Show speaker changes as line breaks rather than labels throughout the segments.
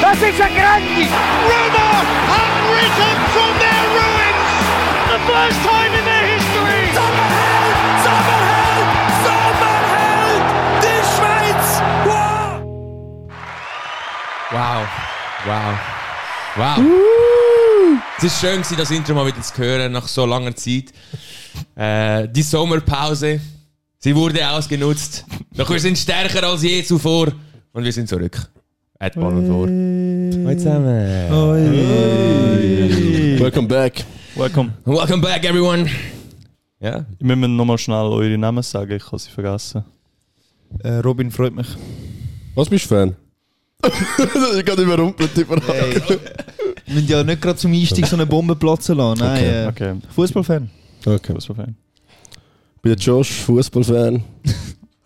passage à Granit.
Rumour have risen from their ruins. The first time in their history.
Sommerheld, Sommerheld, Sommerheld, die Schweiz. Wow.
Wow. Wow. Wow. Es ist schön, gewesen, das Intro mal wieder zu hören, nach so langer Zeit. Äh, die Sommerpause, sie wurde ausgenutzt. Doch wir sind stärker als je zuvor. Und wir sind zurück. At Ball und Tor. Hallo zusammen.
Welcome back.
Welcome.
Welcome back, everyone. Ja,
Ich muss mir nochmal schnell eure Namen sagen, ich habe sie vergessen. Robin freut mich.
Was bist du Fan? ich kann überrumpelt überall.
Hey. Wir müssen ja nicht gerade zum Einstieg so eine Bombe platzen lassen. Nein,
Okay,
äh,
Okay,
Fußballfan.
Okay.
Fußballfan.
Ich bin der Josh, Fußballfan.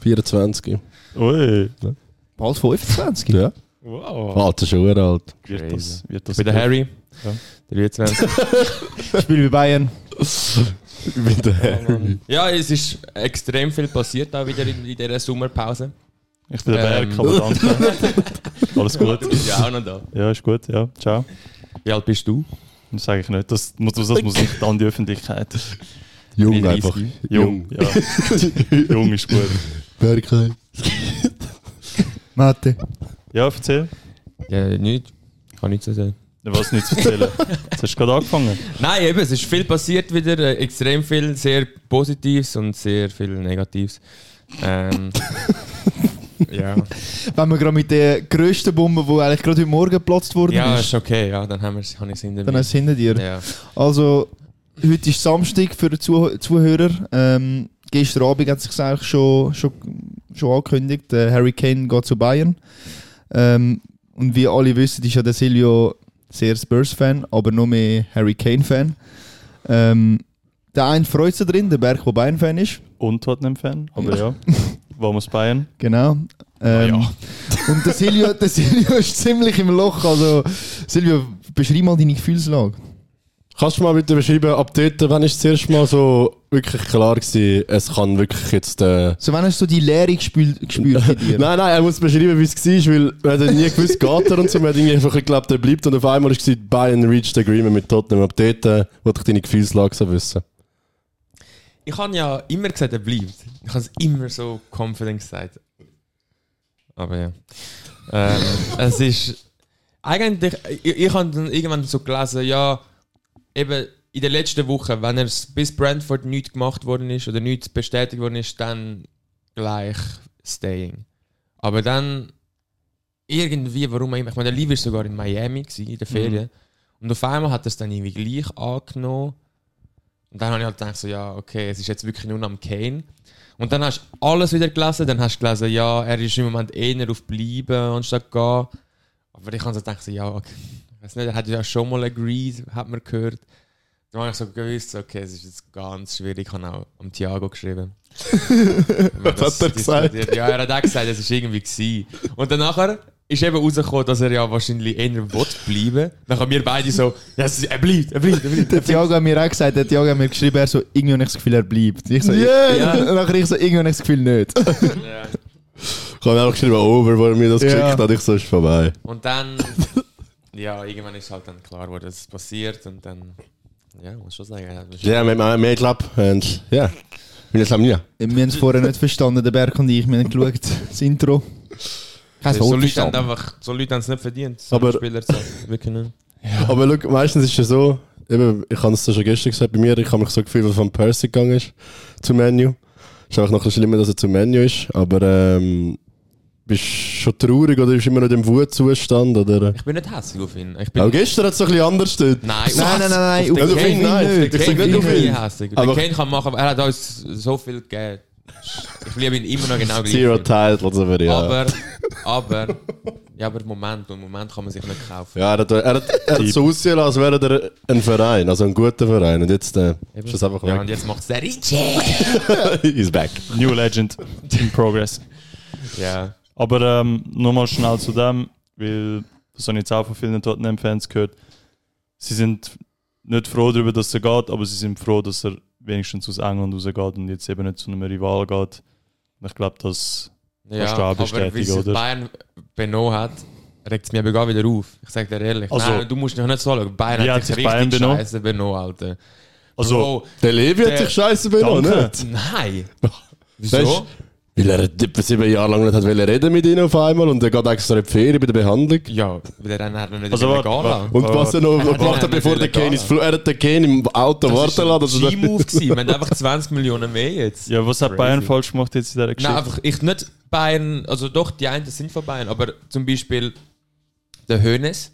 24.
Ui, Ne?
Bald 25.
Ja.
Wow.
Alter, schon uralt.
wird das, wird das
Ich bin der Harry.
Ja.
23.
Ich spiele bei Bayern.
Ich bin der Harry.
ja, es ist extrem viel passiert auch wieder in, in dieser Sommerpause.
Ich bin der
Ähm.
Berg, aber danke. Alles
Du
gut.
bist ja auch noch da.
Ja, ist gut, ja. Ciao.
Wie alt bist du?
Das sage ich nicht. Das muss, das muss nicht an die Öffentlichkeit.
Jung
Bin
einfach.
riesig.
Jung. Ja. Jung ist gut.
Bergheim.
Mathe.
Ja, erzähl.
Ja, nicht. Ich kann nichts zu sagen.
Was nicht zu erzählen. Jetzt hast du gerade angefangen.
Nein, eben, es ist viel passiert wieder, äh, extrem viel, sehr Positives und sehr viel Negatives. Ähm, ja.
Wenn wir gerade mit der grössten Bombe, die eigentlich gerade heute Morgen geplatzt worden
ja,
ist,
ist okay, ja, dann haben wir es, habe ich es hinter
dann
mir.
ist es hinter dir.
Ja.
Also, heute ist Samstag für die Zuh Zuhörer. Ähm, gestern Abend hat sich eigentlich schon, schon, schon angekündigt. Der Harry Kane geht zu Bayern. Ähm, und wie alle wissen, ist ja der Silvio sehr Spurs-Fan, aber noch mehr Harry Kane-Fan. Ähm, der eine freut sich drin, der Berg, der Bayern-Fan ist.
Und Tottenham-Fan, aber ja. Vamos Bayern.
Genau. Ähm, Und der Silvio, der Silvio ist ziemlich im Loch. Also, Silvio, beschreib mal deine Gefühlslage.
Kannst du mal bitte beschreiben, ab dort, wann ist das erste Mal so wirklich klar gewesen, es kann wirklich jetzt... Äh,
So, wann hast du die Leere gespült, gespürt in dir?
Nein, nein, er muss beschreiben, wie es war, weil wir haben nie gewusst, geht er und so. Wir haben irgendwie einfach geglaubt, er bleibt. Und auf einmal war es Bayern reached agreement mit Tottenham. Ab dort äh, wollte ich deine Gefühlslage so wissen.
Ich habe ja immer gesagt, er bleibt. Ich habe es immer so confident gesagt. Aber ja. Ähm, es ist. Eigentlich, ich, ich habe dann irgendwann so gelesen, ja, eben in der letzten Woche, wenn er bis Brentford nichts gemacht worden ist oder nichts bestätigt worden ist, dann gleich staying. Aber dann irgendwie, warum auch immer, ich meine, der Liv war sogar in Miami gewesen, in der Ferien. Und auf einmal hat er es dann irgendwie gleich angenommen. Und dann habe ich halt gedacht, so, ja, okay, es ist jetzt wirklich nur noch am Kane. Und dann hast du alles wieder gelesen, dann hast du gelesen, ja, er ist im Moment eher auf Bleiben anstatt gehen. Aber ich habe so gedacht, so, ja, okay, ich weiß nicht, er hat ja schon mal agreed, hat man gehört. Dann habe ich so gewusst, okay, es ist jetzt ganz schwierig, ich habe auch am Thiago geschrieben.
Was hat er gesagt?
diskutiert. Ja, er hat auch gesagt, es war irgendwie. Gewesen. Und dann nachher ist eben rausgekommen, dass er ja wahrscheinlich eher will bleiben. Dann haben wir beide so, ja, es- er bleibt, er bleibt, er bleibt.
Der Thiago hat mir auch gesagt, der Thiago hat mir geschrieben, er so, irgendwie habe ich das Gefühl, er bleibt. Ich so,
Yeah!
ja. Und nachher ich so, irgendwie habe ich das Gefühl, nicht.
Ich habe einfach geschrieben, over, wo er mir das
Ja.
geschickt hat. Ich so, ist vorbei.
Und dann, ja, irgendwann ist halt dann klar, wo das passiert und dann, ja, muss schon sagen. er hat mich-
Ja, mit meinem Club. Und ja, wir haben nie.
Wir haben es vorher nicht verstanden, der Berg und ich, wir haben geschaut, das Intro. Kein
So
Wort
Leute haben
verstanden.
einfach, so Leute haben es nicht verdient, so
Aber-
Spieler zu sein. Wirklich nicht.
Aber schau, meistens ist es so, eben, ich habe es schon gestern gesagt bei mir, ich habe mich so gefühlt, als von Percy gegangen ist zum Menu. Ist einfach noch ein bisschen schlimmer, dass er zum Menu ist, aber ähm, bist schon traurig oder bist immer noch in dem Wutzustand? Oder?
Ich bin nicht hässlich auf ihn. Ich bin,
Auch gestern hat es so ein bisschen anders steht.
Nein,
Nein, nein, nein,
Auf
nein, auf
den Kane
ihn
nein.
nicht.
Der
Ich sag
Kane
nicht
bin
auf
nie
ihn.
hässlich. Der
Aber-
Kane kann machen, er hat uns so viel gegeben. Ich liebe ihn immer noch genau gleich.
Zero Title, so für ja.
Aber, aber, ja, aber Moment, und Moment kann man sich nicht kaufen.
Ja, er hat, er hat, er hat
Typ.
so ausgesehen, als wäre er ein Verein, also ein guter Verein. Und jetzt äh, ist das einfach
Ja, und
weg.
jetzt macht es der Richie.
He's back.
New Legend in Progress.
Ja.
Aber ähm, nochmal schnell zu dem, weil das habe ich jetzt auch von vielen Tottenham-Fans gehört. Sie sind nicht froh darüber, dass er geht, aber sie sind froh, dass er wenigstens aus England rausgeht und jetzt eben nicht zu einem Rival geht. Und ich glaube, das
Ja,
Kannst du auch
aber
bestätigen,
wie sich
oder?
Bayern benommen hat, regt es mich eben gar wieder auf. Ich sage dir ehrlich.
Also-
Nein, du musst dich nicht so anschauen. Bayern
Wie
hat
hat
sich
sich Bayern
richtig
benommen?
scheiße benommen, Alter.
Also,
Bro,
Der Levi hat
Der-
sich scheiße benommen,
Danke.
nicht?
nein.
Weißt,
Wieso?
weil er etwa sieben Jahre lang nicht hat wollen reden mit ihnen auf einmal und er geht extra in die Ferien bei der Behandlung.
Ja, weil er hat noch nicht
Also,
in der
warte,
Gala.
warte.
Und was er noch
Äh,
noch gemacht
nein,
hat, bevor
wir
der Kane
wollen
ins Fl- er hat den Kane im Auto
Das
warten
war ein
lassen. dass er-
G-Move. gewesen. Wir haben einfach 20 Millionen mehr jetzt.
also- Ja, was hat
Crazy.
Bayern falsch gemacht jetzt in dieser Geschichte?
Nein, einfach, ich nicht Bayern, also doch, die einen sind von Bayern, aber zum Beispiel der Hönes,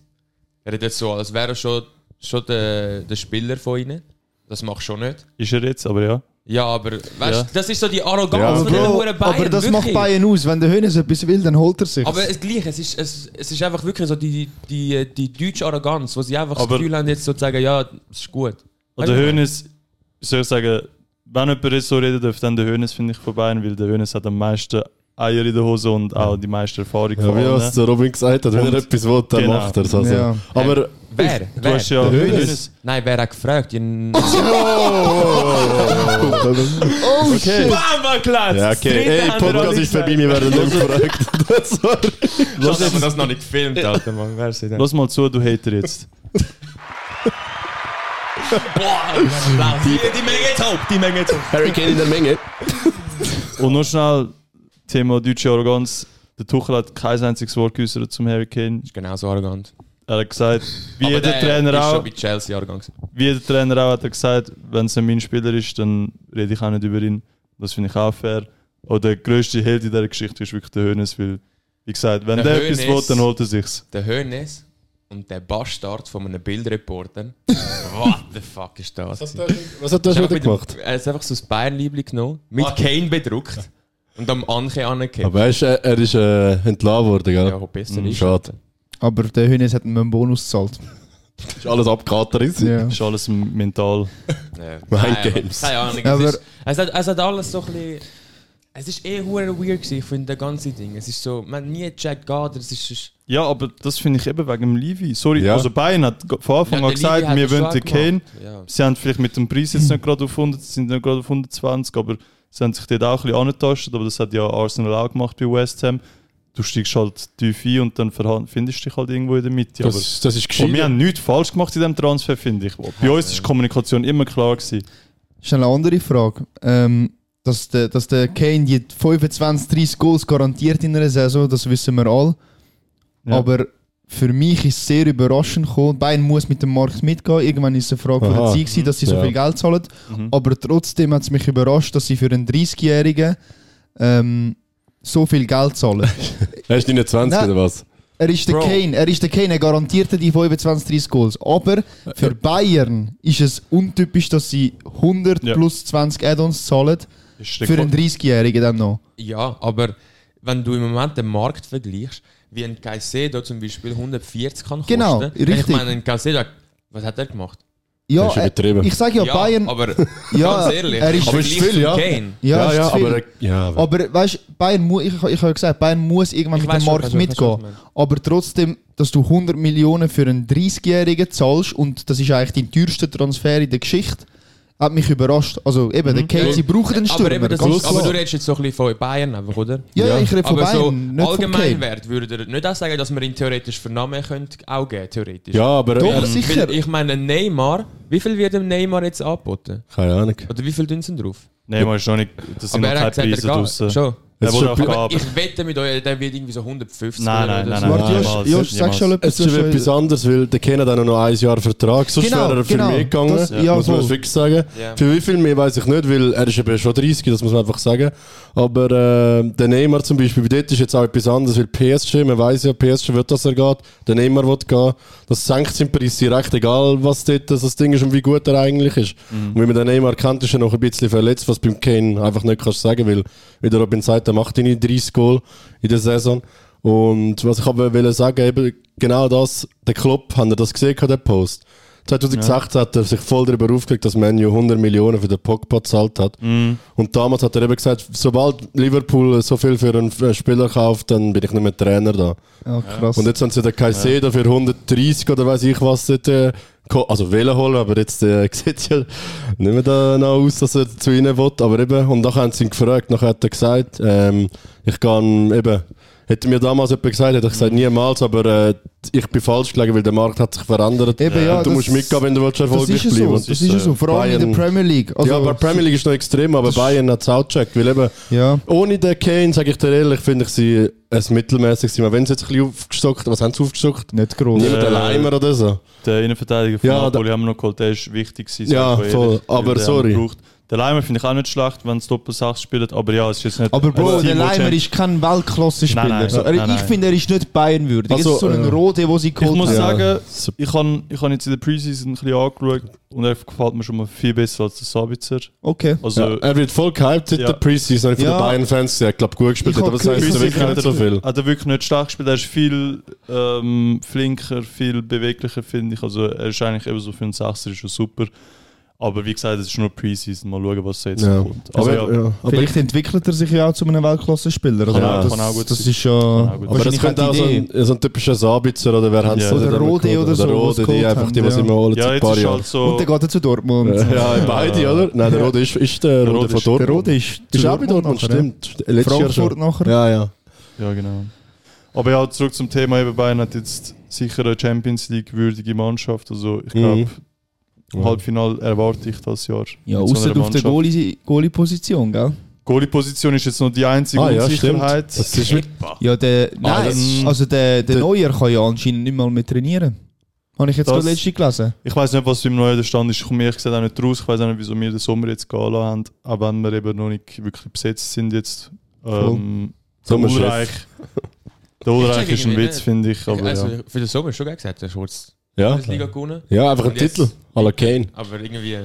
der redet so, als wäre er schon, schon der, der Spieler von ihnen. Das macht schon nicht.
ist er jetzt, aber ja.
Ja, aber weißt du,
Ja.
das ist so die Arroganz
Ja,
von
aber
den
Bro,
Huren Bayern.
aber das
wirklich.
macht Bayern aus. Wenn der Hönes etwas will, dann holt er sich.
Aber es gleich, es ist, es, es ist einfach wirklich so die, die, die deutsche Arroganz, wo sie einfach
Aber-
das Gefühl haben, jetzt sozusagen, ja, es ist gut.
Und der
Weißt du,
Hönes, soll ich sagen, wenn jemand jetzt so reden darf, dann der Hönes finde ich von Bayern, weil der Hönes hat am meisten Eier in der Hose und auch die meiste Erfahrung
Ja,
von
wie
allen.
was der Robin gesagt hat, wenn
Und-
er etwas will, dann
Genau.
macht er es. Also.
Ja.
Aber
Wer?
Du
wer?
hast ja
Der Hoeneß.
Hoeneß.
Nein, wer hat gefragt? Ihr-
oh shit!
Bam, war klar.
ja, okay. Ey, Podcast ist vorbei, wir werden nicht gefragt. Das war
Lass uns das noch nicht gefilmt, Alter, Mann. Wer ist denn?
Lass mal zu, du Hater jetzt.
Boah, Applaus. die, die Menge jetzt hoch, die Menge jetzt hoch.
Harry Kane in der Menge.
Und noch schnell, Thema deutsche Arroganz. Der Tuchel hat kein einziges Wort geäußert zum Harry Kane.
Ist genau so arrogant.
Er hat gesagt, wie
Aber
jeder
der
Trainer
ist
auch,
schon bei Chelsea arrogant. gewesen.
wie jeder Trainer auch hat er gesagt, wenn es ein mein Spieler ist, dann rede ich auch nicht über ihn. Das finde ich auch fair. Aber der grösste Held in dieser Geschichte ist wirklich der Hönes, weil, wie gesagt, wenn
Der
der, etwas will,
Hoeneß-
dann holt er sich's.
Der Hönes und der Bastard von einem Bildreporter. What the fuck ist das?
Was hat der
Er
schon
hat mit
wieder
dem-
gemacht?
Er hat einfach so das Bayern-Liebling genommen, mit Kane bedruckt und am Anke angekippt.
Aber weißt du, er er ist äh, entlassen worden, gell?
Ja, ob besser ist.
Hm, Schade.
Aber der Hönes hat ihm einen Bonus gezahlt.
Ist alles abgekartet.
Ja.
Ist alles m- mental.
Ja.
Mind
Nein,
Games.
Keine Ahnung.
Aber-
es, ist, es, hat, es hat alles so ein bisschen. Es ist eh hure weird gewesen, ich finde das ganze Ding. Es ist so, man hat nie gecheckt, Gader, es ist... ist
Ja, aber das finde ich eben wegen dem Levi. Sorry,
Ja.
also Bayern hat g- von Anfang
Ja, der
an
Levy
gesagt,
hat
wir
schon
wollen den Kane.
gemacht. Ja.
Sie haben vielleicht mit dem Preis jetzt nicht gerade auf 100, sind nicht gerade auf 120, aber sie haben sich dort auch ein bisschen angetastet, aber das hat ja Arsenal auch gemacht bei West Ham. Du steigst halt tief ein und dann verhan- findest dich halt irgendwo in der Mitte. Aber
Das, das ist
und wir
gescheit.
haben nichts falsch gemacht in diesem Transfer, finde ich. Bei uns ist die Kommunikation immer klar gewesen.
Schnell eine andere Frage. Ähm, dass, der, dass der Kane die 25, 30 Goals garantiert in einer Saison, das wissen wir alle.
Ja.
Aber für mich ist es sehr überraschend gekommen. Bayern muss mit dem Markt mitgehen. Irgendwann ist es eine Frage von der
Aha.
Zeit, gewesen, dass sie so
Ja.
viel Geld zahlen.
Mhm.
Aber trotzdem hat es mich überrascht, dass sie für einen 30-Jährigen ähm, so viel Geld zahlen.
Er ist 29
Nein.
oder was?
Er ist der
Bro.
Kane, er ist der Kane, er garantierte die 25, 30 Goals. Aber für Bayern ist es untypisch, dass sie 100
Ja.
plus 20 Add-ons zahlen.
Ist der
Für
Qua-
einen 30-Jährigen dann noch.
Ja, aber wenn du im Moment den Markt vergleichst, wie ein Caicedo zum Beispiel 140 kann
Genau,
kosten. Ich
richtig.
meine, ein Caicedo, hat- was hat er gemacht?
Ja,
Das ist
äh,
übertrieben.
ich sage ja, Bayern.
aber
Ja,
ganz ehrlich,
er ist-
Aber ist
Vergleich zum
viel, ja.
Kane.
ja, ist zu viel.
aber. Ja, aber.
aber weißt du, Bayern muss, ich, ich habe gesagt, Bayern muss irgendwann
Ich
mit dem
weiss schon,
Markt
ich weiss schon,
mitgehen.
was du meinst.
aber trotzdem, dass du 100 Millionen für einen 30-Jährigen zahlst und das ist eigentlich dein teuerste Transfer in der Geschichte, hat mich überrascht. Also eben, der Kane, sie brauchen einen Stürmer.
aber, eben, das
ganz
ist, aber
klar.
du redest jetzt so ein bisschen von Bayern einfach, oder?
ja, ja, ich rede von
Aber
Bayern,
so
nicht von Kane.
Allgemeinwert würde er nicht auch sagen, dass man ihn theoretisch für Namen könnte auch geben theoretisch.
Ja, aber.
Doch,
er-
Weil
sicher.
ich meine, Neymar, wie viel wird dem Neymar jetzt angeboten?
Keine Ahnung.
Oder wie viel tun sie drauf?
Nein, man ist noch nicht, das sind
Aber
noch
er
keine
hat gesagt, er
Preise draußen.
geht. Schon.
Er
Es
wurde
ist
auch
schon-
Aber
gehabt.
ich wette mit euch, der wird irgendwie so 150
Nein, nein,
oder
nein,
so.
nein.
Warte, Josh,
Niemals,
Josh, sag
niemals.
schon
Es
etwas.
ist
Josh,
schon etwas anderes, weil der Kane hat auch noch ein Jahr Vertrag, sonst
Genau,
wäre er viel
genau.
mehr gegangen.
Das- ja,
muss man
voll.
wirklich sagen.
Ja.
Für wie viel mehr weiß ich nicht, weil er ist eben schon 30, das muss man einfach sagen. Aber äh, der Neymar zum Beispiel, bei dort ist jetzt auch etwas anderes, weil PSG, man weiß ja, PSG wird, dass er geht, der Neymar will gehen. Das senkt seinen Preis direkt, egal was dort das Ding ist und wie gut er eigentlich ist. Und wie man den Neymar kennt, ist er noch ein bisschen verletzt, was beim Kane einfach nicht kannst sagen, weil, wie der Robin sagt, er macht ihn 30 Goal in der Saison. Und was ich aber will sagen, eben genau das, der Club, haben wir das gesehen, der Post. 2016 hat er sich voll darüber aufgeregt, dass Manu 100 Millionen für den Pogba gezahlt hat. Und damals hat er eben gesagt, sobald Liverpool so viel für einen äh, Spieler kauft, dann bin ich nicht mehr Trainer da.
Ja, Ah, krass.
Und jetzt haben sie den Caicedo für 130 oder weiß ich was dort, äh, geho- also wählen holen, aber jetzt äh, sieht ja nicht mehr danach aus, dass er zu ihnen will. Aber eben, und nachher haben sie ihn gefragt, nachher hat er gesagt, ähm, ich kann eben, Hätte mir damals jemand gesagt, hätte ich gesagt, niemals, aber äh, ich bin falsch gelegen, weil der Markt hat sich verändert.
Eben, ja,
Und du
das-
musst mitgehen, wenn du willst,
Das
erfolgreich
ist ja so,
bleiben.
das ist ja so. Vor allem in der
äh, Bayern-
Premier League. Also,
ja, aber die Premier League ist noch extrem, aber Bayern hat es auch gecheckt, weil eben
Ja.
ohne den Kane, sage ich dir ehrlich, finde ich sie ein mittelmäßig sind. Wenn sie jetzt ein bisschen aufgestockt, was haben sie aufgestockt?
Nicht groß.
Niemand
Äh,
der Leimer oder so.
Der Innenverteidiger von
Ja,
Napoli haben wir noch geholt, der ist wichtig gewesen.
Ja,
sag ich
voll,
ehrlich, weil
aber
den haben
sorry.
wir gebraucht. Der Leimer finde ich auch nicht schlecht, wenn es Doppel 6 spielt, aber ja, es ist jetzt nicht...
Aber Bro,
ein
der
Team, wo
Leimer
halt-
Champions-
ist kein Weltklasse-Spieler.
Nein, nein,
So,
nein,
ich
nein.
finde, er ist nicht bayernwürdig. Also,
Also,
es ist so ein
äh,
Rode, den sie
Ich
geholt
muss
haben.
sagen,
So-
ich habe ich hab jetzt in der Preseason ein bisschen angeschaut und er gefällt mir schon mal viel besser als der Sabitzer.
Okay.
Also,
Ja, er wird voll gehypt seit
Ja.
der Preseason. Habe Ich von
Ja.
den Bayern-Fans, ich glaube, gut gespielt
Ich
hat, aber das
hab
heißt
gelesen,
wirklich nicht so viel.
Hat er wirklich nicht stark gespielt. Er ist viel ähm, flinker, viel beweglicher, finde ich. Also er ist eigentlich ebenso für einen Sechser ist schon super. Aber wie gesagt, es ist nur Preseason. Mal schauen, was da jetzt
Ja. Also,
kommt.
Aber,
Also,
Aber, ja,
ja. aber,
Vielleicht entwickelt er sich ja auch zu einem Weltklasse-Spieler. Also,
Ja,
das,
kann auch gut
das
sein.
ist ja
auch gut sein.
aber das
wahrscheinlich
könnte auch
auch die
so
Idee.
ein, so ein typischer Sabitzer oder wer hat
Ja.
so
Oder
den
Rode
geholt?
oder so,
Oder
was
Rode, die
geholt
einfach, die
haben,
was
ja.
immer holen,
ja
seit ein
jetzt
paar
ist
Jahren.
halt so.
Und dann geht er zu Dortmund.
Ja, beide, oder? Nein, der Rode ist, ist der Rode
Rode
von
ist-
Dortmund.
Der Rode ist,
Ist
zu
auch bei Dortmund,
nachher, ja.
stimmt. Letztes Jahr
Frankfurt
schon.
nachher.
Ja, ja.
Ja, genau. Aber ja, zurück zum Thema. Eben Bayern hat jetzt sicher eine Champions League würdige Mannschaft. Also ich glaube,
Mhm.
im Halbfinale erwarte ich das Jahr.
Ja,
mit so
außer
einer
auf der
Mannschaft.
Goalie- Goalie-Position, gell?
Goalie-Position ist jetzt noch die einzige
Ah, ja,
Unsicherheit.
stimmt. Das ist mit-
Ja, der, nein,
das-
also der, der
Ah, Der-
Neuer kann ja anscheinend nicht mal mehr trainieren. Habe ich jetzt
Das-
gerade letzte gelesen.
Ich weiß nicht, was beim neuen Stand ist. Ich komme ehrlich gesagt auch nicht raus. Ich weiß auch nicht, wieso wir den Sommer jetzt gehen lassen haben, auch wenn wir eben noch nicht wirklich besetzt sind jetzt. Ähm, der
Sommerchef.
Ulreich, der Ulreich
check
ist ein
irgendwie
Witz, finde ich. Aber
also,
ja.
Für den Sommer ist schon geil gesagt, der Schwarz
Ja.
Liga gewonnen.
ja, einfach ein
Und jetzt-
Titel. À la Kane.
Aber irgendwie.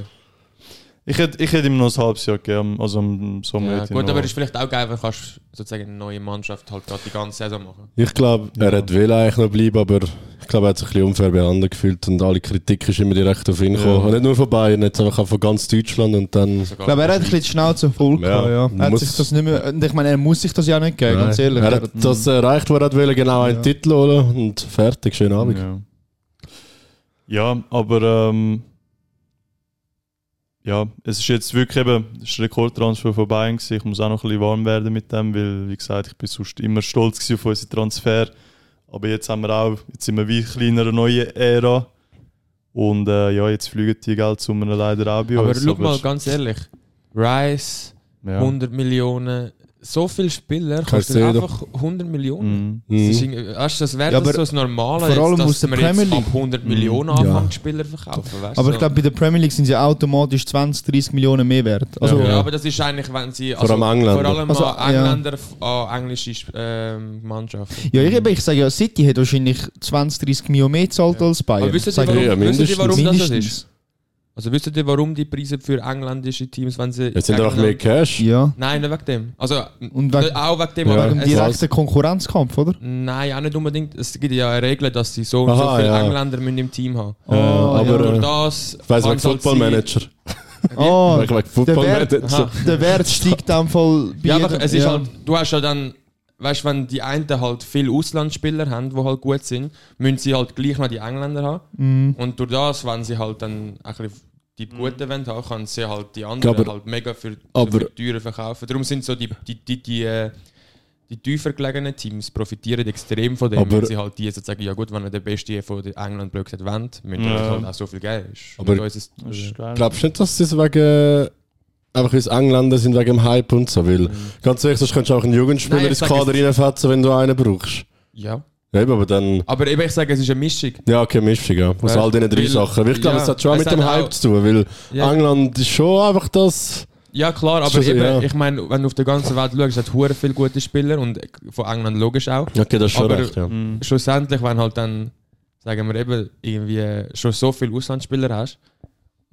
ich, hätte, ich hätte ihm noch ein halbes Jahr gegeben, also im Sommer.
Ja,
hätte ich
gut,
noch-
aber ist vielleicht auch geil, weil kannst sozusagen eine neue Mannschaft halt gerade die ganze Saison machen.
Ich glaube, er hat will eigentlich noch bleiben, aber ich glaube, er hat sich ein bisschen unfair behandelt gefühlt und alle Kritik ist immer direkt auf ihn
Ja.
gekommen. Und Nicht nur von Bayern, jetzt einfach auch von ganz Deutschland und dann.
Sogar
Ich glaube, er hat ein bisschen die Schnauze voll
Ja,
gehabt, ja. Er hat
muss-
sich das nicht mehr, und ich meine, er muss sich das ja nicht geben, ganz ehrlich.
Er hat das
hm.
erreicht, was er will, genau einen
Ja.
Titel holen und fertig, schönen Abend.
Ja, ja aber ähm, ja, es ist jetzt wirklich eben, es ist ein Rekordtransfer von Bayern gewesen. Ich muss auch noch ein bisschen warm werden mit dem, weil, wie gesagt, ich bin sonst immer stolz gewesen auf unsere Transfer. Aber jetzt haben wir auch, jetzt sind wir wie in einer neuen Ära. Und äh, ja, jetzt fliegen die Geldsummen leider auch bei
Aber
uns.
schau mal ganz ehrlich: Rice,
ja.
100 Millionen, so viele Spieler kannst du
Cancelo.
einfach 100 Millionen.
Mhm.
Das ist
Mhm.
irgendwie- Weißt du, das wäre
Ja,
das
aber
so das Normale,
vor allem
jetzt,
aus der
dass wir jetzt
Premier
ab
League. Mhm.
100 Millionen
Ja.
anfangen, die Spieler verkaufen. Weißt,
aber
du?
ich glaube, bei der Premier League sind sie automatisch 20, 30 Millionen mehr wert. Also,
ja,
Ja.
aber das ist eigentlich, wenn sie.
Vor allem Engländer.
Vor allem
Also,
an
ja. Ah,
Engländer, f- an englische ähm, Mannschaften.
ja, ich, eben, ich sage ja, City hat wahrscheinlich 20, 30 Millionen mehr gezahlt als Bayern.
Aber wisst ihr,
Sage
warum,
ich.
Ja,
wisst ihr,
mindestens.
warum das so ist?
Mindestens.
Also wisst ihr, warum die Preise für engländische Teams, wenn sie...
Jetzt sind einfach mehr
England-
Cash.
Ja,
Nein, nicht wegen dem. Also n-
und wegen,
auch wegen dem,
Ja.
aber...
wegen dem
es-
direkten Konkurrenzkampf, oder?
Nein, auch nicht unbedingt. Es gibt ja eine Regel, dass sie so und so
Aha,
viele
ja.
Engländer müssen im Team haben.
Äh, aber
Durch
äh,
das...
ich weiß
kann
wegen
es halt
Footballmanager.
Ah,
Ich wegen
der Wert,
Footballmanager.
sein- Aha.
der Wert steigt dann voll bei
Ja,
jedem-
aber es ist
ja.
halt... Du hast ja dann... Weißt du, wenn die einen halt viele Auslandsspieler haben, die halt gut sind, müssen sie halt gleich noch die Engländer haben.
Mhm.
Und durch das, wenn sie halt dann ein bisschen die Guten wollen haben, können sie halt die
Ja,
anderen
aber-
halt mega für,
aber-
für teurer verkaufen. Darum sind so die, die, die, die, äh, die tiefer gelegenen Teams profitieren extrem von dem,
Aber-
weil sie halt die sozusagen, ja gut, wenn ihr den Beste von der England blöd gesagt wollt, müsst ihr
Ja.
euch halt auch so viel geben. Ist
Aber-
nicht unseres-
Das ist geil.
Glaubst du nicht, dass das wegen. äh, Einfach weil es Engländer sind wegen dem Hype und so, weil ganz ehrlich, sonst könntest du auch einen Jugendspieler
Mhm. Nein, ich sag
ins Kader reinfetzen, wenn du einen brauchst.
ja.
Ja, eben, aber dann.
Aber eben, ich sage, es ist eine Mischung.
Ja, okay, Mischung, ja. Aus
Ja.
all diesen drei
Weil-
Sachen. Weil Ich glaube,
ja,
es hat schon auch
es
mit
hat
dem
auch-
Hype zu tun, weil
Ja.
England ist schon einfach das.
Ja, klar, aber
Schon so,
eben,
ja.
ich meine, wenn du auf der ganzen Welt schaust, hat hure viele gute Spieler und von England logisch auch.
Okay, das ist schon
Aber-
recht, ja.
Mhm.
schlussendlich, wenn halt dann, sagen wir eben, irgendwie schon so viele Auslandsspieler hast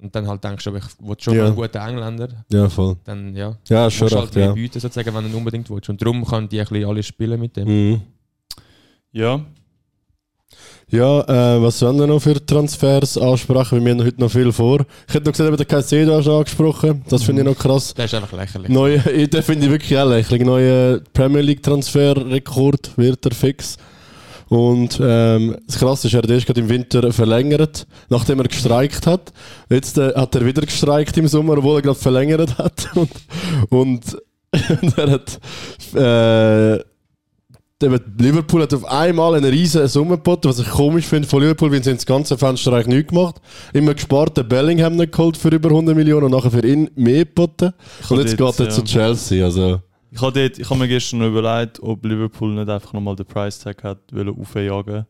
und dann halt denkst du, ich will schon
Ja.
mal einen guten Engländer,
Ja, voll.
dann ja,
Ja, schon
musst du
recht,
halt mehr
ja.
bieten sozusagen, wenn du unbedingt willst. Und darum kann die ein bisschen alle spielen mit dem.
Mhm.
Ja,
Ja, äh, was sollen wir noch für Transfers ansprechen? Wir haben heute noch viel vor. Ich hätte noch gesehen, eben der Caicedo hast du angesprochen. Das finde ich noch krass.
Das ist einfach lächerlich.
Neue, den finde ich wirklich auch lächerlich. Neuer Premier League Transferrekord wird er fix. Und ähm, das Krasse ist, er hat erst gerade im Winter verlängert, nachdem er gestreikt hat. Jetzt äh, hat er wieder gestreikt im Sommer, obwohl er gerade verlängert hat. Und, und, und er hat äh, eben Liverpool hat auf einmal eine riesen Summe geboten, was ich komisch finde von Liverpool, weil sie haben das ganze Fenster eigentlich nichts gemacht. Immer gespart, den Bellingham nicht geholt für über 100 Millionen und nachher für ihn mehr geboten. Und jetzt
dort,
geht
ja.
er zu Chelsea, also...
Ich habe dort- ich habe mir gestern noch überlegt, ob Liverpool nicht einfach nochmal den Price Tag hat wollen aufjagen.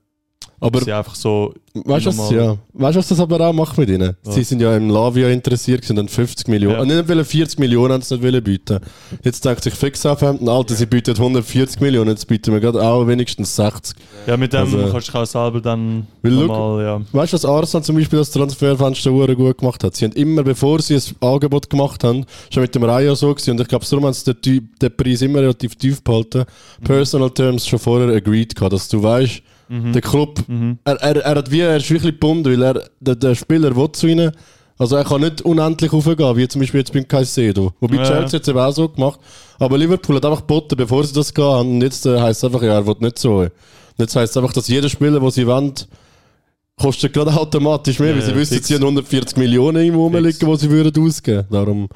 Aber
Aber sie einfach so,
Weißt du, was,
Nochmal.
ja. weißt, du, was das aber auch macht mit ihnen?
Ja.
Sie sind ja im Lavia interessiert, sind dann 50 Millionen.
Ja.
Und nicht wollen 40 Millionen haben sie nicht wollen bieten. Jetzt denkt sich fix auf Alter, sie bieten 140 Millionen, jetzt bieten wir gerade auch wenigstens 60.
ja mit dem
Also-
kannst du auch selber dann
Weil look-
nochmal, ja.
Weißt du, was Arsenal zum Beispiel das Transferfenster hure gut gemacht hat? Sie haben immer, bevor sie ein Angebot gemacht haben, schon mit dem Raya so gewesen, und ich glaube, darum haben sie den, Typ- den Preis immer relativ tief behalten,
Mhm.
Personal Terms schon vorher agreed gehabt, dass du weißt,
Mhm.
der Club, er, er, er hat wie, er ist wirklich gebunden, weil er, der, der Spieler will zu ihnen, also er kann nicht unendlich aufgehen, wie zum Beispiel jetzt beim Caicedo. Wobei
Ja.
Chelsea jetzt eben auch so gemacht, aber Liverpool hat einfach geboten, bevor sie das gehabt haben, und jetzt äh, heisst es einfach, ja, er will nicht so. Und jetzt heisst es einfach, dass jeder Spieler, den sie wollen, kostet gerade automatisch mehr, weil
Ja,
sie
ja,
wissen,
fix.
sie haben 140 Millionen irgendwo
Fix.
rumliegen, die sie würden ausgeben. Darum,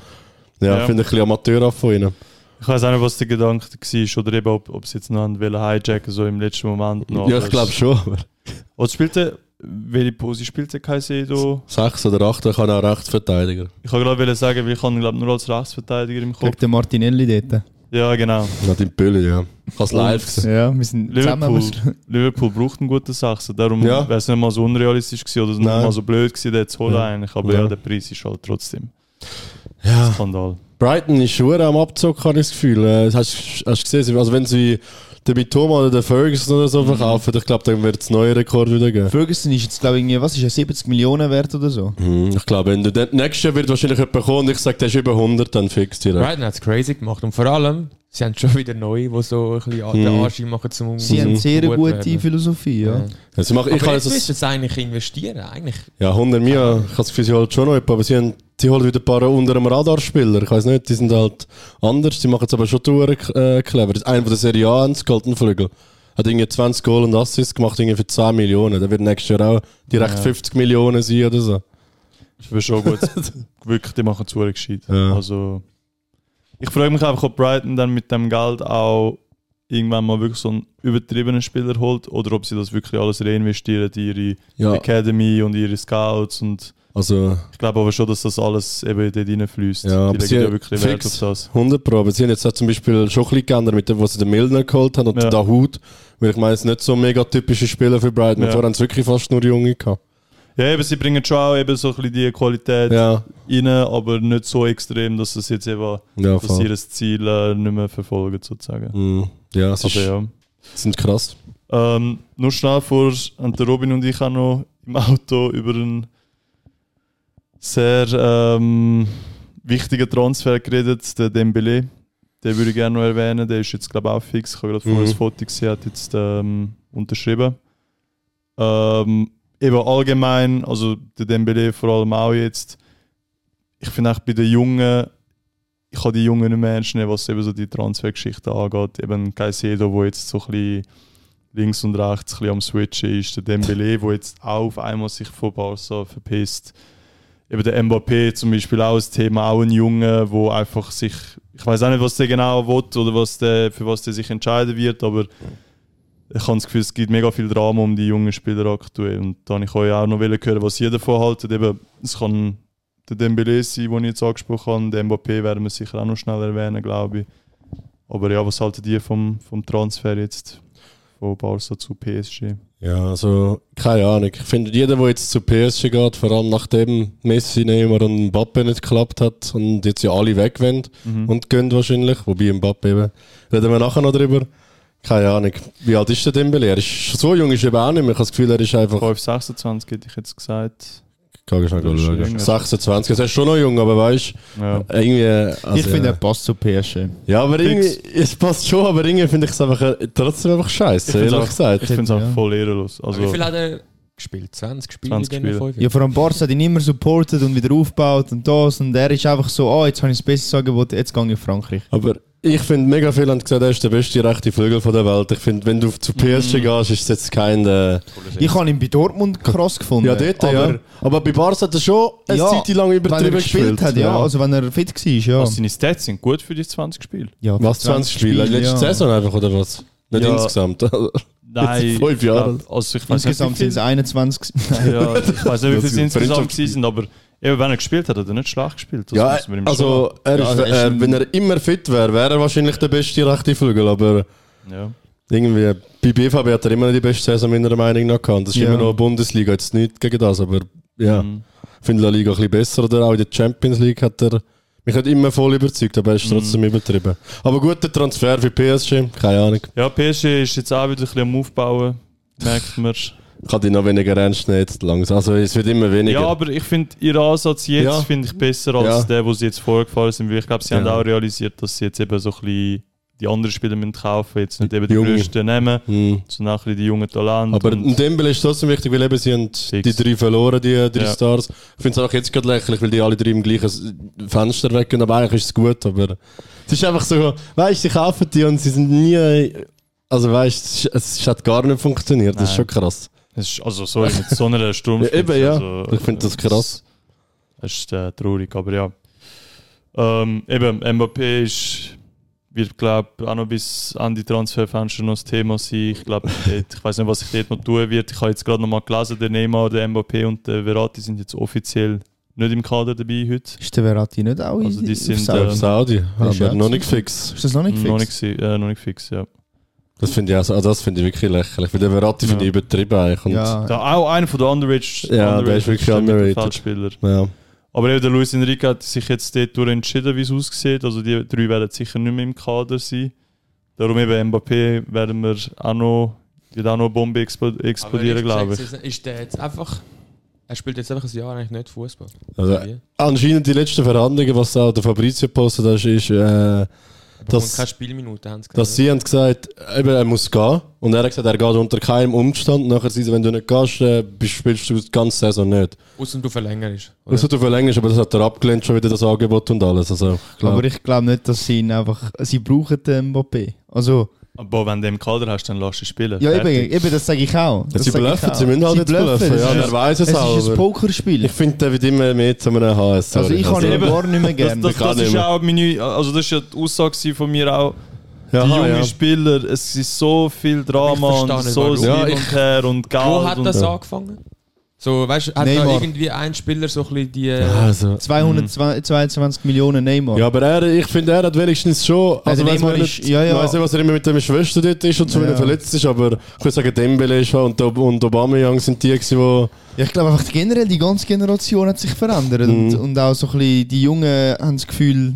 ja,
Ja.
finde ich ein bisschen amateurhaft von ihnen.
Ich weiß auch nicht, was der Gedanke war oder eben, ob, ob sie jetzt noch einen wollen hijacken, so im letzten Moment noch.
ja,
aber
ich glaube
es-
schon. aber
Oder spielte, welche Pose spielte Caicedo?
Sechs oder acht, er kann auch Rechtsverteidiger.
Ich kann gerade sagen, weil ich habe, glaube nur als Rechtsverteidiger im Kopf.
Gegen den Martinelli dort.
Ja, genau.
Nicht im Pülli, ja. Ich habe es live gesehen.
Ja, wir sind
Liverpool,
zusammen. wir-
Liverpool braucht einen guten Sechser, darum
Ja.
wäre es nicht mal so unrealistisch gewesen oder nicht
Nein.
mal so blöd gewesen, den zu holen
Ja.
eigentlich. Aber ja.
Ja.
der Preis ist halt trotzdem
Ja.
Skandal.
Brighton ist schon am Abzug, habe ich das Gefühl. Äh, Hast du gesehen, sie- also wenn sie den Bitoma oder den Ferguson oder
Mhm.
so verkaufen, ich glaube, dann wird es neue Rekord wieder geben.
Ferguson ist jetzt, glaube ich, irgendwie- was ist er, 70 Millionen wert oder so?
Mhm.
Hm, Ich glaube, wenn du den nächsten Jahr wird wahrscheinlich jemand kommen und ich sage, der ist über 100, dann fix direkt.
Brighton hat es crazy gemacht. Und vor allem, sie haben schon wieder neue, die so ein bisschen den
Mhm.
Anschein machen, zum
Sie haben sehr
gut
gute
werden.
Philosophie, ja.
Also ich mache, ich
Aber
kann
jetzt
es-
müssen sie eigentlich investieren. Eigentlich.
Ja, 100 Mio, ich habe das Gefühl, sie holen schon noch jemanden, aber sie, haben, sie holen wieder ein paar unter dem Radarspieler. Ich weiß nicht, die sind halt anders, die machen es aber schon durch, äh, clever. Einer von der Serie A, das Golden Flügel, hat irgendwie 20 Goal und Assists gemacht, irgendwie für 10 Millionen. Der wird nächstes Jahr auch direkt
Ja.
50 Millionen sein oder so.
Das wäre schon gut. Wirklich, die machen es verdammt gescheit.
Ja.
Also, ich frage mich einfach, ob Brighton dann mit dem Geld auch irgendwann mal wirklich so einen übertriebenen Spieler holt oder ob sie das wirklich alles reinvestieren in ihre
Ja,
Academy und ihre Scouts und
also
ich glaube aber schon, dass das alles eben dort reinfließt.
Ja, aber
die
sie-
legen ja wirklich Wert auf
fix.
das.
100 Pro. Aber sie haben jetzt auch zum Beispiel schon ein bisschen geändert, mit dem, was sie den Milner geholt haben und
Ja.
den Dahoud. Weil ich meine, es sind nicht so mega typische Spieler für Brighton.
Ja.
Vorher haben sie wirklich fast nur Junge gehabt.
Ja, eben, sie bringen schon auch eben so ein bisschen die Qualität
Ja,
rein, aber nicht so extrem, dass es jetzt eben
ja,
dass sie
voll.
ihr Ziel äh, nicht mehr verfolgen, sozusagen.
Mhm. Ja, es ist,
Aber ja.
sind krass.
Ähm, nur schnell vor, haben der Robin und ich auch noch im Auto über einen sehr ähm, wichtigen Transfer geredet, den Dembele. Den würde ich gerne noch erwähnen, der ist jetzt glaube ich auch fix. Ich habe gerade vorher
Mhm.
ein Foto gesehen, hat jetzt ähm, unterschrieben. Ähm, eben allgemein, also der Dembele vor allem auch jetzt. Ich finde auch bei den Jungen, ich kann die Jungen nicht mehr ernst nehmen, was eben so die Transfergeschichte angeht. Eben Caicedo, wo jetzt so ein bisschen links und rechts ein bisschen am Switchen ist. Der Dembele, wo jetzt auch auf einmal sich von Barca verpisst. Eben der Mbappé zum Beispiel auch ein Thema, auch ein Junge, wo einfach sich, ich weiß auch nicht, was der genau will oder was der, für was der sich entscheiden wird, aber ich habe das Gefühl, es gibt mega viel Drama um die jungen Spieler aktuell. Und da wollte ich euch auch noch hören, was ihr davon haltet. Eben, es kann der Dembele sein, den ich jetzt angesprochen habe. Der Mbappé werden wir sicher auch noch schnell erwähnen, glaube ich. Aber ja, was haltet ihr vom, vom Transfer jetzt von Barca zu PSG?
Ja, also keine Ahnung. Ich finde, jeder, der jetzt zu PSG geht, vor allem nachdem Messi, Neymar und Mbappe nicht geklappt hat und jetzt ja alle weg wollen
Mhm.
und gehen wahrscheinlich, wobei Mbappe eben, reden wir nachher noch drüber. Keine Ahnung. Wie alt ist der Dembele? Er ist so jung, ist er eben auch nicht mehr. Ich habe das Gefühl, er ist einfach...
5, 26 hätte ich jetzt gesagt.
Kann ich
Das ist jünger.
schauen. 26, also er ist schon noch jung, aber weißt
Ja.
irgendwie... Also,
ich finde,
ja.
er passt zu PSG.
ja, aber irgendwie,
fix.
es passt schon, aber irgendwie finde ich es einfach äh, trotzdem einfach scheiße,
find's
ehrlich
auch-
gesagt.
Ich finde es
Ja.
einfach voll ehrenlos.
Aber wie
Also,
viel hat er gespielt? 20 Spiele?
20
in den
Spiele.
5?
Ja, vor allem Barca hat ihn immer supportet und wieder aufgebaut und das. Und er ist einfach so, ah, jetzt habe ich das beste Angebot, jetzt gehe ich in Frankreich.
Aber ich finde, mega viele haben gesagt, er ist der beste rechte Flügel von der Welt. Ich finde, wenn du
Mhm.
zu PSG gehst, ist es jetzt kein... Äh,
Ich habe ihn bei Dortmund krass gefunden.
ja, dort,
aber
ja. Aber bei Barca hat er schon eine
Ja,
Zeit lang
Wenn er
übertrieben
gespielt
gespielt.
hat, ja. Also wenn er fit war, ja.
also seine Stats sind gut für die 20 Spiele.
ja
was, 20 Spiele? Letzte
ja.
Saison einfach, oder was? Nicht
Ja.
insgesamt. also.
Nein,
Fünf
ich glaub,
Jahre.
Also ich weiß
Insgesamt
nicht, wie
sind es 21.
viel- Ja, ich weiß nicht, wie viel
Das
sie insgesamt
Freundschaft-
gewesen sind, aber eben, wenn er gespielt hat, hat er nicht schlecht gespielt. Das
Ja,
müssen wir ihm
also, er ist,
Ja, also er ist
äh,
ein-
wenn er immer fit wäre, wäre er wahrscheinlich der beste rechte Flügel, aber
schon- ja.
irgendwie, bei BVB hat er immer noch die beste Saison meiner Meinung nach gehabt. Das ist
Ja.
immer noch Bundesliga, jetzt nicht gegen das, aber ja,
Mhm.
finde La Liga ein bisschen besser oder auch in der Champions League hat er mich hat immer voll überzeugt, aber er
Mhm.
ist trotzdem übertrieben. Aber guter Transfer für PSG, keine Ahnung.
ja, PSG ist jetzt auch wieder ein bisschen am Aufbauen, merkt man.
Ich kann die noch weniger ernst nehmen jetzt langsam. Also es wird immer weniger.
Ja, aber ich finde, ihr Ansatz jetzt
Ja.
finde ich besser als
Ja.
der, wo sie jetzt vorgefahren sind. Weil ich glaube, sie haben
Ja.
auch realisiert, dass sie jetzt eben so ein bisschen die anderen Spieler müssen kaufen jetzt nicht eben die
Junge.
größten nehmen,
Hm.
sondern auch ein bisschen die jungen Talente.
Aber
und-
in Dembele ist trotzdem wichtig, weil eben sie haben die drei verloren, die drei
Ja.
Stars. Ich finde es auch jetzt gerade lächerlich, weil die alle drei im gleichen Fenster weggehen, aber eigentlich ist es gut, aber es ist einfach so, weißt du, sie kaufen die und sie sind nie, also weißt du, es, es hat gar nicht funktioniert, das ist
Nein.
schon krass.
Es ist, also sorry, mit so einer Sturmspitze.
Ja, eben, ja.
Also,
Ich find das krass.
Das ist äh, traurig, aber ja. Ähm, eben, Mbappé ist, wird glaube ich auch noch bis an die Transferfenster noch das Thema sein. Ich glaube, ich weiß nicht, was ich dort noch tun wird. Ich habe jetzt gerade noch mal gelesen, der Neymar, der Mbappé und der Verratti sind jetzt offiziell nicht im Kader dabei heute.
Ist der Verratti nicht auch in-
Also die
auf
sind,
Sau?
äh,
Auf Saudi,
ist
aber
ja
äh, noch nicht fix.
Ist das noch nicht fix?
Noch nicht, gsi- äh, noch nicht fix, ja.
Das finde ich, also, also das finde ich wirklich lächerlich, weil der Verratti finde ich
Ja.
übertrieben eigentlich. Und, ja.
Ja,
Da auch einer von den Underrated
Ja, der ist wirklich underrated.
Feldspieler.
Ja.
Aber eben der Luis Enrique hat sich jetzt dort durch entschieden, wie es aussieht. Also die drei werden sicher nicht mehr im Kader sein. Darum eben Mbappé werden wir auch noch, wird auch noch eine Bombe explo explodieren, glaube ich.
Ist der jetzt einfach. Er spielt jetzt einfach ein Jahr eigentlich nicht Fußball.
Also, anscheinend die letzten Verhandlungen, was auch der Fabrizio postet hat, ist, äh,
Das,
dass...
keine Spielminute haben sie
Dass sie haben gesagt, eben, er muss gehen. Und er hat gesagt, er geht unter keinem Umstand. Nachher sind sie, wenn du nicht gehst, äh, bist- spielst du die ganze Saison nicht.
Außer du verlängerst. oder?
Das hat er verlängert, aber das hat er abgelehnt, schon wieder das Angebot und alles. Also, ich glaub,
aber ich glaube nicht, dass sie ihn einfach. Sie brauchen den Mbappé. Also,
Aber wenn du im Kader hast, dann lass ihn spielen.
ja, eben,
Fertig.
eben das sage ich auch. Das
sie
sag ich
bluffen,
auch.
sie müssen halt jetzt bluffen. Ja,
Es
er
ist-
weiß es,
es
auch.
ist ein
aber
Pokerspiel.
Ich finde, der wird immer mehr zu einem HS.
Also,
sorry.
ich kann ihn
Eben.
gar nicht mehr
Das,
gerne.
das,
kann
das
nicht
ist
mehr.
auch meine, also das ist ja die Aussage gewesen von mir auch.
ja,
die jungen
ja.
Spieler, es ist so viel Drama
Ich verstehe
und
nicht,
so
warum.
hin
Ja, ich-
und her und Geld.
Wo hat
und
das angefangen? So, weißt du, hat da
Neymar.
irgendwie ein Spieler so ein bisschen die.
Ja, also.
222 Millionen Neymar.
Ja, aber er, ich finde, er hat wenigstens schon. Also,
der
weiss man
Neymar
nicht,
ist- ja, ja.
Ich weiß nicht, was er immer mit dem Schwester dort ist und zu
Ja.
ja. verletzt ist, aber ich würde sagen, Dembele ist und, Ob- und Aubameyang sind die, gewesen, die.
Ja, ich glaube einfach generell die ganze Generation hat sich verändert und,
Mhm.
und auch so ein bisschen die Jungen haben das Gefühl,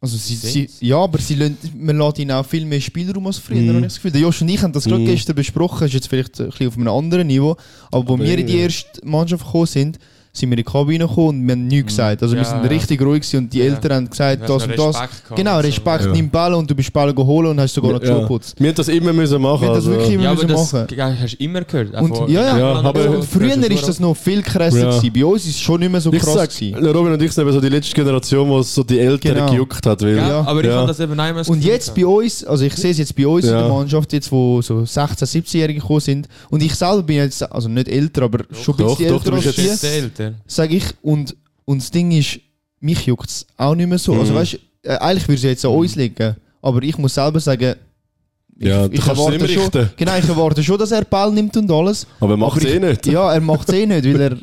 also sie, sie,
Sind's?
ja, aber sie lassen, man lässt ihnen auch viel mehr Spielraum als früher,
Mhm.
habe ich das Gefühl. Der Josh und ich haben das gerade
Mhm.
gestern besprochen, ist jetzt vielleicht ein bisschen auf einem anderen Niveau, aber wo
Aber
wir in die
irgendwie.
erste Mannschaft gekommen sind, sind wir in die Kabine gekommen und wir haben
Mhm.
nichts gesagt. Also
Ja,
wir sind
ja.
richtig ruhig gewesen und die
Ja.
Eltern haben gesagt,
Hast
das
du
und das.
Respekt gehabt
Genau,
und so.
Respekt,
Ja.
nimm Ball und du bist Ball geholt und hast sogar noch die Schuhe
Ja.
geputzt.
Wir haben das immer müssen machen.
Wir haben das
also,
wirklich immer
Ja, aber
müssen
das
machen.
ja, hast du immer gehört. auch
Und-
von-
ja, ja.
Ja, aber-
Und früher ist das noch viel krasser.
Ja.
gewesen. Bei uns ist es schon nicht mehr so
ich
krass.
sag, äh,
gewesen.
Robin und ich sind eben so die letzte Generation, wo es so die Eltern
Genau.
gejuckt hat. Weil,
Ja,
ja.
aber ich
Ja.
habe das eben einmal
Und jetzt bei uns, also ich sehe es jetzt bei uns in
Ja.
der Mannschaft, jetzt wo so 16, 17-Jährige gekommen sind, und ich selber bin jetzt, also nicht älter, aber schon ein
doch,
bisschen
doch,
älter
du bist
als
jetzt-
die, sage ich, und, und das Ding ist, mich juckt es auch nicht mehr so. Also
Mhm.
weißt du, äh, eigentlich würde es ja jetzt an uns liegen, aber ich muss selber sagen, ich,
Ja, du
ich
kannst es
erwarte
nicht mehr
schon,
richten.
genau, ich erwarte schon, dass er Ball nimmt und alles.
Aber macht
Aber
es eh nicht.
Ja, er macht es eh nicht, weil, er,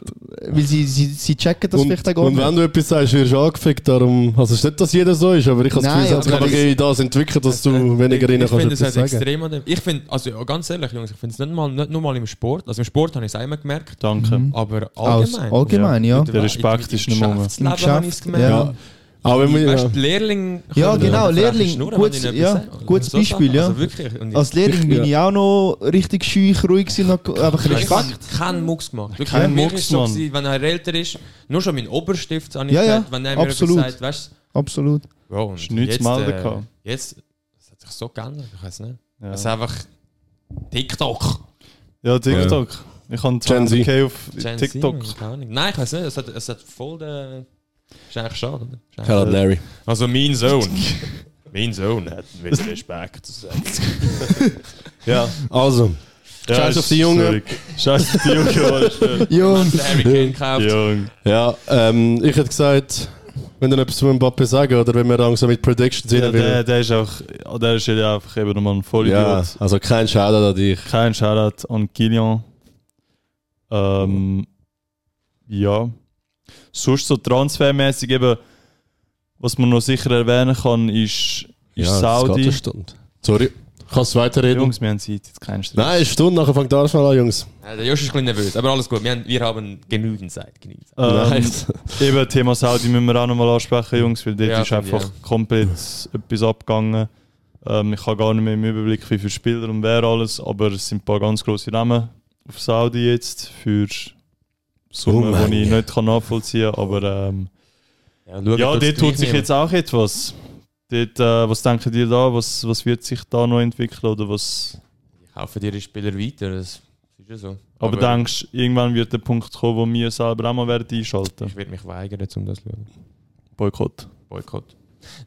weil sie, sie, sie checken das
und,
vielleicht auch gar
und
nicht.
wenn du etwas sagst, wirst du angefickt. Darum, also es ist nicht, dass jeder so ist, aber ich habe das
Nein,
Gefühl, es hat sich
aber
einfach
es-
eh das entwickelt, dass du weniger rein
Äh, Ich
kannst.
finde es
etwas
halt
sagen.
extrem an dem. Ich finde, also ja, ganz ehrlich, Jungs, ich finde es nicht, mal, nicht nur mal im Sport. Also im Sport habe ich es einmal gemerkt,
Danke.
Mhm.
aber
Aus-
allgemein.
allgemein, ja.
Mit-
Der Respekt
mit-
ist
im
nicht mehr.
Geschäftsleben
Im Geschäft,
habe ich es gemerkt.
ja.
Auch wenn wir,
Weißt,
ja.
die Lehrling
Ja,
können
genau,
eine freche
Lehrling,
Schnur,
gutes-
wenn ihnen
ja,
etwas sagen.
gutes
So
Beispiel,
Sachen.
ja.
Also wirklich. Und
Als Lehrling bin
Ja.
ich auch noch richtig schüch, ruhig gewesen, noch- einfach
ich ich habe
Respekt.
keinen Mucks gemacht. Wirklich,
Keinen
mir
Mucks,
ist so
Mann.
gewesen, wenn er älter ist, nur schon mein Oberstift habe ich
Ja, ja,
gesagt, wenn er mir
absolut.
etwas sagt, weißt
Absolut.
du, Bro, und
Ist
jetzt,
nichts
äh,
zu melden gehabt.
jetzt, es hat sich so geändert, ich weiß nicht.
Ja.
Es ist einfach TikTok.
Ja, TikTok. Ich habe
Gen Z.
20k auf
Gen Z,
TikTok.
keine Ahnung. Nein, ich weiß nicht, es hat, es hat voll den... Ist eigentlich schade, oder? Ist eigentlich-
Shout out Larry.
Also mein Sohn. mein Sohn hat mit Respekt zu sagen.
Ja.
Also,
ja
Scheiß auf
ist
die Jungen.
schwierig. Scheiß auf die Jungen. Mann.
Jungs,
Harry Kane gekauft.
Jung.
ja, ähm, ich hätte gesagt, wenn dann etwas zu Mbappe sagen oder wenn wir langsam mit Predictions
Ja,
rein
der,
will.
der ist auch, an der Stelle einfach eben nochmal ein
Ja,
Vollidiot.
also kein Schaden an dich.
Kein Shoutout an Kilian. Ähm, ja. Sonst so transfermäßig eben, was man noch sicher erwähnen kann, ist, ist
ja, das geht
Saudi.
eine Stunde. Sorry, kannst du weiterreden?
Jungs, wir haben Zeit, jetzt keinen Stress.
Nein, eine Stunde, nachher fängt Arsenal an, Jungs.
Ja, der Josh ist ein bisschen nervös, aber alles gut. Wir haben, wir haben genügend Zeit. Genügend Zeit.
Ah.
Ähm,
Nein.
Eben, Thema Saudi müssen wir auch nochmal ansprechen, Jungs, weil dort
Ja,
ist
finde ich
einfach komplett etwas abgegangen. Ähm, ich habe gar nicht mehr im Überblick, wie viele Spieler und wer alles, aber es sind ein paar ganz grosse Namen auf Saudi jetzt für Summen,
Summen,
die ich
ja.
nicht kann nachvollziehen kann. Aber ähm,
Ja, schau,
ja,
dass
dort
es
tut
gleich
sich
nehmen.
jetzt auch etwas. Dort, äh, was denken die da? Was, was wird sich da noch entwickeln? Oder was?
Ich kaufe dir die Spieler weiter. Das ist ja so.
Aber, denkst du, irgendwann wird der Punkt kommen, wo wir selber auch mal werden einschalten
Ich werde mich weigern, um das zu schauen.
Boykott.
Boykott.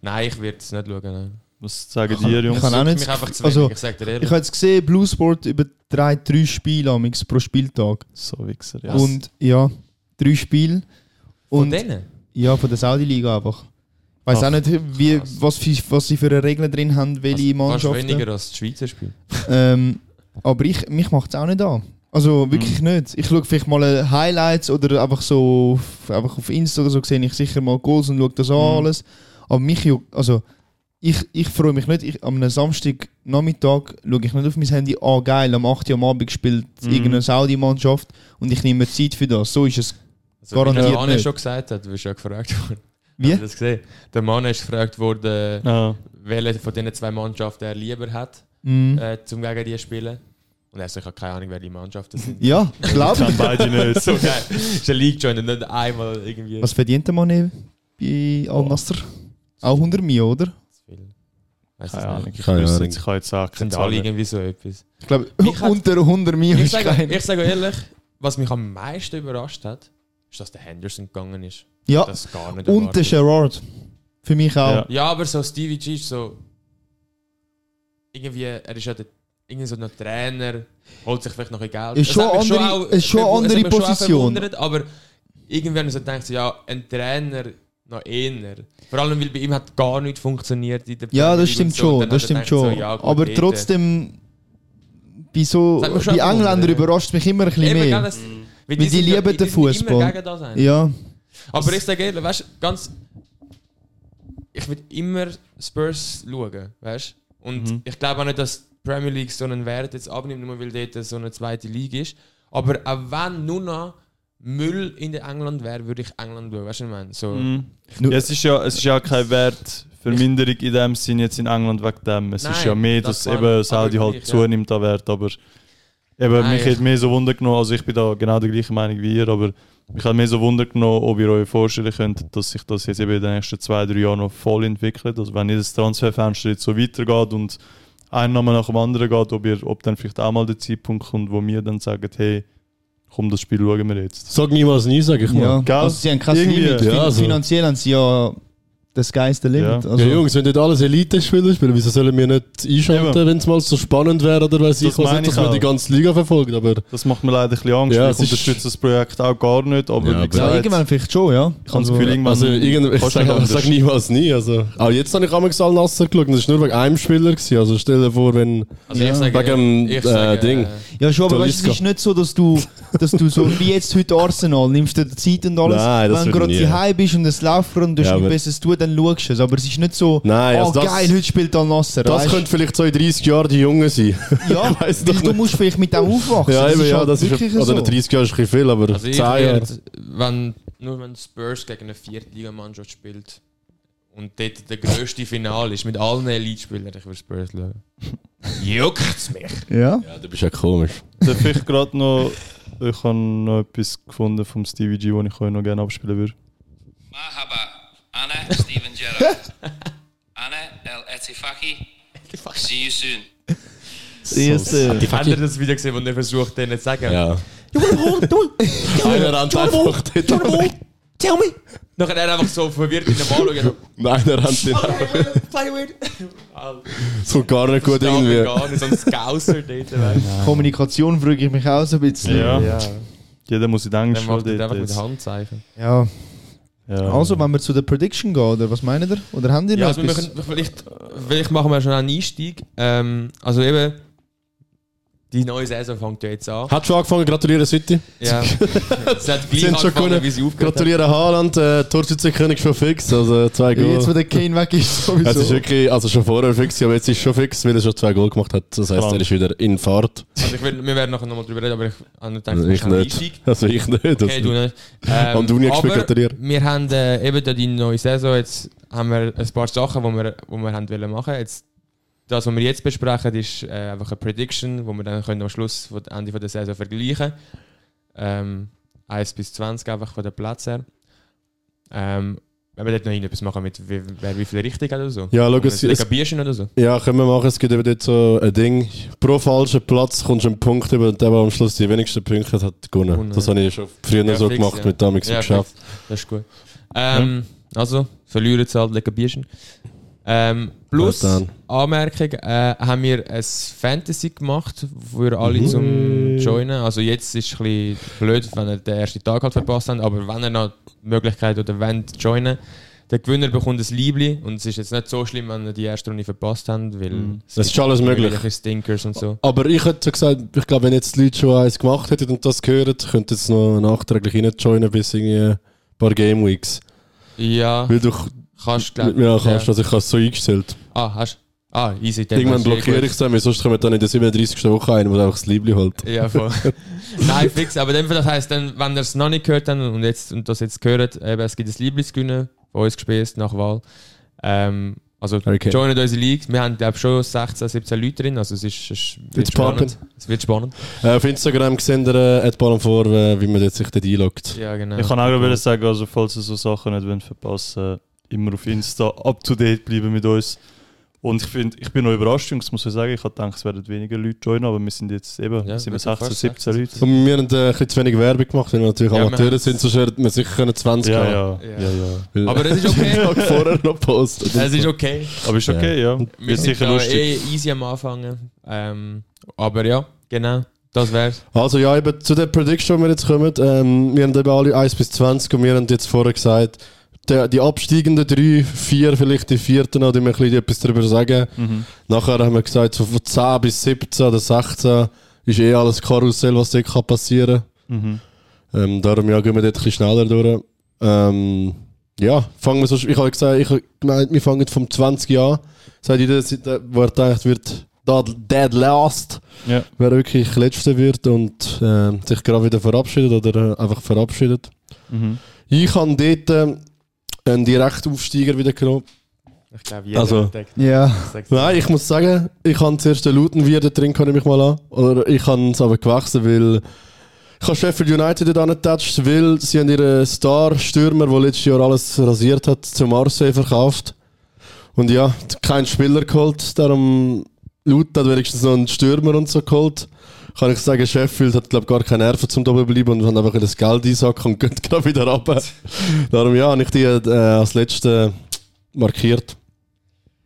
Nein, ich werde es nicht schauen. Nein.
Was sagen
Kann-
die Jungs?
kann auch
Juckt
nicht.
mich einfach zu
Also,
wenig, ich sag dir
Ich
ehrlich.
habe jetzt gesehen, Bluesport überträgt drei Spiele am X pro Spieltag.
So Wichser, ja.
Und ja, drei Spiele.
Von
Und
denen?
ja, von der Saudi-Liga einfach. Ich weiß
Ach,
auch nicht, wie,
krass. Also,
was, für- was sie für eine Regeln drin haben, welche
Fast
Mannschaften.
weniger als das Schweizer Spiel.
Ähm, aber ich, mich macht es auch nicht an. Also wirklich nicht. Ich schaue vielleicht mal äh, Highlights oder einfach so auf, einfach auf Insta oder so sehe ich sicher mal Goals und schaue das an
Mhm.
alles. Aber mich juckt, also ich, ich freue mich nicht. Ich, am Samstagnachmittag schaue ich nicht auf mein Handy, ah geil, am 8 Uhr am Abend spielt
Mhm.
irgendeine Saudi-Mannschaft und ich nehme mir Zeit für das. So ist es.
Also, Garantiert wie
Garantiert
der Mane
nicht.
schon gesagt hat, du bist ja gefragt worden.
Wie?
Habt ihr das gesehen? Der Mann ist gefragt worden,
Ah,
welche von diesen zwei Mannschaften er lieber hat,
Mhm.
äh, um gegen die zu spielen. Und er sagt, ich habe keine Ahnung, wer die Mannschaften sind.
Ja, glaube
kann beide nicht.
so geil. Ist ein League Join und nicht einmal irgendwie.
Was verdient der Mané bei Al Nasser? Auch 100 Mio, oder?
zu viel. Weiss
Keine
es
Ahnung.
nicht.
Ich,
Keine
wüsste
Ahnung.
jetzt, ich kann jetzt auch keine
Sind alle
Zahlen.
irgendwie so etwas.
Ich glaube,
Mich hat-
unter 100 Mio
Ich
ist
sage,
keiner.
ich sage ehrlich, was mich am meisten überrascht hat, ist, dass der Henderson gegangen ist.
Ja,
Das gar nicht
und der
erwartet.
Gerard. Für mich auch.
Ja.
Ja, aber so Stevie G ist so. Irgendwie, er ist ja der, irgendwie so ein Trainer, holt sich vielleicht noch ein bisschen Geld.
Ist
Es
schon
hat mich
andere-
auch-
ist schon
es hat mich
andere
auch
Position.
verwundert, aber irgendwann so denkt so, ja, ein Trainer noch eher. Vor allem, weil bei ihm hat gar nichts funktioniert in der
Ja,
Premier League
das
und
stimmt
so. Und
schon,
dann hat
das
er
stimmt
gedacht
schon.
so, ja, gut,
Aber
dort-
trotzdem, bei so
Das hat mich
bei
schon gewundert,
Engländern
ja.
überrascht es mich immer ein bisschen
Eben, gell,
mehr.
das-
Weil
weil
die
sind ja-
lieben
die
den
sind immer
Fußball.
gegen das eigentlich.
Ja,
Aber ich sage ehrlich, weißt du, ganz. Ich würde immer Spurs schauen, weißt du? Und
Mhm.
ich glaube auch nicht, dass die Premier League so einen Wert jetzt abnimmt, nur weil dort so eine zweite Liga ist. Aber auch wenn nur noch Müll in der England wäre, würde ich England schauen, weißt du, was ich meine? So,
Mhm. Ja, es ist ja, es ist ja kein Wertverminderung in dem Sinn jetzt in England wegen dem. Es ist
Nein,
ja mehr,
das
dass
kann-
eben Saudi
aber
halt
gleich, ja.
zunimmt an Wert, aber eben
Nein,
mich
ich-
hat mehr so Wunder genommen, also ich bin da genau der gleichen Meinung wie ihr, aber mich hat mehr so Wunder genommen, ob ihr euch vorstellen könnt, dass sich das jetzt eben in den nächsten zwei, drei Jahren noch voll entwickelt. Also wenn jedes Transferfenster jetzt so weitergeht und ein Name nach dem anderen geht, ob, ihr, ob dann vielleicht auch mal der Zeitpunkt kommt, wo wir dann sagen, hey, komm, das Spiel schauen wir jetzt.
Sag niemals nie, sag ich mal.
ja.
Gell?
Also, sie haben kein
Irgendwie.
Limit.
Ja,
Fin-
also.
Finanziell haben sie ja das geilste Limit.
Ja.
Also,
ja, Jungs, wenn nicht alles Elite-Spieler spielen, wieso sollen wir nicht einschalten,
Eben.
wenn es mal so spannend wäre oder weiß
Das
ich was
meine
nicht, dass
ich
man die
auch.
ganze Liga verfolgt, aber
Das macht mir leider ein bisschen Angst.
Ja,
weil
es
ich
ist-
unterstütze das Projekt auch gar nicht, aber
Ja, aber-
wie
ja,
gesagt,
irgendwann vielleicht schon, ja.
ich habe das
Also,
Gefühl, irgendwann
also irgend, ich
kannst du nicht
sage
anders.
sag niemals nie. Also. Auch jetzt habe ich einmal Al Nasser geschaut und das war nur wegen einem Spieler. Gewesen. Also stell dir vor, wenn...
also
Ja.
ich sage,
Wegen dem,
ich
äh,
sage,
Ding.
Ja, schon, aber weißt, du,
Talisca.
es ist nicht so, dass du, dass du so wie jetzt heute Arsenal nimmst dir die Zeit und alles.
Nein, das
wenn du
würde
gerade
ich nie.
daheim bist und es läuft gerade und du hast
Ja,
nichts
aber-
besseres zu tun, dann schaust du es. Aber es ist nicht so,
Nein, also
oh
das-
geil, heute spielt Al Nasser.
Also,
Das
weißt du?
könnte vielleicht so in 30 Jahren die Jungen sein.
ja, weil
weiss doch
du
nicht.
musst vielleicht mit dem aufwachsen.
ja, eben,
ist
ja,
halt
das ist...
wirklich
Oder
so.
30 Jahre ist ein bisschen viel, aber
Also
10
ich
Jahre...
werde, wenn, nur wenn Spurs gegen eine Viertligamannschaft spielt und dort der grösste Finale ist mit allen Elite-Spielern, ich würde Spurs schauen. Juckt's mich!
Ja.
Ja, du bist ja komisch.
Darf ich äh, gerade noch... Ich habe noch etwas gefunden vom Stevie G, das ich euch noch gerne abspielen würde.
Mahaba, Anna, Stephen Gerrard, Anna El Etifaki. See you soon.
Erste.
Habt ihr das Video gesehen, wo er versucht, denen zu sagen?
Ja. Einer rennt einfach dort.
Tell me! Nachher er einfach so verwirrt in den Ball schauen.
Nein, er rennt dort.
Play weird!
Das kommt gar nicht gut irgendwie.
Gar nicht, so ein Scouser dort, weißt du.
Kommunikation frage ich mich auch so ein bisschen.
Ja. Jeder muss in Englisch
Dann macht
dort
er einfach mit
jetzt.
Handzeichen.
Ja.
Ja.
Also, wenn wir zu der Prediction gehen, oder was meint ihr? Oder haben ihr
Ja,
noch
also wir
etwas?
können, vielleicht, vielleicht machen wir schon einen Einstieg. Ähm, also eben, die neue Saison fängt ja jetzt an.
Hat schon angefangen, gratuliere City.
Ja. es hat gleich
Sind schon
angefangen,
gewonnen.
wie sie aufgehört haben.
Gratuliere Haaland, äh, Torschützenkönig schon fix, also zwei Goal.
Jetzt, wo der Kane weg ist,
es ist
sowieso.
wirklich, also schon vorher fix, aber jetzt ist schon fix, weil er schon zwei Goal gemacht hat. Das heisst,
Klar.
er ist wieder in Fahrt.
Also ich will, wir werden nachher nochmal drüber reden, aber ich habe nicht gedacht,
Also
das
ich
ist ein
nicht.
Einstieg.
Also ich nicht.
Okay, du nicht. Ähm,
Am Duni gespielt,
aber
gratuliere.
Wir haben äh, eben da die neue Saison, jetzt haben wir ein paar Sachen, die wir, wo wir haben wollen machen. Jetzt, das, was wir jetzt besprechen, ist äh, einfach eine Prediction, wo wir dann können am Schluss, von Ende von der Saison vergleichen ähm, 1 bis 20 einfach von den Plätzen her. Ähm, wenn wir dort noch etwas machen mit, wie, wer wie viel richtig hat oder so.
Ja, schau,
Und
es-
es liegen
es-
Bierchen oder so.
Ja, können wir machen. Es gibt eben dort so ein Ding. Pro falschen Platz kommst du einen Punkt über und der, der am Schluss die wenigsten Punkte hat, hat gewonnen.
Gewonnen,
Das
ja.
habe ich schon früher
Ja,
so
fix,
gemacht
ja.
mit damals im
Ja,
Geschäft.
Das ist gut. Ähm, Also, verlieren zahlt lecker Bierchen. Ähm, plus,
Gut dann.
Anmerkung, äh, haben wir ein Fantasy gemacht für alle
Mhm.
zum Joinen. Also jetzt ist es ein bisschen blöd, wenn ihr den ersten Tag halt verpasst habt, aber wenn ihr noch die Möglichkeit oder wollt joinen, der Gewinner bekommt ein Liebli und es ist jetzt nicht so schlimm, wenn ihr die erste Runde verpasst habt, weil
Es ist alles möglich.
irgendwelche Stinkers und so.
Aber ich hätte so gesagt, ich glaube, wenn jetzt die Leute schon eins gemacht hätten und das gehört, könnten jetzt noch nachträglich reinjoinen bis irgendwie ein paar Game Weeks.
Ja,
Weil du
kannst
mit
glaub-
mir auch kannst,
ja.
also ich habe es so eingestellt.
Ah, hast Ah, easy. dann
Irgendwann
hast du eh
blockiere
gut.
ich es dann, weil sonst kommen dann in der 37. Woche ein, wo du einfach das halt. Liebling holt.
Ja, voll. Nein, fix. Aber dann, das heisst, dann, wenn ihr es noch nicht gehört habt und, jetzt, und das jetzt gehört, eben, es gibt ein Lieblingsgewinnen von uns gespeist nach Wahl. Ähm, also
Okay.
joinet unsere League. Wir haben, glaube schon 16, 17 Leute drin. Also es ist, es wird
Wird's poppen.
spannend. Es wird spannend.
Äh, auf Instagram sehen ihr äh, at Ballon vor, äh, wie man dort sich dort einloggt.
Ja, genau.
Ich kann auch gerade sagen, also falls ihr so Sachen nicht wollt verpassen immer auf Insta up to date bleiben mit uns. Und ich finde, ich bin noch überrascht, Jungs, muss ich sagen. Ich hatte gedacht, es werden weniger Leute joinen, aber wir sind jetzt eben
Ja,
sind wir
wir sind
16,
fast
17 Leute.
Und wir haben äh, ein bisschen zu wenig Werbung gemacht, weil wir natürlich
Ja, wir
Amateure
haben-
sind, sonst hätten wir sicher können 20
Ja,
haben.
ja,
Ja.
ja, ja,
Weil-
Aber es ist okay. Äh,
Tag vorher noch postet.
es ist okay.
Aber ist okay, ja.
Wir
Wird
sind
sicher
da
lustig.
eh easy am Anfangen. Ähm, aber ja, genau. Das wär's.
Also ja, eben zu der Prediction, die wir jetzt kommen. Ähm, wir haben eben alle 1 bis 20 und wir haben jetzt vorher gesagt, der, die absteigenden drei, vier, vielleicht die vierten, noch, die wir ein bisschen etwas darüber sagen. Nachher haben wir gesagt, so von 10 bis 17 oder 16 ist eh alles Karussell, was dort kann passieren
Mhm.
Ähm, darum ja, gehen wir dort ein bisschen schneller durch. Ähm, ja, fangen wir so. Ich habe gesagt, ich habe gemeint, wir fangen vom 20 an. Seit jeder, Seite, äh, wo er denkt, wird da- dead last,
Ja.
wer wirklich letzter wird und ähm, sich gerade wieder verabschiedet oder äh, einfach verabschiedet.
Mhm.
Ich habe dort ähm, einen Direktaufsteiger wieder genommen.
Ich glaube, jeder
Also-
entdeckt
Ja,
sechs-
Nein, ich muss sagen, ich habe zuerst den Luton wieder drin, kann ich mich mal an. Oder ich habe es aber gewechselt, weil ich habe Sheffield United dort angetatscht, weil sie haben ihren Star-Stürmer, der letztes Jahr alles rasiert hat, zum Marseille verkauft. Und ja, keinen Spieler geholt, darum Luton hat wenigstens noch einen Stürmer und so geholt. Kann ich sagen, Sheffield hat glaube gar keine Nerven zum da oben bleiben und haben einfach das Geld einsacken und geht gerade wieder runter. darum ja, habe ich die äh, als letzte markiert.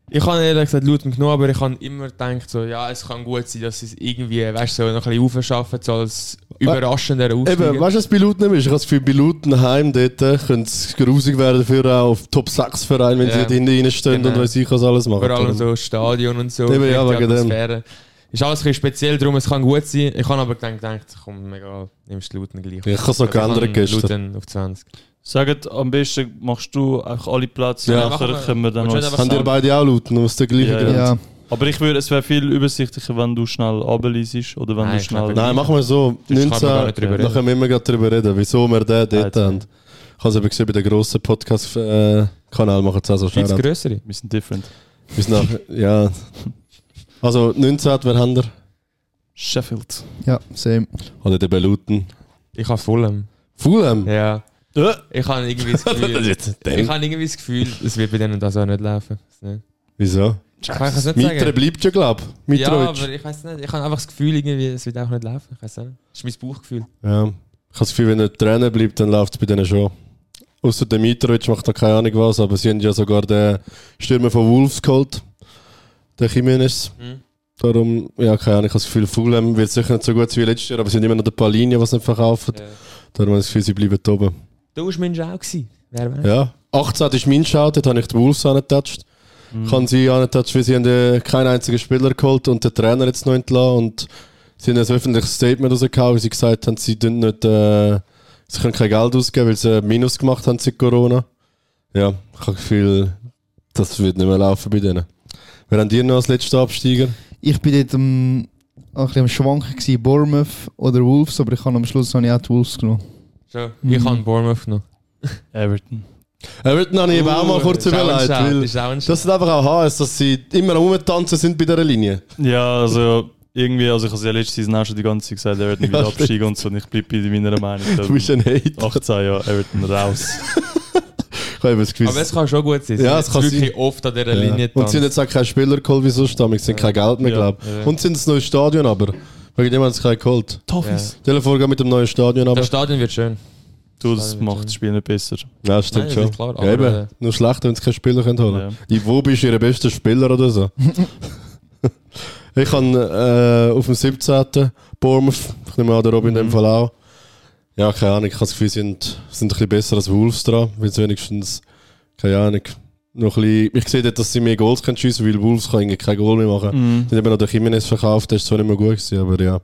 Ich habe ehrlich gesagt Luton genommen, aber ich habe immer gedacht, so, ja, es kann gut sein, dass sie es irgendwie weißt, so noch ein bisschen aufschaffen, so als überraschender Aufsteiger.
Eben, weißt du, was bei Luton ist? Ich habe das Gefühl, bei Luton heim dort könnte es grusig werden für auch auf Top 6 Verein, wenn
Ja.
sie dort hinten reinstehen
Genau.
und weiss ich, was alles machen.
Vor allem so Stadion und so.
Eben, ja,
die
wegen dem.
Atmosphäre. Ist alles ein bisschen speziell, darum es kann gut sein. Ich habe aber gedacht, gedacht komm, egal, nimmst du Luton gleich. Also,
Ich habe es noch geändert
ich habe
gestern.
Luton auf 20.
Sagt, am besten machst du einfach alle Plätze,
Ja.
Machen
nachher
wir.
können wir dann
Willst du nicht
noch...
einfach
Haben ihr
sagen?
beide auch Luton aus der gleichen
Ja, ja.
Grenze?
ja.
Aber ich würde, es wäre viel übersichtlicher, wenn du schnell runterliest oder wenn
Nein,
du
ich
schnell...
glaube-
Nein, machen wir so.
kann man
19,
gar nicht drüber
da
reden. Also.
können wir immer gerade drüber reden, wieso wir den
Ah,
dort
jetzt.
haben. Ich habe es eben gesehen, bei den grossen Podcast-Kanal machen sie auch so
Gibt es
schnell.
grössere?
Wir sind different.
Bis nach, ja. Also 19, wer haben wir?
Sheffield.
ja, same.
Oder eben Luton.
Ich habe Fulham.
Fulham?
Ja.
Äh.
Ich habe irgendwie das Gefühl, ich habe irgendwie das Gefühl, es wird bei denen das auch nicht laufen. Ich weiß nicht.
Wieso?
Ich kann es nicht
Mitre
sagen.
bleibt ja, glaube ich.
Ja,
Mitrovic.
aber ich weiß nicht. Ich habe einfach das Gefühl, irgendwie, es wird auch nicht laufen. Ich weiß auch nicht. Das ist mein Bauchgefühl.
Ja, ich habe das Gefühl, wenn er Trainer bleibt, dann läuft es bei denen schon. Außer der Mitrovic macht da keine Ahnung was, aber sie haben ja sogar den Stürmer von Wolves geholt, den Jimenez.
Mhm.
Darum, ja, keine Ahnung, ich habe das Gefühl, Fulham wird sicher nicht so gut sein wie letztes Jahr, aber sie haben immer noch ein paar Linien, die sie nicht verkaufen.
Ja.
Darum habe ich das Gefühl, sie bleiben oben.
Du warst Mensch auch. Gewesen. Wer weiß?
Ja. 18 ist mein Schaut, dort habe ich die Wolves angetatscht.
Mhm.
Kann sie angetatscht, weil sie haben äh, keinen einzigen Spieler geholt und den Trainer jetzt noch entlassen. Und sie haben ein öffentliches Statement rausgehauen, weil sie gesagt haben, sie, tun nicht, äh, sie können kein Geld ausgeben, weil sie ein Minus gemacht haben seit Corona. Ja, ich habe das Gefühl, das wird nicht mehr laufen bei denen. Wer haben die noch als letzter Absteiger?
Ich bin dort am, ein bisschen am Schwanken, gewesen, Bournemouth oder Wolves, aber ich habe am Schluss habe ich auch die Wolves genommen.
Schon.
Mhm.
Ich habe Bournemouth genommen.
Everton.
Everton Äh, habe ich eben auch mal kurz
Ist auch ein
überlegt,
Shout,
weil
ist auch ein
das
Shout.
sind einfach auch HS, dass sie immer am Rumtanzen sind bei dieser Linie.
Ja, also irgendwie, also ich habe es ja letzte Season auch schon die ganze Zeit gesagt, Everton
Ja,
wieder absteigen und so. Und ich bleibe bei meiner Meinung.
Du bist ein Hate.
Oh.
18 Jahre Everton raus.
Ich habe eben das Gefühl,
Aber es kann schon gut sein. Sie
Ja,
haben
es
jetzt
kann
wirklich
sein.
oft an dieser
Ja.
Linie
Und sie haben
tanzt.
jetzt auch keinen Spieler geholt, wie sonst, damit sie haben kein Geld mehr,
Ja.
glaube
Ja.
Und sie haben das neue Stadion aber. Wegen dem haben sie keinen geholt.
Toffees.
Stell dir vor, geht mit dem neuen Stadion aber.
Das Stadion wird schön.
Du, das macht das Spiel nicht besser.
Ja, stimmt
Nein,
schon.
ist klar,
ja,
aber,
eben.
äh,
Nur schlecht, wenn sie keinen Spieler können holen können. Wo bist du ihr bester Spieler oder so? ich habe äh, auf dem 17. Bournemouth, ich nehme an, der Robin in dem Fall auch. Ja, keine Ahnung, ich habe das Gefühl, sie sind, sind ein bisschen besser als Wolves dran, weil sie wenigstens, keine Ahnung, noch ein bisschen, ich sehe dort, dass sie mehr Goals können schiessen, weil Wolves kann eigentlich kein Goal mehr machen.
Mhm.
Sie haben eben noch den Jimenez verkauft, der ist zwar nicht mehr gut gewesen, aber ja.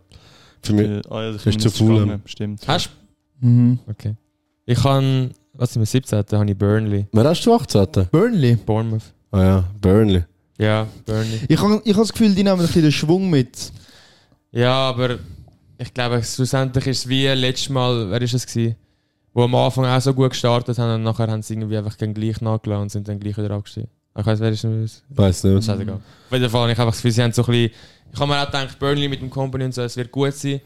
Für mich,
Ah, ja, ich
Ist zu faul, ähm.
Stimmt.
Hast
Mhm.
Okay. Ich kann, was sind wir, 17. habe ich Burnley.
Wer hast du 18?
Burnley.
Bournemouth.
Ah ja, Burnley.
Ja, Burnley.
Ich habe ich hab das Gefühl, die nehmen ein bisschen den Schwung mit.
Ja, aber ich glaube, schlussendlich ist es wie letztes Mal, wer ist es gewesen? Wo am Anfang auch so gut gestartet haben und nachher haben sie irgendwie einfach gegen gleich nachgelassen und sind dann gleich wieder abgestiegen. Ich weiß, wer ist es?
Weiß nicht.
Scheißegal. Auf jeden Fall, habe ich einfach das Gefühl, sie haben so ein bisschen, ich habe mir auch gedacht, Burnley mit dem Company und so, es wird gut sein,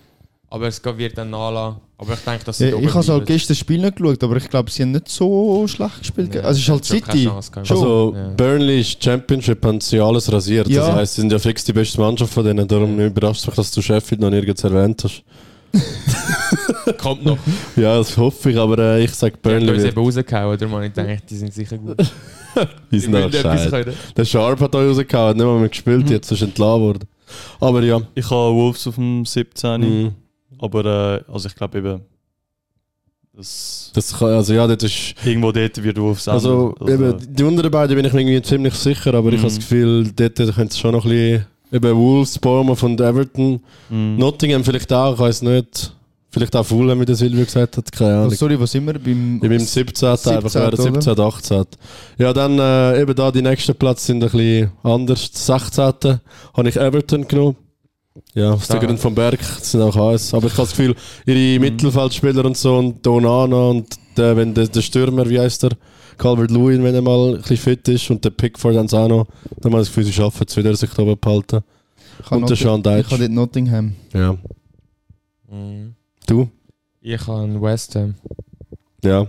aber es wird dann nachlassen. Aber ich denke, dass sie
Ja,
oben
ich habe halt
bleiben.
gestern das Spiel nicht geschaut, aber ich glaube, sie haben nicht so schlecht gespielt.
Ja,
also es ist halt
schon keine
City.
Chance gehabt.
Schon.
Also,
Ja.
Burnley ist Championship, haben sie alles rasiert.
Ja.
Das heisst, sie sind ja fix die beste Mannschaft von denen. Darum überrascht mich, dass du Sheffield noch nirgends erwähnt hast.
Kommt noch.
Ja, das hoffe ich, aber äh, ich sage
Die haben
Burnley
uns
wird
eben rausgehauen, oder? Man, ich denke, die sind sicher gut.
die
Die
sind
müssen
auch
etwas
scheiße.
können.
Der Sharp hat euch rausgehauen, hat nicht mal mehr gespielt, jetzt ist er entlassen worden. Aber ja,
Ich habe Wolves auf dem 17.
mhm.
Aber äh, also ich glaube eben, das
das kann, also ja, das ist.
irgendwo dort wird Wolves
Also,
enden.
eben, die unteren beiden bin ich mir irgendwie ziemlich sicher, aber ich
Mhm.
habe das Gefühl, dort könnte es schon noch ein bisschen. Eben Wolves, Bournemouth und Everton.
mh.
Nottingham vielleicht auch, ich weiß nicht. Vielleicht auch Fulham, wie der Silvio gesagt hat, keine
Oh,
Ahnung.
sorry, was sind wir? Beim,
Ich bin im 17. 17 einfach
17,
wäre 17, 18. Ja, dann äh, eben da, die nächsten Plätze sind ein bisschen anders. 16. äh, habe ich Everton genommen. Ja, aus den
Ah.
Gründen vom Berg, das sind auch HS. Aber ich habe das Gefühl,
Mhm.
ihre Mittelfeldspieler und so und Donana und der, wenn der, der Stürmer, wie heißt der? Calvert Lewin, wenn er mal ein bisschen fit ist und der Pickford dann auch noch, dann habe ich das Gefühl, sie schaffen es wieder, sich da oben behalten.
Ich habe
Und der
Notti-
Sean
Ich habe
Deitch.
dort Nottingham.
Ja.
Mhm.
Du?
Ich habe West Ham,
Ja.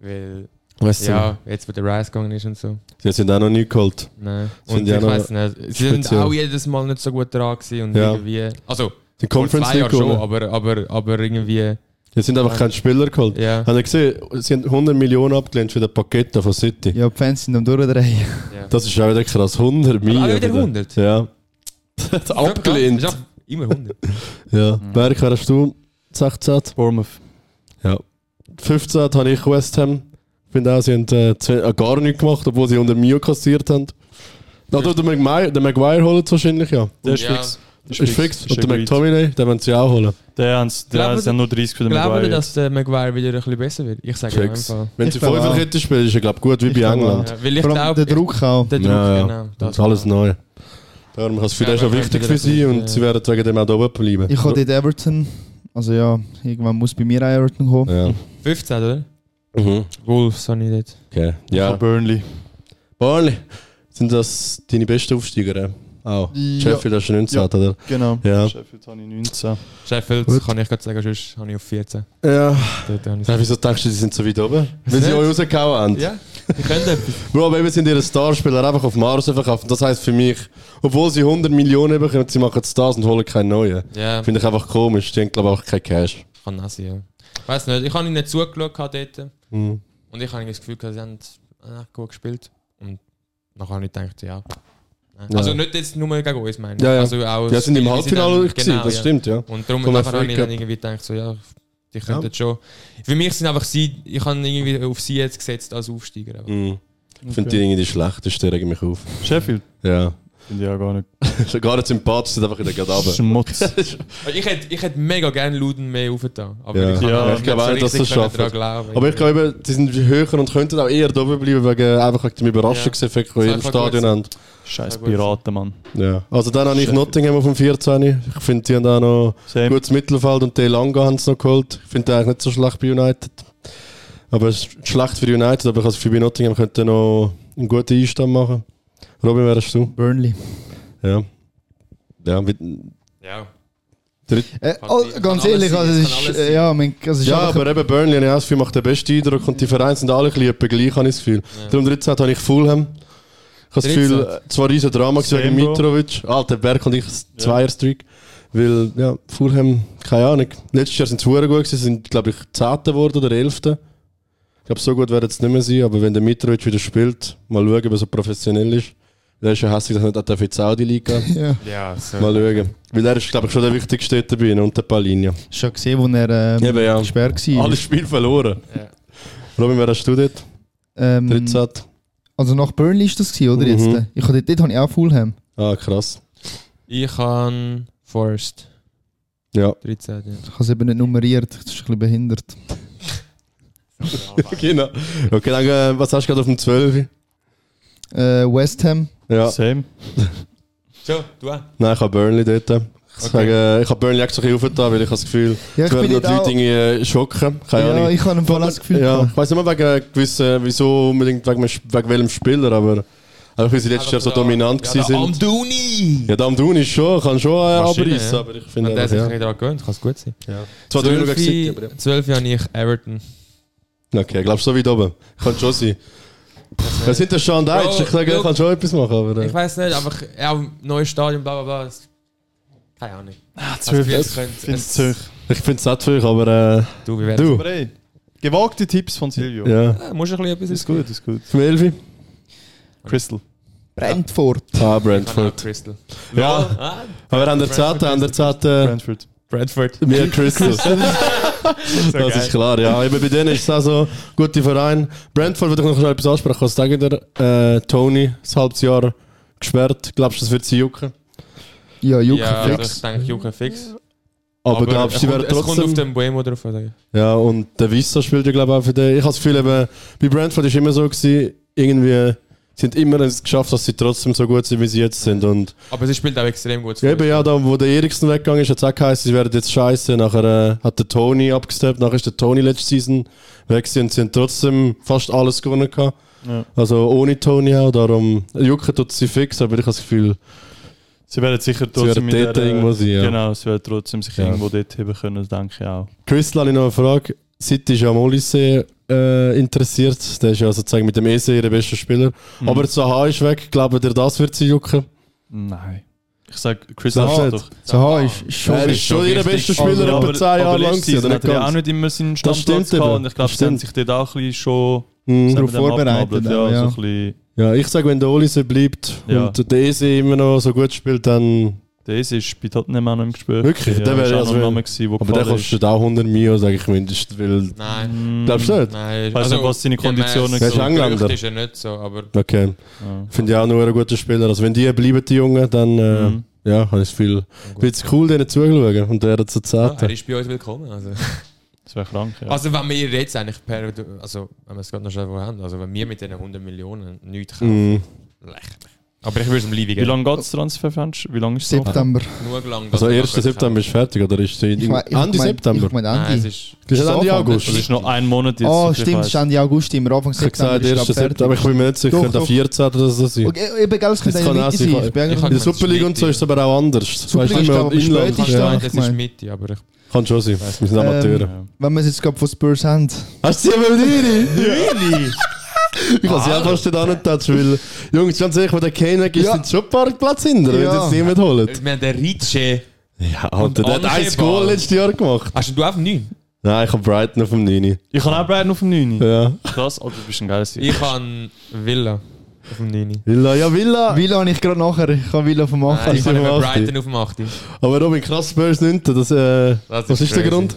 weil
Weißt
ja, jetzt wo der Rice gegangen ist und so.
Sie sind auch noch nie geholt.
Nein.
Sind
Und
ja
ich
noch
weiß nicht, sie sind
speziell.
auch jedes Mal nicht so gut dran gewesen und
Ja.
irgendwie, also
Die
vor
Conference
zwei
League
Jahren schon,
gewonnen.
aber, aber, aber irgendwie,
Jetzt sind einfach keine Spieler geholt.
ja.
Haben ihr gesehen, sie haben 100 Millionen abgelehnt für den Pakete von City.
Ja, die Fans sind am Durchdrehen.
Das ist auch wieder krass. 100 Millionen.
wieder 100?
Ja. Abgelehnt.
Ja, Immer 100.
Ja. Berg, wer hast du? 16.
Bournemouth.
15 habe ich West Ham. Ich finde auch, sie haben äh, zwei, äh, gar nichts gemacht, obwohl sie unter Mio kassiert haben. Oder den Maguire, den Maguire holen sie wahrscheinlich, ja.
Der ist
Ja.
fix. Der
Ist fix. Und
Ist
den
agreed.
McTominay, den wollen sie auch holen.
Der hat
Glauben-
ja nur 30 für den
Glauben
Maguire.
ihr, dass der Maguire wieder ein bisschen besser wird? genau. Ich sage ja
Fix.
einfach.
Wenn
Ich
sie
glaube
5
auch.
Kette spielen, ist er, glaube ich, gut wie
Ich
bei
glaube
England.
Ja, weil ich
Vor allem
glaube,
der Druck auch.
Der Druck,
Ja, ja.
genau.
Das ist alles neu. Darum ist es für
Ja,
den schon
aber
wichtig
wenn
für
sie
sie
das
und
nicht,
sie werden wegen dem auch da oben bleiben.
Ich habe dort Everton. Also ja, irgendwann muss bei mir auch Everton kommen.
ja.
15, oder?
Mhm.
Wolves habe ich dort.
Okay.
Ich
Ja.
habe Burnley.
Barney, sind das deine besten Aufsteiger? äh? Auch.
Ja.
Sheffield hast du 19,
Ja.
oder?
Genau.
Ja.
Sheffield habe ich 19.
Sheffield
Gut.
kann ich gerade sagen, sonst habe ich auf 14.
Ja.
Dort habe ich
ja. Wieso denkst du, sie sind so weit oben? Weil
nicht?
sie euch rausgehauen haben.
Ja, die können etwas.
Bro, aber eben sind ihre Starspieler einfach auf Mars verkauft. Das heisst für mich, obwohl sie 100 Millionen bekommen, sie machen Stars und holen keinen neuen.
Ja,
Finde ich einfach komisch. Die haben, glaube ich, auch kein Cash.
kann auch sein, ja. Ich weiß nicht, ich habe ihnen zugeschaut gehabt dort und ich habe das Gefühl, gehabt, sie haben äh, gut gespielt. Und dann habe ich gedacht, ja.
Ja.
Also nicht jetzt nur gegen uns, meine ich.
Ja, ja.
Also auch
Ja, sind im
wie sie
Halbfinale,
dann- genau,
gewesen, das
ja.
stimmt, ja.
Und darum
Vom
nachher habe
FA
ich
Cup.
dann irgendwie gedacht, so, ja, Die könnten schon. Für mich sind einfach sie, ich habe irgendwie auf sie jetzt gesetzt als Aufsteiger. Aber.
Mhm. Ich finde die irgendwie die schlechtesten, regen mich auf.
Sheffield
Ja.
finde ich auch gar nicht.
Ist ja Gar nicht sympathisch, sind einfach wieder gerade runter.
Schmutz.
Also Ich hätte ich hätte mega gerne Luden mehr aufgetan. Aber
Ja.
ich kann
Ja,
nicht
ich
glaube auch nicht, dass
richtig
sie es
daran
schaffen.
glauben.
Aber ich glaube, eben, die sind höher und könnten auch eher da oben bleiben, wegen, äh, einfach wegen dem Überraschungseffekt, den
Ja.
ihr im
Das kann
Stadion
gut
habt.
Scheiß Piraten, Mann.
Ja. Also dann habe ich Nottingham auf dem 14. Ich finde, die haben auch noch
Same.
Ähm.
gutes Mittelfeld und Delanga haben sie noch geholt. Ich finde den eigentlich nicht so schlecht bei United. Aber es ist schlecht für United, aber ich also für bei Nottingham könnte noch einen guten Einstand machen. Robin, wärst du?
Burnley.
Ja. Ja, mit,
ja. Kann
Äh, oh,
sein, kann
ganz
alles
ehrlich,
sein,
also es
kann
ist,
alles
äh,
sein.
ja, mein, also es ist
Ja,
einfach-
aber eben Burnley habe ich auch das Gefühl, macht den besten Eindruck und die Vereine sind alle ein bisschen etwa gleich, habe ich das Gefühl. Darum 13 habe ich Fulham. Ich habe das
13.
Gefühl, äh, zwar riesen Drama gewesen wegen
Same, Bro.
Mitrovic, alter Berg und ich, das Zweierstreak. Weil, ja, Fulham, keine Ahnung. Letztes Jahr sind sie verdammt gut gewesen, sind, glaube ich, Zehnte geworden oder Elfte. Ich glaube, so gut werden sie nicht mehr sein, aber wenn der Mitrovic wieder spielt, mal schauen, ob er so professionell ist. Der ist ja hässlich, dass er nicht auch in die Saudi-Liga geht.
ja.
Ja, so.
Mal schauen. Weil er ist, glaube ich, schon der wichtigste dort dabei, unter Palinha.
schon gesehen, wo
äh,
er ähm,
Eben, ja.
gesperrt war.
Alles Spiel verloren.
Ja.
Robin, wer hast du dort?
Ähm,
13.
Also nach Burnley ist das gewesen, oder jetzt?
Mhm.
äh? Ich hatte dort habe ich auch Fulham.
Ah, krass.
Ich habe Forest
Ja.
13. Ja.
Ich habe es eben nicht nummeriert, das ist ein bisschen behindert.
Genau. Okay, dann, äh, was hast du gerade auf dem 12?
Äh, West Ham.
Ja.
Same.
So, du auch.
Nein, ich habe Burnley dort. Ich, sage, äh, ich habe Burnley echt so ein bisschen aufgetan, weil ich habe das Gefühl,
Ja,
es
ich
werden
bin
noch
nicht
die Leute
auch,
irgendwie äh, schocken. Keine
ja,
Ahnung.
ich habe im Fall auch das Gefühl.
Ja,
Ja.
ich weiß nicht mehr wegen gewissen, wieso unbedingt wegen, wegen welchem Spieler, aber einfach weil sie letztes Jahr so dominant
ja,
gewesen
der
sind.
Amdouni!
Ja, Damdun ist schon, kann schon äh,
Maschine,
abreißen,
ja.
aber ich
Wenn
finde
der sich
einfach, ja.
nicht daran gewöhnt, kann es gut sein.
Zwar drüben gegen City, aber
12 habe ich Everton.
ja. Okay, glaubst du so weit oben? Kann schon sein. Was sind der Sean Deitch? Ich sage, er
look.
kann schon etwas machen, aber... Äh.
Ich weiß nicht, einfach ja, neues Stadion, bla bla bla. das- Keine Ahnung. Ah,
12,
es
Finde
könnte.
Zürich.
Ich finde es nett für euch, aber
Du, wir
äh,
werden.
du,
Aber ey, gewagte Tipps von Silvio.
ja.
Du musst ein bisschen etwas
Ist gut, ist gut.
Zum Elfi?
Crystal.
Brentford.
Ah,
Brentford.
Brentford.
Crystal.
Ja,
Ah,
aber an der Zeit, an der Zeit, äh,
Brentford.
Brentford.
mehr Crystal. Das ist klar, ja. Eben bei denen ist es auch so, gute Verein. Brentford würde ich noch schnell etwas ansprechen. Was sagen dir? Äh, Tony, ein halbes Jahr gesperrt. Glaubst du, das wird sie jucken?
Ja, Jucker
ja, also
fix.
ich denke, Juke fix.
Aber, glaubst du, sie
es
werden
kommt- Es kommt auf
trotzdem...
den Buemo drauf an.
Ja, und der Wissa spielt ja, glaube ich, auch für den. Ich habe das Gefühl, eben, bei Brentford ist immer so gewesen, irgendwie... Sie haben immer es geschafft, dass sie trotzdem so gut sind, wie sie jetzt sind. Und
Aber sie spielt auch extrem gut.
Ja, Eben ja, da wo der Eriksen weggegangen ist, hat es auch geheißen, sie werden jetzt scheiße. Nachher äh, hat der Tony abgesteppt, nachher ist der Tony letzte Season weg gewesen und sie haben trotzdem fast alles gewonnen. Gehabt.
Ja.
Also ohne Tony auch, darum jucken tut sie fix, aber ich habe das Gefühl,
Sie werden sicher trotzdem
werden
in
dort
der-
irgendwo sein, ja.
Genau, sie werden trotzdem sich
Ja.
irgendwo dort heben können, denke ich auch.
Crystal habe ich noch eine Frage. City ist ja am Olise äh, interessiert, der ist ja sozusagen mit dem E EC ihr bester Spieler. Aber Zaha ist weg, glaubt ihr, das wird sie jucken?
Nein. Ich sag, Crystal
Glaubst du
ist
nicht?
doch.
Zaha ist ist schon.
er ist
richtig,
schon ihr
richtig.
bester Spieler, aber,
Also, aber,
etwa 10 Jahre lang
letztes
gewesen,
Jahr
oder
hat
nicht
er ja auch
ganz?
nicht immer seinen Stammplatz
stimmt
gehabt
eben.
und ich glaube,
Das
sie haben sich
stimmt.
dort auch ein bisschen schon
Mhm.
zusammen
Darauf
dann
vorbereitet
abgenabelt,
auch,
Ja,
ja.
so ein bisschen.
Ja, ich sage, wenn der Olise bleibt
Ja.
und der EC immer noch so gut spielt, dann
Der ist- ist bei Tottenham auch noch im Gespräch.
Wirklich?
Ja,
Der
der
wäre-
wäre auch noch
also
ein
wenn-
Name gewesen, wo
Aber der
gefallen ist.
kostet auch 100 Mio, sage ich mindestens, weil...
Nein.
Mm,
Mhm. Glaubst du nicht?
Nein. also,
Weiss nicht, was seine
gemäss-
Konditionen
Der Also, ist
so
Engländer.
Gerücht ist er nicht so, aber
Okay,
Ja.
finde ich auch nur ein guter Spieler. Also wenn die bleiben, die Jungen, dann äh,
Mhm.
ja, habe ich das Gefühl,
gut.
wird es cool, denen zuzuschauen und werden zu
ja, er
zählen.
ist bei uns willkommen. Also.
Das wäre krank, ja.
Also wenn wir jetzt eigentlich per, also wenn wir es gerade noch schnell haben, also wenn wir mit diesen 100 Millionen nichts kaufen,
Mhm.
lächerlich. Aber ich würde es ihm lieber
Wie
geben.
lange geht das Transferfenster? Wie lange ist es? noch?
September.
Genug lang, dass
Also
wir
1.
können
September ist fertig, oder ist die
Ich mein- ich
Ende
mein-
September?
Ich meine
kaufen. Nein, es
Ende.
ist
Das ist
Ist
Ende
Anfang
August.
Das ist noch ein Monat jetzt.
Ah,
so viel
stimmt, es ist
ich weiss.
Ende August, im Anfang
Ich habe
September.
gesagt
ist,
1.
glaub, fertig.
September, aber ich bin mir nicht sicher,
Doch,
könnte auch
doch.
14 oder so sein.
Okay, eben, gell, es könnte
Das
in der
kann auch
Mitte
sein,
sein.
kann-
Ich bin eigentlich-
In der
meine, es
Super League
ist
und so ist es aber auch anders. Das
Super
weißt du
League
immer
ist,
im
aber
Inland.
spätestens-
Ja,
Nein,
ich
das ist
meine-
Mitte, aber ich
kann schon sein. Wir sind
Ähm,
Amateure.
Wenn wir es jetzt gerade von Spurs haben.
Hast du sie aber Dini? Ich kann sie auch fast nicht antatschen, weil, Jungs, ganz ehrlich, wenn der Kane weg ist,
Ja.
sind schon ein paar Platz hinter, wenn
Ja.
jetzt niemand holt.
wir haben den Ricci.
Ja, Alter, der hat
André Ball.
ein Goal letztes Jahr gemacht.
Hast du auf 9?
Nein, ich habe Brighton auf dem Nini.
Ich kann auch Brighton auf dem 9.
Ja.
Krass, Alter, du bist ein geiles Typ.
Ich habe Villa auf dem 9.
Villa, ja, Villa.
Villa habe ich gerade nachher. Ich habe Villa vom 8.
Nein, ich
auf
habe
dem 8.
Brighton auf dem 8.
Aber Robin, krass, Spurs nicht. Das, äh,
Das
was ist der
crazy.
Grund?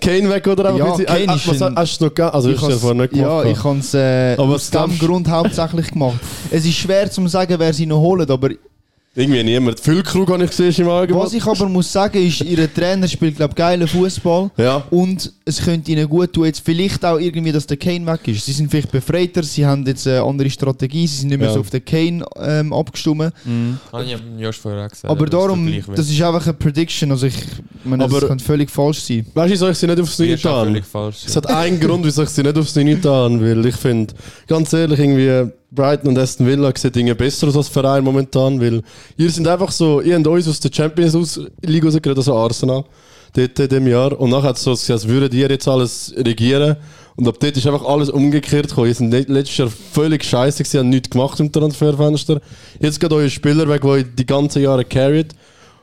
Kane weg oder einfach
Ja,
mit-
Kane
Ah, ah,
ist
was,
ein-
Hast du noch gegeben? Also, ich
Ich
hast du
has-
das vorher nicht
ja,
gemacht.
ich habe es äh,
Aber
aus dem
stammst-
Grund hauptsächlich gemacht. Es ist schwer zu sagen, wer sie noch holt, aber
Irgendwie niemand. Füllkrug habe ich gesehen im Angebot.
was ich aber muss sagen ist, ihr Trainer spielt glaube geilen Fußball
Ja.
und es könnte ihnen gut tun, jetzt vielleicht auch irgendwie, dass der Kane weg ist. Sie sind vielleicht befreiter, sie haben jetzt eine andere Strategie, sie sind nicht mehr
Ja.
so auf den Kane ähm, abgestimmt.
Habe ich ja Josh vorher auch gesagt.
aber
dass es
darum,
gleich wird.
das ist einfach eine Prediction, also ich meine,
Aber-
das kann völlig falsch sein.
Weißt du, wieso ich sie nicht aufs Neue
Wird auch
getan
völlig falsch.
Es hat einen Grund, wieso ich sie nicht aufs Neue getan weil ich finde, ganz ehrlich, irgendwie Brighton und Aston Villa sieht irgendwie besser aus als Verein momentan, weil ihr sind einfach so, ihr habt uns aus der Champions Aus- League rausgeredet, also Arsenal, dort in dem Jahr. Und nachher hat es so ausgesehen, als würdet ihr jetzt alles regieren. Und ab dort ist einfach alles umgekehrt gekommen. Ihr sind le- letztes Jahr völlig scheiße gewesen, haben nichts gemacht im Transferfenster. Jetzt geht euer Spieler weg, der euch die ganzen Jahre carried.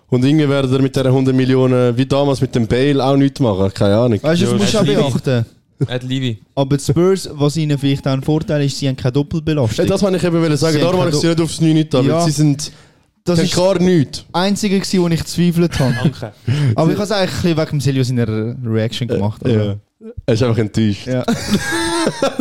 Und irgendwie werdet ihr mit diesen 100 Millionen, wie damals mit dem Bale, auch nichts machen. Keine Ahnung.
Weißt du, das
Ja,
musst du auch
das-
beachten.
Hat Levi.
Aber die Spurs, was ihnen vielleicht auch ein Vorteil ist, sie haben keine
Ja,
Doppelbelastung.
das wollte ich eben wollen sagen.
Sie
Darum
haben
habe ich sie nicht aufs Neue nicht da,
Ja.
weil sie sind
Das
das
ist
gar nichts.
einzige, gewesen, wo ich gezweifelt habe.
Danke.
Aber ich habe es eigentlich ein bisschen wegen dem Silvio seiner Reaction gemacht.
Ja.
aber-
Er ist einfach enttäuscht.
ja.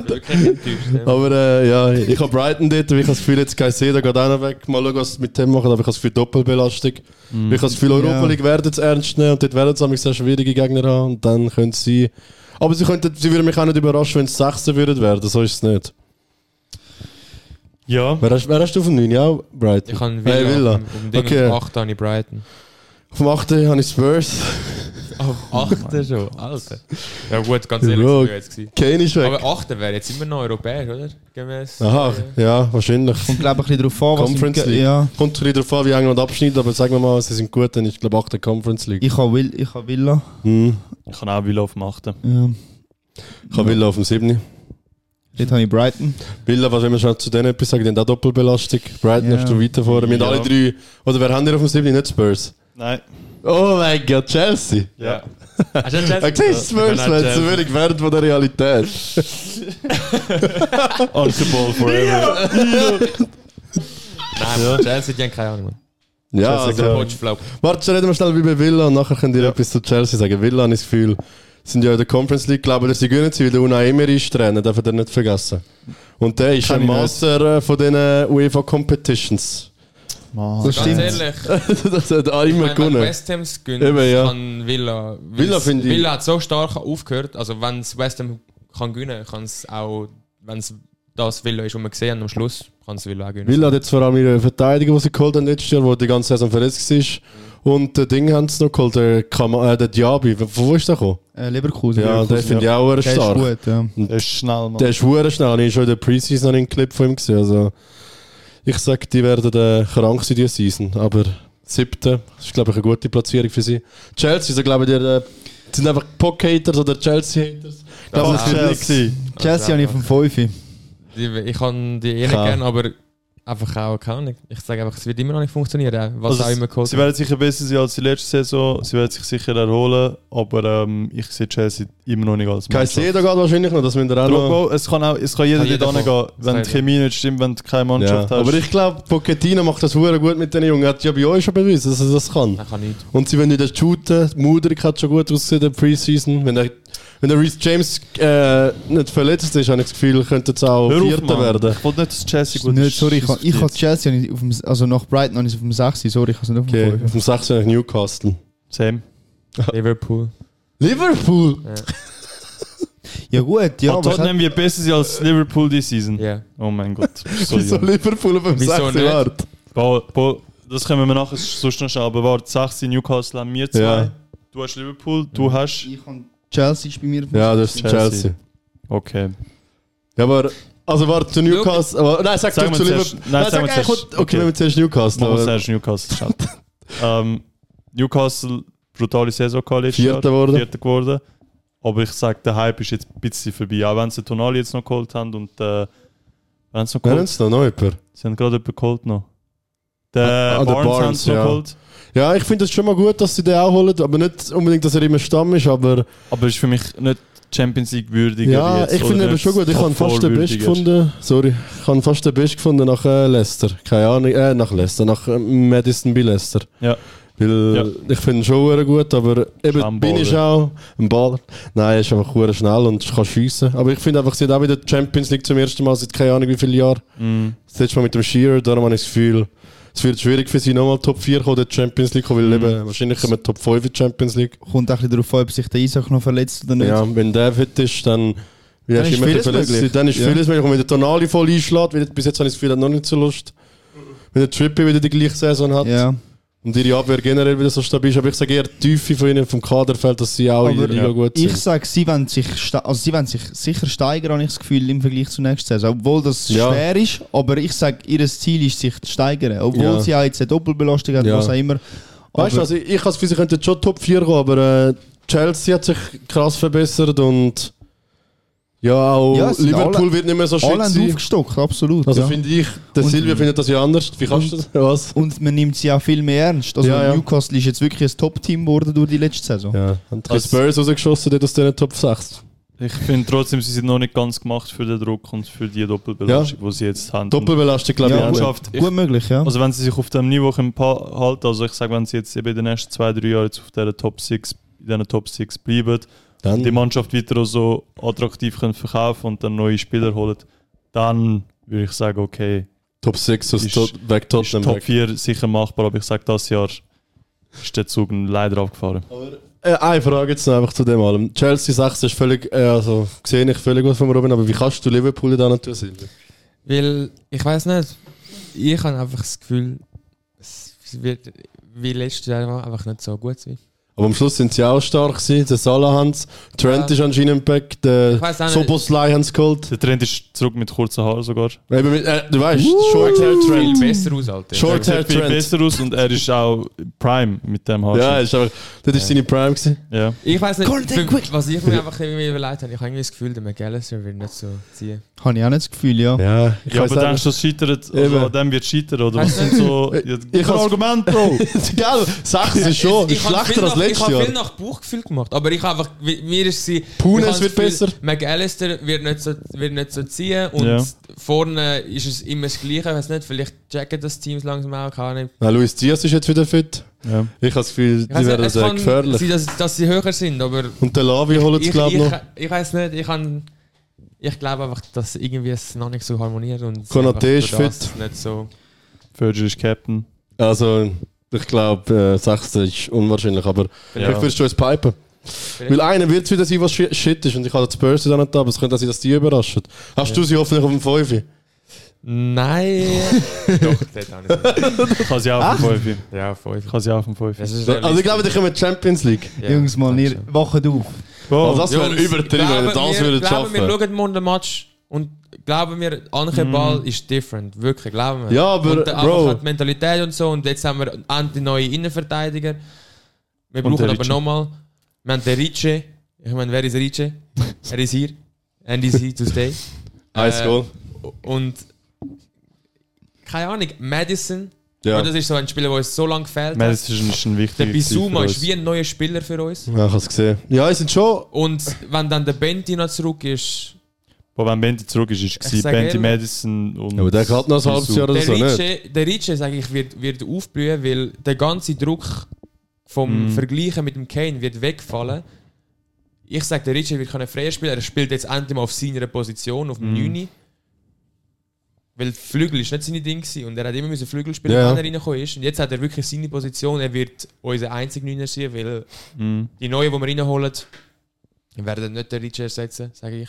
Wirklich enttäuscht. ja.
Aber äh, ja, ich habe Brighton dort, weil ich habe das Gefühl, jetzt Caicedo geht auch noch weg. Mal schauen, was sie mit dem machen, aber ich habe das Gefühl, Doppelbelastung.
Mhm.
Weil Ich habe das Gefühl, Europa
Ja.
League werden es ernst nehmen und dort werden sie manchmal sehr schwierige Gegner haben und dann können sie... Aber sie, könnten, sie würden mich auch nicht überraschen, wenn sie Sechster würden werden, so ist es nicht.
Ja,
Wer hast, wer hast du auf dem 9? Ja, Brighton.
Ich habe
Hey,
Villa.
Villa.
Und um, Ding
Okay.
okay. 8 habe ich Brighton.
Auf dem 8. habe ich Spurs.
Auf 8 schon, Alter. Ja gut, ganz ehrlich,
Bro.
das war jetzt gewesen.
Kane ist weg.
Aber 8 wäre jetzt immer noch europäisch, oder? Gemäß. äh,
Aha, ja, wahrscheinlich.
Kommt, glaube ich, ein bisschen darauf an, was
Conference
im Ge-
League.
ja.
Kommt ein bisschen darauf an, wie England abschneidet, aber sagen wir mal, sie sind gut, dann ist glaube ich auch der Conference League.
Ich habe Will, ich habe Villa.
Hm.
ich kann auch Villa auf dem Achten.
Ja.
Ich habe Villa auf dem 7.
Dort habe ich Brighton.
Villa, was wenn wir schon zu denen etwas sagen, die haben auch Doppelbelastung. Brighton
Ja.
hast du weiter vorne. Wir
Ja.
haben alle drei. Oder wer haben wir auf dem 7? Nicht Spurs.
Nein.
Oh mein Gott, Chelsea.
Ja.
Hast du
Ja,
Chelsea?
siehst du,
Ja,
Spurs, wenn
Chelsea.
sie also wirklich werden von der Realität.
On the ball forever.
Nein, Mann, Chelsea, die haben keine Ahnung. Mann.
Ja,
Also,
also,
Pochflaub.
Warte, schon reden wir schnell wie bei Villa und nachher könnt ihr etwas zu Chelsea sagen. Villa habe ich das Gefühl, sind ja in der Conference League, glaube ich, sie gönnen sie, weil der Unai Emery ist Trainer, darf ihr nicht vergessen. Und der ist
Kann
ein
ich
Master äh, von diesen UEFA Competitions.
Das
Ganz
stimmt.
ehrlich,
das hat auch
ich
immer
meine, wenn
gewonnen.
West Ham's
Eben,
gewinnen
ja.
kann Villa. weil's-
Villa finde ich-
Villa hat so stark aufgehört. Also wenn es West Ham kann gewinnen, kann es auch, wenn es das Villa ist, was wir gesehen haben am Schluss, kann es Villa auch gewinnen.
Villa hat jetzt vor allem ihre Verteidiger, die sie geholt haben letztes Jahr, wo die ganze Saison verletzt war. Und der Ding haben sie noch geholt, der, Kama, äh, der Diaby. Wo- Wo ist der gekommen?
Äh, Leverkusen.
Ja, der finde ich
ja.
auch sehr
Der
stark.
ist gut, ja.
Der ist schnell, Mann.
Der ist hure schnell. Ich habe schon in der Preseason einen Clip von ihm gesehen. Also, ich sage, die werden äh, krank sein diese Season. Aber siebte ist, glaube ich, eine gute Platzierung für sie. Chelsea, so glaube ich, die äh, sind einfach Pock-Haters oder Chelsea-Haters. Ich glaube, das wird nicht
Chelsea.
sein.
Chelsea habe ich vom 5.
Die, ich kann die eh nicht
Ja.
gerne, aber einfach auch keine Ahnung. Ich sage einfach, es wird immer noch nicht funktionieren, was
Also
auch immer geholt
Sie werden sicher besser sein als die letzte Saison. Sie werden sich sicher erholen, aber ähm, ich sehe Chelsea immer noch nicht als
Caicedo geht wahrscheinlich noch, das müssen wir auch noch...
Drogba, es kann auch, es kann jeder
Kann jeder
dort hingehen,
kommen.
wenn die
Das
Chemie nicht stimmt, wenn du keine
Ja.
Mannschaft hast.
Aber ich glaube, Pochettino macht das hure gut mit den Jungen. Er hat ja bei euch schon bewiesen, dass er das kann.
Nein, kann nicht.
Und sie wollen nicht erst shooten. Mudrik hat schon gut ausgesehen in der Preseason. Wenn der, wenn der Reece James äh, nicht verletzt ist, habe ich das Gefühl, könnte es auch
Hör auf,
Vierter
Mann.
werden.
Ich wollte nicht, dass Chelsea gut
Nicht, sorry, ich, habe- ich habe
habe
Chelsea habe ich auf dem, also nach Brighton habe ich es auf dem 6. Sorry, ich habe es nicht auf dem
Okay,
5.
auf dem 6. habe ich Newcastle.
Sam.
Liverpool.
Liverpool?
Ja gut, ja,
Ja,
was hat,
Tottenham wird besser sein als Liverpool diese Season.
Ja.
Oh mein Gott. So
Wieso
jung.
Liverpool auf dem
Wieso
6.
nicht?
Wart?
Paul, Paul, das können wir nachher sonst noch schauen, aber warte, 16 Newcastle haben wir zwei.
Ja.
Du hast Liverpool, du hast...
ich habe Chelsea ist bei mir auf dem
Ja, das ist
Chelsea.
Chelsea.
Okay.
Ja, aber... Also warte, zu Newcastle... Aber, nein, sag
Sagen
doch
wir
zu
zuerst-
Liverpool.
nein, sagen wir
eigentlich-
zuerst-
Okay,
okay.
wir müssen zuerst Newcastle.
Machen wir
Aber,
zuerst Newcastle. Schaut. ähm, Newcastle, brutale Saison gehabt letztes
Vierter
Jahr,
geworden.
Vierter geworden. Aber ich sage, der Hype ist jetzt ein bisschen vorbei. Auch wenn sie Tonali jetzt noch geholt haben und... Äh, wer haben sie noch
wer
geholt?
ist noch? Noch jemand?
Sie haben gerade jemanden geholt noch. Der
Ah, ah, der
Barnes, haben
Barnes,
sie noch
ja.
geholt.
Ja, ich finde es schon mal gut, dass sie den auch holen. Aber nicht unbedingt, dass er immer Stamm ist, aber...
Aber ist für mich nicht Champions League würdiger
Ja,
jetzt,
ich
oder
finde ihn aber
nicht
schon gut. Ich
Top
habe
Four
fast den Best
würdiger.
gefunden. Sorry, ich habe fast den Best gefunden nach äh, Leicester. Keine Ahnung, äh, nach Leicester, nach äh, Madison bei Leicester.
Ja.
Weil
Ja.
ich finde ihn schon sehr gut, aber eben
Schon ein
bin ich auch ein Baller. Nein, er ist einfach sehr schnell und kann schiessen. Aber ich finde einfach, sie hat auch wieder die Champions League zum ersten Mal seit keine Ahnung wie vielen Jahren.
Mhm.
Das letzte Mal mit dem Shearer, darum habe ich das Gefühl, es wird schwierig für sie nochmal Top 4 kommen, der Champions League kommen,
Mhm.
weil eben, wahrscheinlich kommen Top 5 in die Champions League.
Kommt auch ein bisschen darauf an, ob sich der Isaac noch verletzt oder nicht.
Ja, wenn der fit ist, dann, weil er
Dann
ist
ist
immer
vieles
verletzt.
möglich.
Dann ist
Ja.
vieles möglich. Und wenn der Tonali voll einschlägt, weil bis jetzt habe ich das Gefühl, er hat noch nicht so Lust. Wenn der Trippi wieder die gleiche Saison hat
Ja.
und ihre Abwehr generell wieder so stabil ist, aber ich sage eher die Tiefe von ihnen vom Kaderfeld, dass sie auch in der
Aber
Liga gut
Oh, Ich
sind.
sage, sie wollen sich, sta- also sie wollen sich sicher steigern, habe ich das Gefühl, im Vergleich zur nächsten Saison. Obwohl das
Ja.
schwer ist, aber ich sage, ihr Ziel ist, sich zu steigern. Obwohl
Ja.
sie ja jetzt eine Doppelbelastung hat,
Ja.
was auch immer.
Weißt du,
Aber-
also ich, ich habe das Gefühl, sie könnten schon Top 4 kommen, aber äh, Chelsea hat sich krass verbessert und ja, auch
Ja, es sind
Liverpool
alle-
wird nicht mehr so
Alle
schön
haben
sein.
aufgestockt, absolut.
Also
ja.
finde ich, der
Und-
Silvio findet das ja anders. Wie kannst du das? Was?
Und man nimmt sie auch viel mehr ernst. Also
Ja, ja.
Newcastle ist jetzt wirklich ein Top-Team geworden durch die letzte Saison.
Ja, und die
Also-
Spurs rausgeschossen dort aus diesen Top 6.
Ich finde trotzdem, sie sind noch nicht ganz gemacht für den Druck und für die Doppelbelastung, die sie jetzt haben.
Doppelbelastung, glaube
Und
ich.
die
Ja,
auch nicht.
Mannschaft, ich,
Gut möglich, ja.
also wenn sie sich auf dem Niveau können pa- halten, also ich sage, wenn sie jetzt eben in den nächsten zwei, drei Jahren jetzt auf dieser Top 6, in diesen Top 6 bleiben,
Dann,
die Mannschaft weiter auch so attraktiv können verkaufen und dann neue Spieler holen, dann würde ich sagen, okay,
Top 6 aus
Ist-
Tot- weg
ist
Tottenham.
Top
weg.
4 sicher machbar, aber ich sage, das Jahr ist der Zug leider abgefahren.
Äh, eine Frage jetzt noch einfach zu dem allem. Chelsea 6 ist völlig, äh, also sehe ich völlig was von Robin, aber wie kannst du Liverpool da natürlich sein?
Weil, ich weiß nicht, ich habe einfach das Gefühl, es wird wie letztes Jahr einfach nicht so gut sein.
Aber am Schluss sind sie auch stark gewesen, der Salah Hans, Trent
Ja.
ist anscheinend back,
Ich
der
weiss auch nicht.
Soboslai haben sie geholt.
Der Trend ist zurück mit kurzen Haaren sogar.
Eben mit, äh, du weißt, Short Hair
Viel
Trent.
besser aus, Alter.
Short
Er
Hair
sieht viel
Trent.
besser aus und er ist auch Prime mit dem
Ja,
Haarschnitt.
ist aber, das war seine Prime. Gewesen.
Ja,
Ich weiß nicht,
Golden
für-
Quick.
was ich mir einfach irgendwie überlegt habe. Ich habe irgendwie das Gefühl, der McAllister wird nicht so ziehen.
Habe ich auch nicht das Gefühl, ja.
Ja, ich
ja
weiss
aber
auch
denkst du, das scheitert, also
Eben.
an dem wird scheitern, oder?
Weißt
Was sind so...
Ich-
Ja,
ich
kein
has-
Argument, Bro!
nicht. Gell, 6 ist schon, ist
habe viel
schlechter als
nach- Ich
letztes
habe
Jahr.
viel nach Bauchgefühl gemacht, aber ich habe einfach, wie- mir ist sie...
Punes
ich habe das
wird
Gefühl,
besser.
McAllister wird nicht so, wird nicht so ziehen und
Ja.
vorne ist es immer das Gleiche, ich weiß nicht, vielleicht checken das Teams langsam auch, keine Ahnung.
Na, Luis Diaz ist jetzt wieder fit.
Ja.
Ich habe das Gefühl, die
Ich weiss
werden
nicht, es
sehr
kann
gefährlich.
sein, dass, dass sie höher sind, aber
Und der Lavi holt es,
ich,
glaube
ich,
ich, noch.
ich weiß nicht, ich kann... Ich glaube einfach, dass irgendwie es noch nicht so harmoniert und...
Konaté
einfach durch
ist
das Nicht so...
Virgil ist Captain.
Also, ich glaube, äh, 6 ist unwahrscheinlich, aber
Ja.
ich würde schon jetzt pipen. Weil einer wird es wieder sein, was shi- shit ist. Und ich habe die Spurs da nicht da, aber es könnte auch sein, dass die überraschen. Hast du sie hoffentlich auf dem 5?
Nein. Doch, das hat auch nicht.
Ich habe sie auch auf dem 5.
Ja, fünf.
Ich habe sie auch auf dem 5.
Also ich glaube, die kommen in die Champions League.
Jungs, mal, ihr wacht auf.
Also das wäre
Jungs,
übertrieben, wenn ihr
glauben
das
wir-
würdet
glauben Wir
schaffen. Mhm.
schauen morgen den Match und glauben wir, Anke Ball ist different. Wirklich, glauben wir.
Ja, aber,
und der-
Bro.
einfach die Mentalität und so. Und jetzt haben wir endlich neue Innenverteidiger. Wir
Und
brauchen
der
aber
Ricci.
nochmal. Wir haben den Ricci. Ich meine, wer ist Ricci? er ist hier. And he's here to stay.
Eins
Äh,
Goal.
Und keine Ahnung, Madison.
Ja.
Das ist so ein Spieler, der uns so lange gefällt hat.
Madison ist ein
Der
wichtiger
Bissouma
Typ für
ist wie ein neuer Spieler für uns.
Ja, ich habe es gesehen. Ja, es sind schon...
Und wenn dann der Benti noch zurück ist,
uns. Aber wenn Benti zurück ist, ist
Ich
es
sag
Benti,
ehrlich.
Madison und...
Ja, aber der hat noch ein halbes
Bissouma.
Jahr oder
der
so, ne? nicht?
Ricci, der Ricci sage ich, wird, wird aufblühen, weil der ganze Druck vom
Mhm.
Mm.
Vergleichen mit dem Kane wird wegfallen. Ich sage, der Ricci wird können freier spielen. Er spielt jetzt endlich mal auf seiner Position,
Mhm.
auf dem 9. Weil Flügel ist nicht seine Ding gewesen und er hat immer müssen Flügel spielen,
Ja.
wenn er reingekommen ist. Und jetzt hat er wirklich seine Position. Er wird unser einziger Neuner sein, weil
Mhm.
die neuen, die wir reinholen, werden nicht den Ricci ersetzen, sage ich.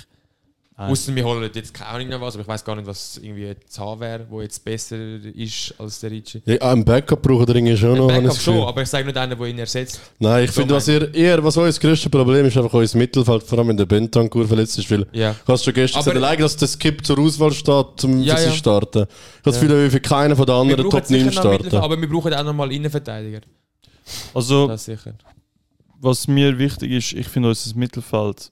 Nein.
Außer wir holen jetzt keine Ahnung noch was, aber ich weiß gar nicht, was irgendwie zu haben wäre, wo jetzt besser ist als der Ricci.
Ja, ein Backup braucht er irgendwie schon noch. habe ich
Backup
das Gefühl.
schon, aber ich sage nicht einen, der ihn ersetzt.
Nein, ich
So
finde, was ihr, eher, was euer grösstes Problem ist, einfach euer Mittelfeld, vor allem wenn der Bentancur verletzt ist, weil
Ja.
du hast schon gestern
Aber-
gesagt, allein, dass der Skip zur Auswahl steht, um
Ja,
für sie
ja.
starten. Ich habe das Gefühl, er will für keinen von den anderen Top
noch
9
Mittelfeld,
starten.
aber wir brauchen auch nochmal Innenverteidiger.
Also,
Das sicher.
was mir wichtig ist, ich finde, unser Mittelfeld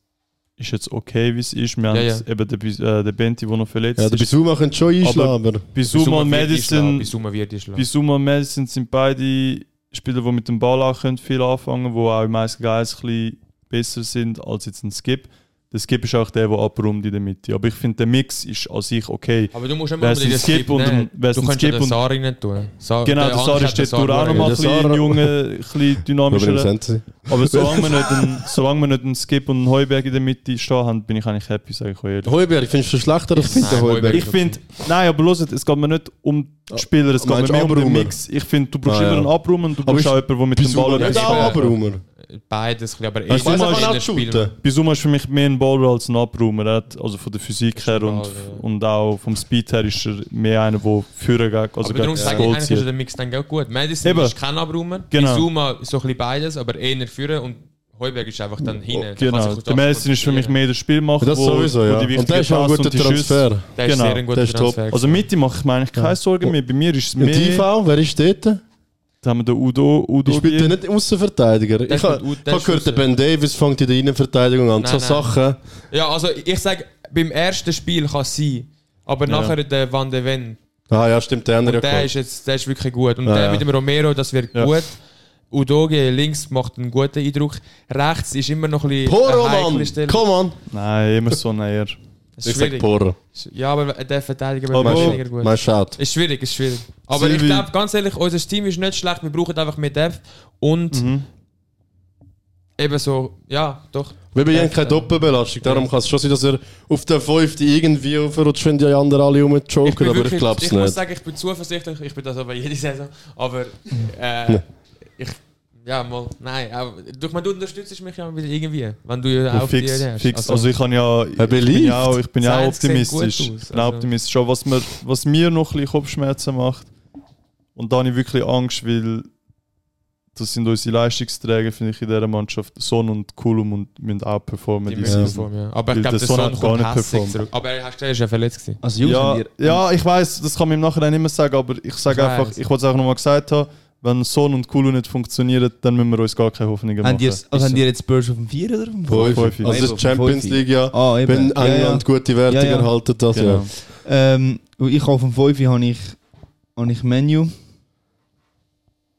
ist jetzt okay, wie es ist. Wir
Ja,
haben
ja.
eben den, Bis- äh, den Benti, der noch verletzt
Ja, der
ist.
Bissouma könnte schon einschlagen, aber
Bissouma und Madison...
Bis Summa wird ist
Bei Summer und Madison sind beide Spieler, die mit dem Ball auch können, viel anfangen können, die auch im 1 gegen 1 ein bisschen besser sind als jetzt ein Skip. Der Der Skip ist auch der, der abrundet in der Mitte. Aber ich finde, der Mix ist an sich okay.
Aber du musst nicht
Wer
mal
ist ein Skip und ein- wer ist
Du
ein
kannst ja
Skip
den
und-
Sar rein tun. Sar-
Genau, der
andere
Sari
hat
steht
den
durch auch nochmal ein
Der
bisschen
Sarah-
junger, ein bisschen
Aber im
dynamischer.
Center.
Aber solange wir, nicht einen, solange wir nicht einen Skip und einen Heuberg in der Mitte stehen haben, bin ich eigentlich happy, sage ich euch ehrlich.
Heuberg, findest du schlechter als
Nein,
Peter
Heuberg.
Heuberg?
Ich finde, nein, aber hört, es geht mir nicht um die Spieler, es geht
meinst
mir mehr um den
Abraumer?
Mix. Ich finde, du brauchst
Ah, ja.
immer einen Abrum und du
Aber
brauchst
ist-
auch jemanden, der mit dem
Bist
Ball
du nicht
Ja,
auch
eben.
Abraumer?
Beides, aber
Ich
eher
weiß,
so
man
einen
kann
Spieler.
auch shooten.
Bisum ist für mich mehr ein Baller als ein Abraumer. Er hat, also von der Physik her
Schmal,
und,
ja.
und auch vom Speed her ist er mehr einer, der führen geht. Also
aber darum
geht
sage ich,
Goal
eigentlich
zieht.
ist der Mix dann auch gut. Madison
Eben.
ist kein Abraumer,
Genau.
Zuma so ein bisschen beides, aber eher führen und Heuberg ist einfach dann hinten. Der kann
Genau,
sich auf
der
das
Messi ist für mich
konzentrieren.
mehr das Spiel macht,
Das sowieso, ja.
die
Und der ist
wichtigen
auch ein
Pässe
guter
und die Schüsse.
Transfer.
Der ist
Genau,
sehr ein guter
der ist top.
Transfer.
Also Mitte mache ich mir eigentlich keine Sorgen mehr. Bei mir ist es
Im
mehr.
TV, wer ist dort?
Da haben wir den Udo. Udo
Ich bin
Bier.
der nicht Außenverteidiger. Ich
ist
habe
gut, der
hab
ist
gehört, der Ben
Aussen.
Davis fängt in der Innenverteidigung an.
Nein,
so
nein.
Sachen.
Ja, also ich sage, beim ersten Spiel kann es sein, aber
Ja.
nachher äh, der Van de Ven,
Ah ja, stimmt, der andere.
der ist jetzt der ist wirklich gut. Und
Ja,
der
ja.
mit dem Romero, das wird
Ja.
gut. Udoge links macht einen guten Eindruck. Rechts ist immer noch ein bisschen
Poro,
eine heikle
oh, Mann!
Stelle.
Komm an!
Nein, immer so näher.
Es
Ich
Ist
sag
schwierig.
Poro.
Ja, aber der Verteidiger
Aber-
wird
Poro.
weniger gut.
Man schaut.
Ist schwierig, ist schwierig. Aber
Silvi-
ich glaube, ganz ehrlich, unser Team ist nicht schlecht. Wir brauchen einfach mehr Depth und
Mhm.
eben so, ja, doch.
Wir haben keine Doppelbelastung, darum kann es schon sein, dass er auf der 5. irgendwie aufrutscht, wenn die anderen alle rumjoken, aber ich glaube es
ich muss
nicht.
sagen, ich bin zuversichtlich. Ich bin das aber jede Saison. Aber äh, ich, ja, mal, nein. Aber, du, ich meine, du unterstützt mich ja wieder irgendwie, wenn du ja auch
fix,
die Idee hast.
fix. Also, ich, kann ja, ich,
beliebt.
bin ja auch, ich bin ja auch
Science sieht
optimistisch.
gut aus,
Ich bin auch
also.
optimistisch. Auch was mir, was mir noch ein bisschen Kopfschmerzen macht. Und da habe ich wirklich Angst, weil das sind unsere Leistungsträger, finde ich, in dieser Mannschaft. Son und Kulum und müssen auch performen.
die
Die
müssen
Saison.
performen, ja. Aber
Weil
ich glaube, der
der Son
Son
hat gar
kommt
nicht
hässlich
performt.
zurück. Aber er hast- er ist ja verletzt. Gewesen.
Also Jungs,
Ja,
wenn ihr,
ja, ich weiß, das kann man im Nachhinein immer sagen, aber ich sage
Ich
einfach,
weiss.
ich wollte es auch nochmal gesagt haben, wenn Son und Kulu nicht funktionieren, dann müssen wir uns gar keine Hoffnungen machen.
habt ihr, also habt ihr jetzt Spurs auf dem 4 oder auf dem 5?
Fünf.
Fünf.
Also das
Fünf.
Champions
Fünf.
League, ja.
Ah,
Wenn England
Ja, ja.
gute Wertung
Ja, ja.
erhalten, das
Genau.
ja.
Ähm, ich habe vom 5 habe ich, habe ich Menu,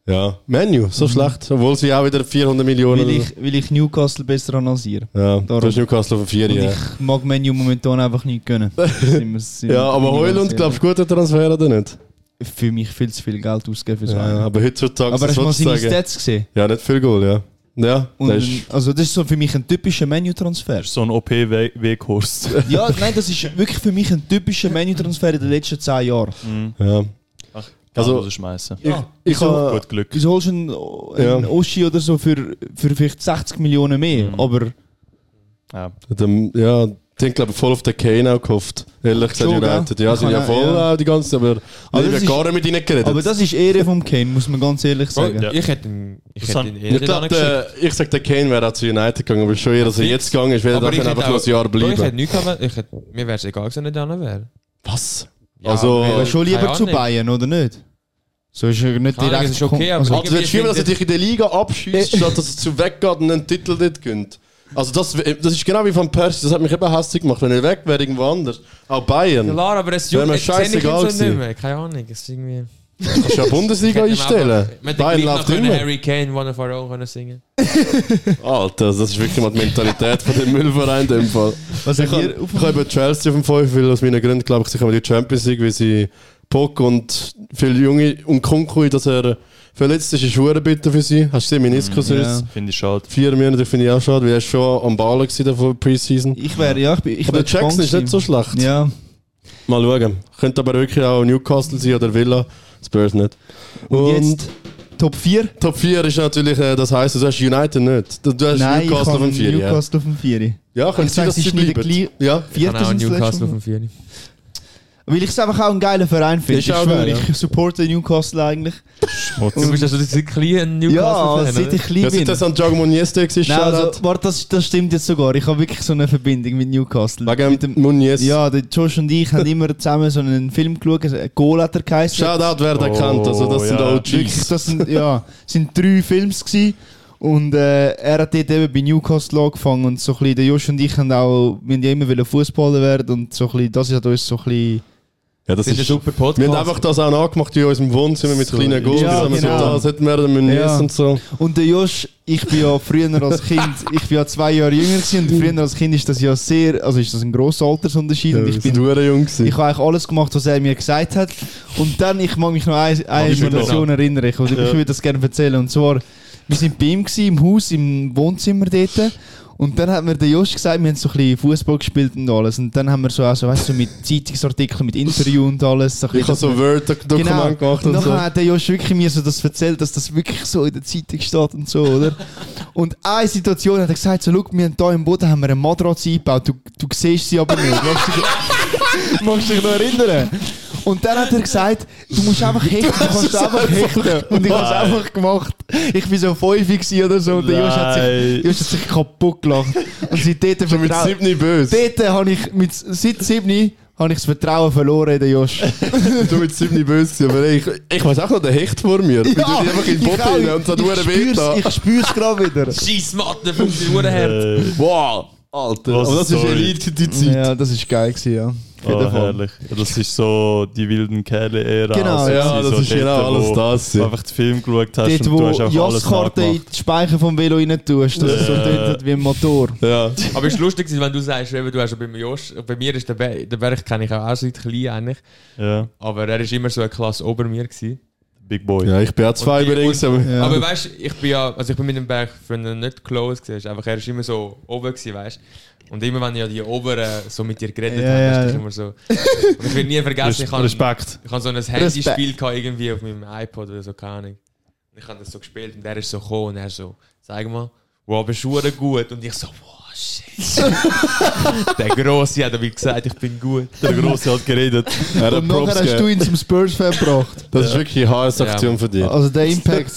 Ja. Menu, so schlecht. Obwohl sie auch wieder 400 Millionen.
weil Mhm. ich, weil ich Newcastle besser analysiere.
ja,
Darum.
du hast Newcastle auf 4,
Und
ja.
ich mag Menu momentan einfach nicht gönnen. Sind wir- sind
Ja,
wir
aber
ganz
Heulund,
ehrlich.
glaubst du, guter Transfer oder nicht?
Für mich viel zu viel Geld ausgeben für so
Ja,
einen.
aber heutzutage
Aber hast
das
du mal
willst du
seine
sagen.
Stats gesehen?
Ja, nicht viel Goal, ja. Ja,
Und,
das ist,
also das ist so für mich ein typischer Menu-Transfer.
So ein OP-Weghorst.
ja, nein, das ist wirklich für mich ein typischer Menu-Transfer in den letzten 10 Jahren.
ja. Also-
also, schmeißen.
Ja.
Ich, ich habe
Gut Glück.
Wieso holst du einen, einen
Ja. Mm.
Oschi oder so für, für vielleicht 60 Millionen mehr? Aber
Ja.
dem, ja, den glaube ich voll auf den Kane auch gehofft. Ehrlich gesagt,
Schon, gell?
United. Ja,
Ich
sind ja
kann
voll
ja- ja.
äh, die ganze aber,
Aber
aber ich
das
habe
ist-
gar nicht mit ihnen geredet.
Aber das ist Ehre vom Kane, muss man ganz
Oh,
ehrlich sagen.
Ja.
Ich hätte ihn, ich
Das
hätte
haben-
ihn eh
ich
nicht
glaube,
angeschickt.
der- ich sag, der Kane wäre auch zu United gegangen, aber schon eher, dass er
Fix.
jetzt gegangen ist, wäre er
ich
dann
hätte
einfach noch ein Jahr
Ich hätte
bleiben.
nichts gehabt, wenn- ich hätte, mir wäre es egal gewesen, wenn er nicht wäre.
Was?
Ja,
Also-
aber-
Aber schon lieber
Keine
zu
Ahnung.
Bayern, oder nicht? So ist er
Keine
nicht
Ahnung,
direkt.
es ist okay, aber
also,
Also, du hättest
Irgendwie
lieber, dass er
finde-
dich in der Liga
Äh.
abschießt, statt dass er zu weggeht und einen Titel nicht gönnt. Also, das, das ist genau wie von Percy, das hat mich eben hässlich gemacht. Wenn er weg wäre, irgendwo anders. Auch Bayern.
Klar, aber es
Wäre
juckt
mir
jetzt sehe ich ihn
scheißegal
so nicht
gewesen.
mehr. Keine Ahnung, es ist irgendwie...
Kannst du ja Bundesliga
Genau,
einstellen. Bayern
Bayern
läuft
läuft immer.
immer.
Harry Kane, One of Our Own können singen.
Alter, das ist wirklich mal die Mentalität von dem Müllverein in dem Fall.
was
Ich
habt
habe
ihr auf dem-
über Chelsea auf dem 5, weil aus meinen Gründen glaube ich sicher die Champions League, weil sie Pock und viele Junge und Kunku, dass er verletzt ist, ist schwer bitter für sie. Hast du gesehen, Meniskus
Mm, Ja.
ist
Finde ich schade.
Vier Monate finde ich auch schade, weil er ist schon am Ballen gewesen da vor der Preseason.
Ich wäre, ja, ich bin. Ich
Aber
wäre
der Jackson
gespannt
ist nicht so schlecht.
Ja,
Mal schauen. Könnte aber wirklich auch Newcastle sein oder Villa. Spurs nicht. Und,
jetzt Top 4?
Top 4 ist natürlich, äh, das heisst, du hast United nicht. Du, du hast
Nein, ich
Newcastle auf
habe
dem 4. Ja,
Newcastle auf dem 4.
ja könnte
Ich
sein,
sage,
dass
sie
sie
ist nicht der
bleiben.
gleich.
Ja.
Ich habe
Vierter
auch
sind sie
Newcastle auf
letztes Mal.
dem Vieri.
Weil ich es einfach auch einen geilen Verein finde.
Ist
ich
auch
schwöre,
geil, ja.
ich supporte Newcastle eigentlich.
Du bist also ein kleiner
Ja, seit
Newcastle-Fan,
ich klein
Ja,
bin.
seit das an Giacomo Niesta war,
Nein,
Shoutout.
also, warte, das, das stimmt jetzt sogar. Ich habe wirklich so eine Verbindung mit Newcastle. mit
Wegen
dem,
Muniz.
ja, der Josh und ich haben immer zusammen so einen Film geschaut, also, Goal hat er geheißen.
Shoutout, wer den
Oh,
kennt. Also, das sind
ja.
Ah,
OGs.
Wirklich, das sind, ja, sind drei Films gewesen. Und äh, er hat dort eben bei Newcastle angefangen und so ein bisschen, der Josh und ich haben auch, wir haben ja immer Fußballer werden und so ein bisschen, das hat uns so ein bisschen
Ja, das
Das ist ein
ist,
super Podcast.
wir haben einfach das auch nachgemacht in unserem Wohnzimmer mit
So,
kleinen Goals.
ja,
Ja, genau. so,
genau.
das hätten wir dann müssen
Ja.
und so.
Und der Josh, ich bin ja früher als Kind, ich bin ja zwei Jahre jünger gewesen und früher als Kind ist das ja sehr, also ist das ein grosser Altersunterschied und ich bin
nur jung. gewesen.
Ich habe eigentlich alles gemacht, was er mir gesagt hat. Und dann, ich mag mich noch an eine, eine
ich mir
Situation erinnern. Ich, ich würde das gerne erzählen. Und zwar, wir sind bei ihm gewesen, im Haus, im Wohnzimmer dort. Und dann hat mir der Josh gesagt, wir haben so ein bisschen Fußball gespielt und alles. Und dann haben wir so, auch so weißt du, mit Zeitungsartikeln, mit Interview und alles. So ein
Ich
bisschen
habe so Word-Dokumente gemacht und
Genau. und
so.
nachher hat der Josh wirklich mir so das erzählt, dass das wirklich so in der Zeitung steht und so, oder? und eine Situation hat er gesagt, so, schau, wir haben hier im Boden haben wir eine Matratze eingebaut, du, du siehst sie aber nicht. Magst du dich, magst du dich noch erinnern? Und dann hat er gesagt, du musst einfach hechten, du kannst einfach hechten. Und ich habe es
Nein.
einfach gemacht. Ich war so fünfig gewesen oder so und der Josh hat sich,
Nein.
Josh hat sich kaputt gelacht. Und seitdem
Schon mit
vertraut-
sieben böse.
Dort habe ich, mit, seit 7 habe ich das Vertrauen verloren in den Josh.
Du mit sieben böse gewesen, aber ey, ich, ich weiß auch noch den Hecht vor mir. Ich ja, einfach in den
ich
Boden
auch.
rein und so
Ich
durch
spür's-
Weg da.
Ich spür's gerade wieder.
Scheiss, Matten, vom Uhrenherd.
Äh,
Wow, Alter.
Was
aber das
sorry.
ist Elite die Zeit.
Ja, das ist geil gewesen, ja.
oh, herrlich. Ja, das ist so die wilden Kerle-Ära.
Genau,
also,
Ja,
gewesen,
das
so
ist genau
dort,
alles
wo
das.
Du
ja.
einfach den Film geschaut hast
Dort,
und du hast
wo
einfach alles
Jaskarte in
nachgemacht.
die Speicher vom Velo rein tust, dass es so
Ja.
tötet wie ein Motor.
Ja.
Aber es ist lustig, wenn du sagst, eben, du hast ja beim Josh, bei mir ist der, Be der Berg, kenne ich auch, auch seit klein eigentlich,
Ja,
aber er war immer so eine Klasse ober mir. Gewesen.
Big Boy.
ja, ich bin auch zwei
Und die-
übrigens. aber-
Ja.
Aber weißt du, ich bin ja, also ich bin mit dem Berg früher nicht close gewesen, einfach er war immer so oben gewesen, weißt du. Und immer wenn ja die Oberen so mit dir geredet
Ja,
haben,
ja.
ist das immer so. Und ich werde nie vergessen, ich
Res-
habe
Respekt.
Ich habe so ein Handyspiel gehabt, irgendwie auf meinem iPod oder so, keine Ahnung. Und ich habe das so gespielt und er ist so gekommen und er so, sag mal, wow, bist du verdammt gut? Und ich so, wow, shit. der Grosse hat aber gesagt, ich bin gut.
Der Grosse hat geredet.
Er hat
Und nachher
äh, Props
hast du
gegeben.
ihn zum Spurs-Fan gebracht.
Das ist wirklich eine HS-Aktion von dir.
Also der Impact.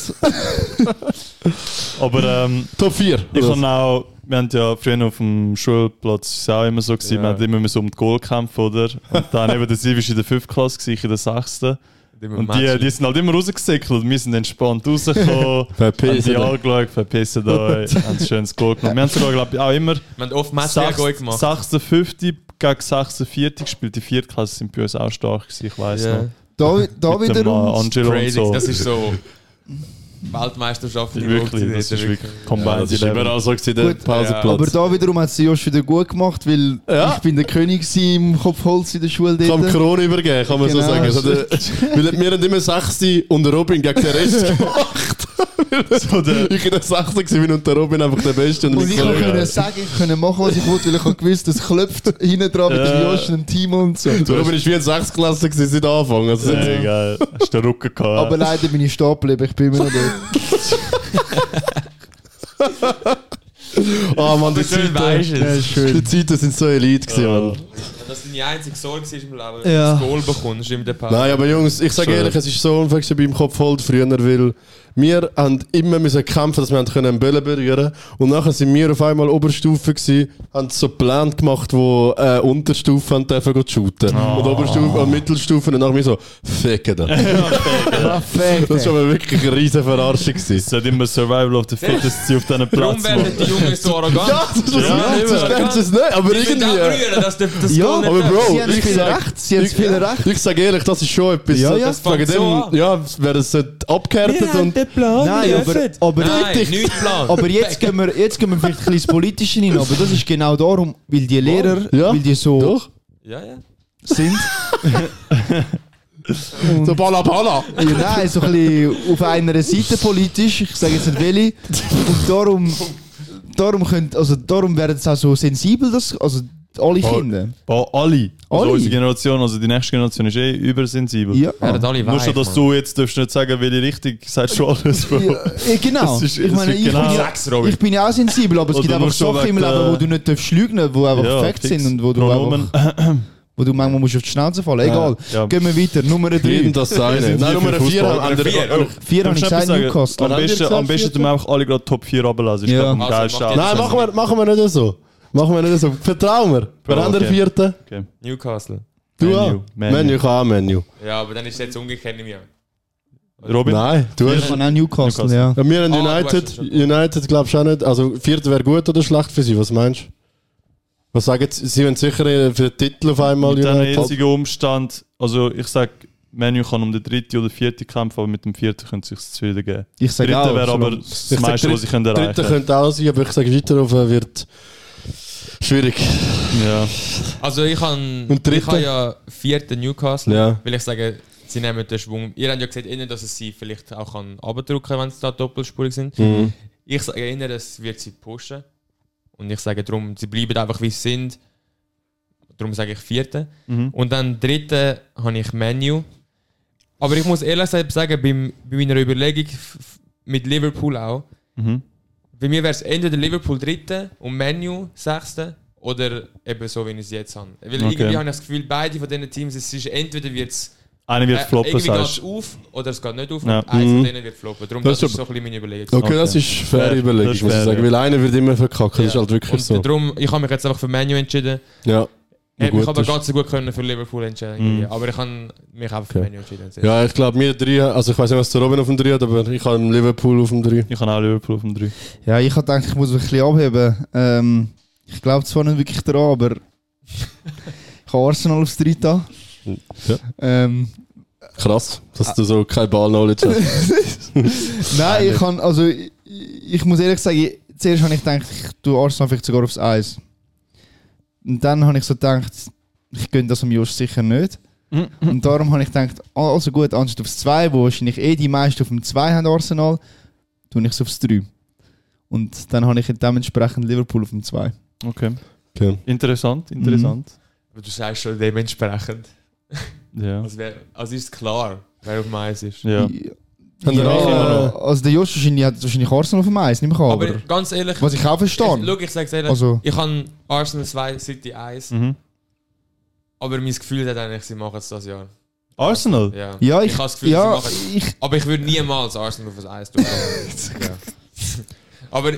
Aber ähm,
Top 4.
ich habe auch, wir haben ja früher auf dem Schulplatz ist es auch immer so gewesen,
Ja.
wir haben immer so um die Goal gekämpft, oder? Und dann eben der Siv ist in der 5. Klasse, gewesen, ich in der 6. Und die, die sind halt immer rausgesickelt, wir sind entspannt rausgekommen, haben
Verpiss
die
dich.
angeschaut, verpissen euch, haben ein schönes Goal gemacht. Wir haben sogar, glaube ich, auch immer
wir haben oft Matches gut gemacht.
56. gegen 46 gespielt, die Viertklasse sind bei uns auch stark gewesen, ich weiss
Ja.
noch.
Da, da
Mit dem, äh,
wiederum.
Angelo und
Crazy,
so.
das ist so Weltmeisterschaft. die
wirklich,
Hochzeit,
das ist wirklich
Ja, das
combined
ist
Eleven.
überall so gewesen, der
Gut.
Pauseplatz.
Aber da wiederum hat es der Josh wieder gut gemacht, weil
Ja.
ich bin der König gewesen im Kopfholz in der Schule
Ich habe
dort.
Krone übergeben, kann man so
Genau.
sagen. Also der, weil wir haben immer 6. und der Robin gegen den Rest gemacht. so der, ich war der 6. gewesen und der Robin einfach der Beste. Und,
Und
mein
ich
Kollege-
konnte sagen, ich konnte machen, was ich wollte, weil ich habe gewusst, das klopft hinten dran mit dem
Ja.
Josh und dem Timo und so.
der Robin war wie ein 6. Klasse gewesen seit Anfang. Also
Ja,
ja.
egal, hast den Rücken gehabt.
Aber leider bin ich stehen geblieben, ich bin immer noch dort.
Oh Mann, die
Aber schön weisst
Zeiten,
du es.
die Zeiten sind so elite gewesen, Mann.
Dass deine einzige Sorge war im Leben,
Ja.
dass du das Goal bekommst in der Pause.
Nein, aber Jungs, ich sage
Schön.
ehrlich, es ist so unfair gewesen beim Kopf holt früher, weil wir haben immer müssen kämpfen, dass wir haben können einen Böllen berühren und nachher sind wir auf einmal Oberstufe gewesen, haben so Pläne gemacht, wo äh, Unterstufe haben dürfen gut shooten und Oberstufe und Mittelstufe und nachher wir so ficken da.
Perfekt.
Das ist aber wirklich eine riesen Verarschung
Es
gewesen.
sollte immer Survival of the Fittest sein auf diesen
Warum
Platz.
werden die Jungen so arrogant?
Ja, das ist ja,
Ja,
das
aber-
ist es nicht, aber
Die sind auch
irgendwie. äh,
früher, dass der- das
Ja,
Goal nicht
aber
darf.
Bro,
Sie haben
ich
viel
sag-
Recht, sie haben
ich-
viel Recht.
Ich sage ehrlich, das ist schon etwas. äh,
Ja, ja.
das wegen
Fängt
dem,
so an.
ja, wäre es abgehärtet und
Plan,
Nein, aber, aber,
Nein, nicht Plan.
aber jetzt, gehen wir, jetzt gehen wir vielleicht ein bisschen ins Politische rein, aber das ist genau darum, weil die Lehrer,
Ja.
weil die so
Doch.
ja, ja.
sind,
so Balabala.
ja, nein, so ein bisschen auf einer Seite politisch, ich sage jetzt nicht welche, und darum, darum, könnt, also darum werden sie auch so sensibel, dass, also alle
Oh.
Kinder.
Oh, alle. Also
Alle?
unsere Generation, also die nächste Generation ist eh übersensibel.
Ja.
Werden alle
Nur schon,
weich,
dass
Mann.
du jetzt darfst nicht sagen, welche Richtung sagst du alles, Bro.
Ja, ja, genau.
Das ist-
ich
das
meine,
ist
ich,
genau-
bin ja,
Sechs, Robin.
ich bin ja auch sensibel, aber es
Oder
gibt einfach
nur schon
Sachen im
wegen,
Leben, wo
äh,
du nicht darfst lügen darfst, die einfach
Ja,
Facts
fix.
sind und wo du,
Pronomen.
einfach, wo du manchmal musst auf die Schnauze fallen. Egal.
Ja.
Gehen wir weiter. Nummer 3.
Jedem das seine.
sind
Nein,
hier
Nummer
für
4
Fußball.
haben
Nummer vier,
wir.
oh.
Vier habe ich
Darf ich
gesagt,
sagen,
Newcastle.
Am
Haben wir
besten,
gesagt,
am besten tun wir einfach alle gerade Top 4 runterlassen. Ist
Ja.
glaub, am
Also,
geilsten.
macht ihr-
Nein, machen wir, machen wir nicht so. Machen wir nicht so. Vertrau mir. Wer
Bro,
haben der
okay.
vierte?
Newcastle.
Du
Menu,
auch?
Menu.
Menu, ich habe auch Menu.
Ja, aber dann ist es jetzt umgekehrt in mir.
Robin?
Nein, du
Ich
hast.
habe auch Newcastle,
Newcastle.
ja.
Ja, wir haben
Ah, du hast
United.
schon.
United glaubst du auch nicht. Also, vierte wäre gut oder schlecht für sie, was meinst du? Was sagen sie? Sie wollen sicher für den Titel auf einmal
Mit diesem
United.
jetzigen Umstand also ich sage, Menu kann um den dritten oder vierten kämpfen, aber mit dem vierten könnte es sich das Zweite geben.
Ich sage
Dritte
auch.
wäre aber
solange-
das
Ich sag,
meiste, was
dritt-
ich könnte erreichen
Dritter
könnte.
könnte auch sein, aber ich sage, weiterlaufen wird schwierig.
Ja.
Also ich habe
Und dritte?
ich habe ja vierten Newcastle,
Ja.
weil ich sage, sie nehmen den Schwung. Ihr habt ja gesagt, innen, dass es sie vielleicht auch kann abdrücken kann, wenn sie da doppelspurig sind. Ich sage innen, das wird sie pushen. Und ich sage darum, sie bleiben einfach wie sie sind. Darum sage ich vierten. Und dann dritten habe ich Menu. Aber ich muss ehrlich gesagt sagen, beim, bei meiner Überlegung f- f- mit Liverpool auch,
Mhm.
bei mir wäre es entweder Liverpool dritte und Menu sechste oder eben so, wie ich es jetzt habe. Weil
Okay.
irgendwie habe ich das Gefühl, beide von diesen Teams, es ist entweder wird es
Einer wird floppen,
Äh, irgendwie geht
sagst
es
du.
auf oder es geht nicht auf
Ja.
und eins
Mhm.
von denen wird floppen. Darum
Das
das,
ist
ist so ein bisschen meine Überlegung.
Okay, das ist fair
Fair,
überlegt,
das ist
muss ich
fair,
sagen.
ja.
Weil einer wird immer verkacken, das ist
Ja.
halt wirklich
Und
so.
darum, ich habe mich jetzt einfach für Menu entschieden.
Ja. Wie
Hätte mich
gut
aber
ist-
ganz so gut können für Liverpool entscheiden irgendwie. Aber ich habe mich einfach für
Okay.
Menu entschieden.
ja, ich glaube, wir drei, also ich weiß nicht, was der Robin auf dem 3 hat, aber ich habe Liverpool auf dem 3.
Ich habe auch Liverpool auf dem 3.
Ja, ich habe gedacht, ich muss mich ein bisschen abheben. Ähm, ich glaube zwar nicht wirklich daran, aber ich habe Arsenal aufs Dritte.
Ja.
Ähm,
Krass, dass du so kein Ball-Knowledge hast.
nein, ich kann, also ich, ich muss ehrlich sagen, ich- zuerst habe ich gedacht, ich tue Arsenal vielleicht sogar aufs Eis. Und dann habe ich so gedacht, ich gönne das am Jost sicher nicht.
Mm.
Und darum habe ich gedacht, ah, also gut, anstatt aufs 2, wo wahrscheinlich eh die meisten auf dem 2 haben Arsenal, tue ich es aufs 3. Und dann habe ich dementsprechend Liverpool auf dem 2.
Okay.
Okay.
Interessant, interessant.
Aber du sagst schon dementsprechend.
Mhm.
Ja.
Also, wer, also ist klar, wer auf dem Eis ist.
ja.
Haben wir auch immer
Ja,
noch.
also der Josh wahrscheinlich hat wahrscheinlich Arsenal auf dem Eis, nicht mehr
Aber,
aber,
ganz ehrlich,
was ich auch verstehe.
Ich, schau, ich sag's ehrlich,
Also-
ich habe Arsenal 2, City 1,
Mhm.
aber mein Gefühl hat eigentlich, sie machen es das Jahr.
Arsenal?
Ja,
ja,
ich
ich,
habe das Gefühl,
ja,
sie machen es.
ich,
Aber ich würde niemals Arsenal auf das Eis tun. ja. Aber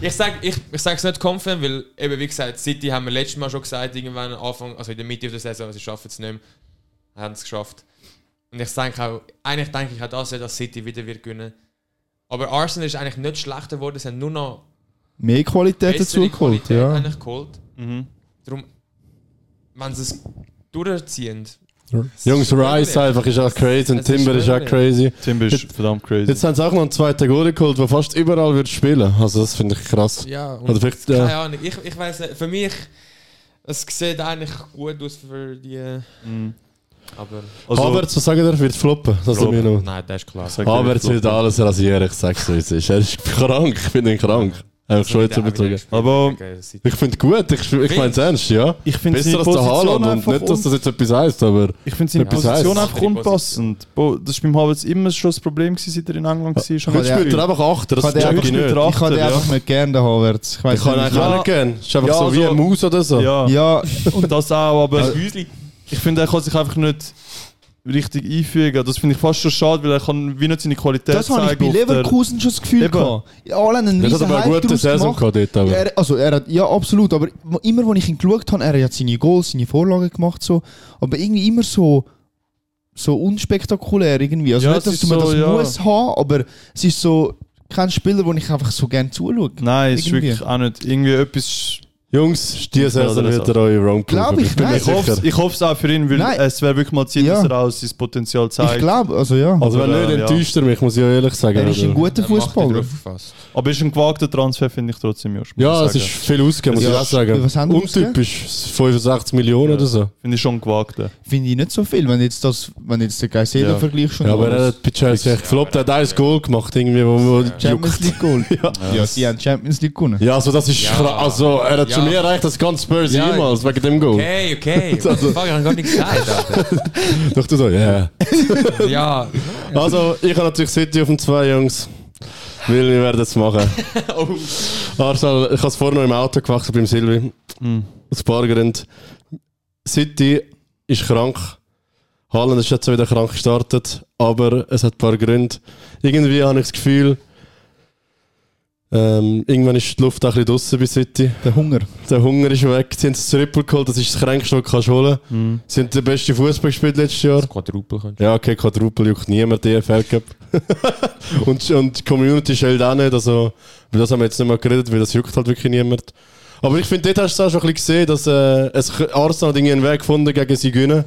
ich sage ich, ich sag's nicht confident, weil eben wie gesagt, City haben wir letztes Mal schon gesagt, irgendwann am Anfang, also in der Mitte der Saison, sie schaffen es nicht mehr. Haben es geschafft. Und ich denke auch, eigentlich denke ich auch das, ja, dass City wieder wird gewinnen. Aber Arsenal ist eigentlich nicht schlechter geworden, sie haben nur noch
mehr Qualität dazu
bessere
geholt.
Qualität
Ja.
eigentlich geholt.
Mhm.
Darum, wenn sie es durchziehen,
Jungs, Rice einfach ist auch crazy und
Es ist
Timber ist auch
schwierig.
crazy.
Tim ist verdammt crazy.
Jetzt haben sie auch noch einen zweiten Goal geholt, der fast überall wird spielen. Also das finde ich krass.
ja, und
Oder vielleicht, äh,
keine Ahnung, ich, ich weiß nicht, für mich, es sieht eigentlich gut aus für die,
Mhm.
aber...
Also,
Havertz, was sagen der, wird floppen. Das
Flop.
sind wir noch.
Nein, das ist klar.
ich sag dir,
Havertz
Flop.
wird alles rasieren, ich sag's euch. Es ist- Er ist krank, ich bin ihn krank. Einfach schon jetzt überzogen.
Aber-
Ich finde gut, ich, ich meine es ernst, ja.
Ich finde
Besser
seine
als der
Position
Haaland und
einfach
nicht, dass
un-
das jetzt etwas heisst, aber
Ich finde seine
Ja.
Position
Das
heisst-
einfach unpassend. Bo, das war beim Havertz immer schon das Problem, gewesen, seit er in England war. Schon
heute
der-
spielt er einfach Achter, das
Kann der-
checke ich
Heute
nicht.
spielt er
Ich habe den
Achter,
einfach nicht gerne, den Havertz. Ich
Ich
weiß
kann
nicht.
eigentlich
Ja.
auch nicht gehen. Ist einfach
Ja,
so wie
also-
eine Maus oder so.
ja.
Ja,
und das auch, aber
Häusli.
ich finde, er kann sich einfach nicht richtig einfügen. Das finde ich fast schon schade, weil er kann wie nicht seine Qualität
das habe ich bei
auf der-
Leverkusen schon das Gefühl
Eben.
gehabt. Alle haben einen
Das hat
riesen
aber eine
Hype
gute
draus
Saison
gemacht.
gehabt dort. Aber.
Er, also er hat, ja absolut, aber immer wenn ich ihn geschaut habe, er hat seine Goals, seine Vorlagen gemacht, so, aber irgendwie immer so, so unspektakulär irgendwie. Also
Ja,
nicht,
es
dass
ist
man das
so, ja.
muss haben, aber es ist so kein Spieler, wo ich einfach so gerne zuschaue.
Nein, es ist
Irgendwie.
wirklich auch nicht. Irgendwie etwas.
Jungs, diese
Stimmt,
Saison
oder
wird
so.
er eure Wrong
Glaub ich,
bin mir
nein.
Ich hoffe
sicher.
es ich hoff's auch für ihn, weil
Nein.
es wäre wirklich mal Zeit,
Ja.
dass er auch sein Potenzial
Ich
zeigt.
glaube, also ja,
Also wenn
Aber,
nicht,
äh, ja.
enttäuscht er mich, muss ich auch ehrlich sagen.
er ist ein
aber-
guter Fußballer.
Aber ist ein gewagter Transfer, finde ich trotzdem, Josh. muss
Ja,
ich
es
sagen.
ist viel ausgegeben, muss
Ja,
ich auch sagen.
was haben die ausgegeben?
Untypisch, 65 Millionen
Ja.
oder so.
Finde ich schon gewagt. ja.
Finde ich nicht so viel, wenn jetzt das, wenn jetzt den Geisela
Ja.
vergleichst und
Ja, aber er
alles.
hat bei Chelsea echt gefloppt, er hat ein Goal gemacht, irgendwie, wo wo
Champions
juckt.
League Goal. ja. sie haben Champions League gewonnen.
Ja, also das ist
Ja.
kra- Also er hat
Ja.
zu mir erreicht, das ganze Spurs
Ja.
jemals, wegen dem Goal.
Okay, okay. Fuck, ich habe gar nichts gesagt. Alter.
Doch du so, ja.
ja.
Also, ich habe natürlich City auf dem 2, Jungs. Weil wir werden es machen. Arsenal, ich habe es vorhin noch im Auto gemacht beim Silvi. Aus ein paar Gründen. City ist krank. Haaland ist jetzt wieder krank gestartet. Aber es hat ein paar Gründe. Irgendwie habe ich das Gefühl, ähm, irgendwann ist die Luft auch ein bisschen draussen bei City.
Der Hunger.
Der Hunger ist weg. Sie haben das Triple geholt, das ist das Kränkste, was du kannst holen kannst. Sie haben den besten Fußball gespielt letztes Jahr.
Quadruple kannst
Ja, okay, Quadruple juckt niemand, DFL Cup. und, und die Community schält auch nicht, also, über das haben wir jetzt nicht mehr geredet, weil das juckt halt wirklich niemand. Aber ich finde, dort hast du es auch schon ein bisschen gesehen, dass äh, es Arsenal hat irgendwie einen Weg gefunden gegen sie gewinnen.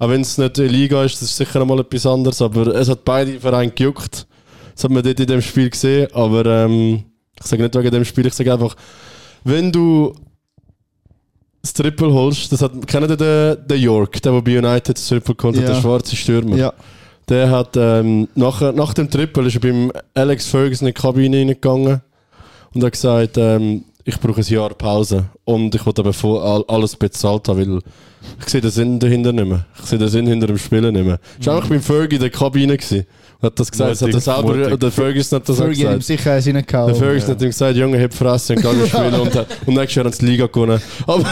Auch wenn es nicht eine Liga ist, das ist sicher einmal etwas anderes, aber es hat beide Vereine gejuckt. Das hat man dort in dem Spiel gesehen, aber ähm, ich sage nicht wegen dem Spiel, ich sage einfach, wenn du das Triple holst, das hat, kennt ihr den, den York, der, der bei United das Triple geholt hat,
Ja.
der schwarze Stürmer?
Ja.
Der hat ähm, nach, nach dem Triple ist er beim Alex Ferguson in die Kabine reingegangen und hat gesagt, ähm, ich brauche ein Jahr Pause und ich wollte aber vor- all- alles bezahlt haben, weil ich sehe den Sinn dahinter nicht mehr. Ich sehe den Sinn hinter dem Spielen nicht mehr. Ich
Mhm.
war einfach beim Fergie in der Kabine gewesen und hat das gesagt, das hat er
Mutig,
selber,
mutig.
der Ferguson hat das auch
Fergie Oh, hat ihm
gesagt.
sicher einen
Der
reingehauen.
Ferguson hat ihm gesagt, Junge, hab Fresse und geh spielen und, hat- und nächstes Jahr haben sie die Liga gewonnen. Aber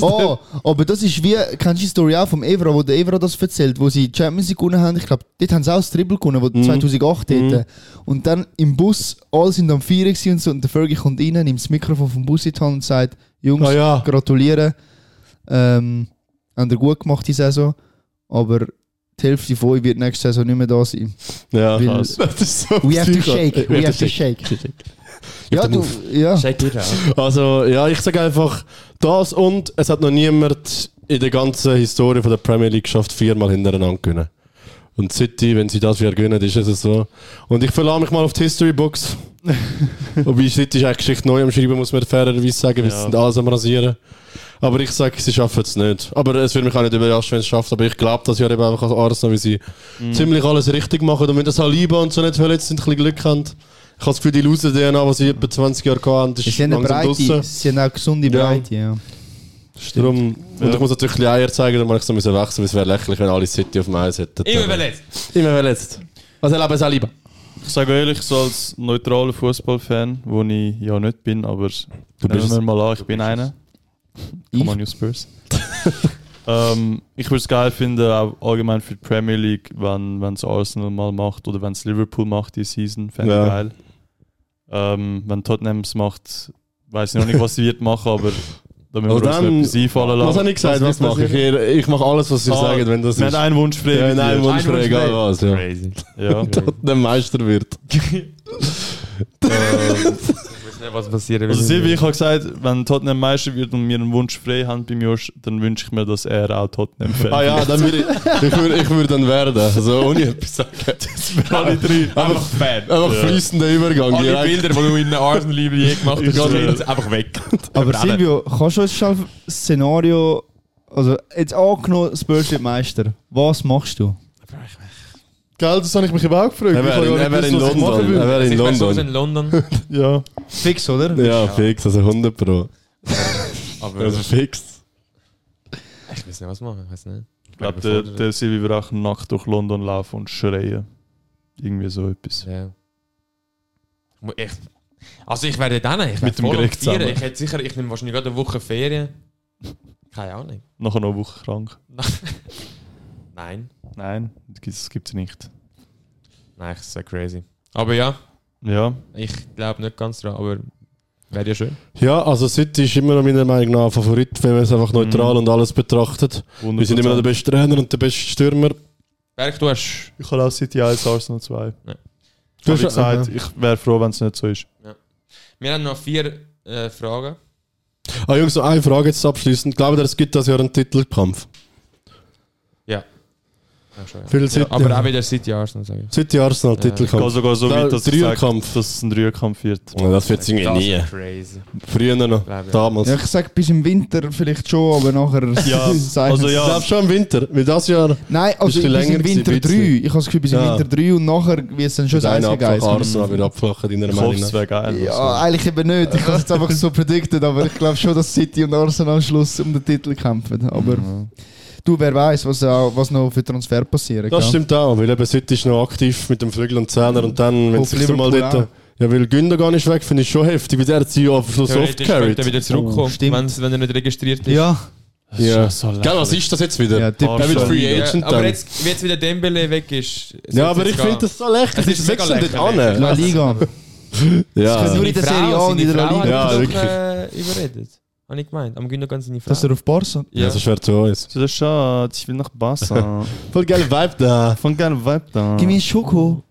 Oh, aber das ist wie, kennst du die Story auch vom Evra, wo der Evra das erzählt, wo sie die Champions League gewonnen haben? Ich glaube, dort haben sie auch das Triple gewonnen, wo
Mhm.
2008 dort. Und dann im Bus, alle sind am Feiern gewesen und so, und der Fergie kommt rein, nimmt das Mikrofon vom Bus in die Hand und sagt, Jungs,
Ah ja.
gratulieren, ähm, habt ihr gut gemacht die Saison, aber die Hälfte von euch wird nächste Saison nicht mehr da sein.
ja,
Krass.
das ist so
We have to
psycho.
shake, we have to shake. Ja,
to
du, ja.
Check it out.
Also, ja, ich sage einfach das und es hat noch niemand in der ganzen Historie von der Premier League geschafft, viermal hintereinander zu gewinnen. Und City, wenn sie das wieder gewinnen, ist es so. Und ich verlasse mich mal auf die History Box. Wobei City ist eigentlich Geschichte neu am Schreiben, muss man fairerweise sagen, weil sie
Ja.
sind alles am Rasieren. Aber ich sage, sie schaffen es nicht. Aber es würde mich auch nicht überraschen, wenn sie es schafft. Aber ich glaube, dass sie halt eben einfach als Arsenal, wie sie ziemlich alles richtig machen. Und wenn das Saliba und so nicht verletzt sind, ein bisschen Glück haben. Ich habe das Gefühl, die Loser-DNA, die sie etwa 20 Jahre hatten, ist
Sie haben eine
langsam draussen.
Breite, sie haben auch gesunde
Ja.
Breite, ja.
Darum, und ich muss natürlich die Eier zeigen, darum habe ich so müssen wechseln, weil es wäre lächerlich, wenn alle City auf dem Eis hätten.
Immer verletzt.
Immer Also, verletzt. Was erleben sie auch lieber?
Ich sage ehrlich, so als neutraler Fußballfan, wo ich ja nicht bin, aber
bist
nehmen wir
es.
mal an, ich bin einer. Come on, you Spurs. ähm, ich würde es geil finden, auch allgemein für die Premier League, wenn es Arsenal mal macht oder wenn es Liverpool macht, die Season, fände
Ja.
ich geil. Ähm, wenn Tottenham es macht, weiß ich noch nicht, was sie wird machen, aber da müssen wir
Also
uns
dann-
etwas einfallen lassen.
Was habe ich gesagt? Was mache ich? Ich, ich mache alles, was sie
Ah,
sagen, wenn das
Wir
ist.
haben einen Wunsch frei.
Ja,
bei
nein,
dir.
Wunsch frei, egal was. Ja.
Crazy.
Ja.
Der Meister wird.
Ich weiß nicht, was passieren
Also Silvi, ich habe gesagt, wenn Tottenham Meister wird und wir einen Wunsch frei haben beim Josh, dann wünsche ich mir, dass er auch Tottenham Fan
Ah ja, dann würde ich, ich, würde, ich würde dann werden. So, ohne etwas sagen.
alle drei.
Einfach,
Fan.
einfach fließender Übergang.
Alle
direkt.
Bilder, die du in der Arsenal-Liebe je gemacht hast,
Ich schwöre.
sind einfach weg.
Aber
Verbrennen.
Silvio, kannst du uns schon ein Szenario, also jetzt angenommen, Spurs wird Meister, was machst du?
Gell, das habe ich mich eben auch gefragt.
Er wäre in, er wäre in London. Er wäre in
Ich wäre sowieso
London.
in London.
Ja.
Fix, oder?
Ja, fix, also 100 Pro.
Aber
Also
ich
fix.
weiß nicht, was machen. Ich weiß nicht.
Ich glaube, der, der Silvi wird auch nackt durch London laufen und schreien. Irgendwie so etwas.
Ja. Ich mu- Ich, also ich werde dann, ich
Mit
werde
dem
voll am
Greg zusammen.
Feiern. Ich hätte sicher, ich nehme wahrscheinlich gerade eine Woche Ferien. Keine Ahnung.
Nachher noch eine Woche krank.
Nein.
Nein, das gibt es nicht.
Nein, das ist so crazy. Aber ja,
Ja.
ich glaube nicht ganz dran, aber wäre ja schön.
Ja, also City ist immer noch meiner Meinung nach ein Favorit, wenn man es einfach
Mhm.
neutral und alles betrachtet. Wir sind immer noch der beste Trainer und der beste Stürmer.
Berg, du hast...
Ich habe auch City 1, Arsenal 2.
Ja.
Du hast
hast-
gesagt, ich wäre froh, wenn es nicht so ist.
Wir haben noch vier äh, Fragen.
Ah, Jungs, noch eine Frage jetzt abschließend. Glaubt ihr, es gibt das Jahr einen Titelkampf?
Ja, schon, ja.
Viel City.
Ja, aber auch wieder City Arsenal, sage ich.
City Arsenal,
Ja.
Ich gehe
Titelkampf.
sogar so
Da-
weit, dass ich sage,
Dreierkampf.
dass es ein Dreierkampf wird.
Ja, das wird es irgendwie
Das ist
nie.
crazy.
Früher noch.
Glaub ich.
Damals.
Ja, ich sag bis im Winter vielleicht schon, aber nachher
Ja,
sagen
also
sie-
Ich
ja.
glaube schon im Winter, weil das Jahr
Nein, also
Ist ein
bis
bisschen
im
länger
Winter
gewesen,
3.
bisschen.
Ich habe das Gefühl, bis
Ja.
im Winter 3 und nachher wird es dann schon
ist
das
einer
einzige
abflachen,
Eis.
Arsenal wird abflachen in der
Ich hoffe, es
Meinung.
wäre geil.
Ja, eigentlich eben nicht. Ich habe es einfach so predicted, aber ich glaube schon, dass City und Arsenal am Schluss um den Titel kämpfen. Aber du, wer weiß, was, auch- was noch für Transfer passieren
Das
gell?
stimmt auch, weil eben City ist noch aktiv mit dem Flügel und Zähner und dann, wenn es
Hoffe
sich so mal
Liverpool
dort... Ja, weil Gündogan ist weg, finde ich schon heftig, weil der hat sie ja auf so soft
Theoretisch könnte er
carried.
wieder
Oh,
zurückkommen,
stimmt.
wenn's- wenn er nicht registriert ist.
Ja,
Ja.
So lächerlich.
Gell, was ist das jetzt wieder?
ja,
Der
typ-
Ah,
wird
schon.
Free
Ja,
Agent
aber
dann.
jetzt, jetzt wieder Dembele weg ist. soll's
Ja, aber
jetzt
ich
gehen.
finde das so lächerlich.
Es ist
Wieso
mega
wechseln die
lächerlich.
La
an?
Liga.
Ja.
können nur in der
Seine
Serie A
Frau-
und in der La
seine Frau
Liga.
hat
Ja,
ihn doch,
eh,
äh, überredet. Habe ich gemeint. Am Gündogan seine Frau.
Dass er auf Barca.
Ja, so schwer zu uns.
So, der Schatz, ich will nach Basel.
Voll geiler Vibe
Also,
da.
Von gerne Vibe da.
Gib mir Schoko.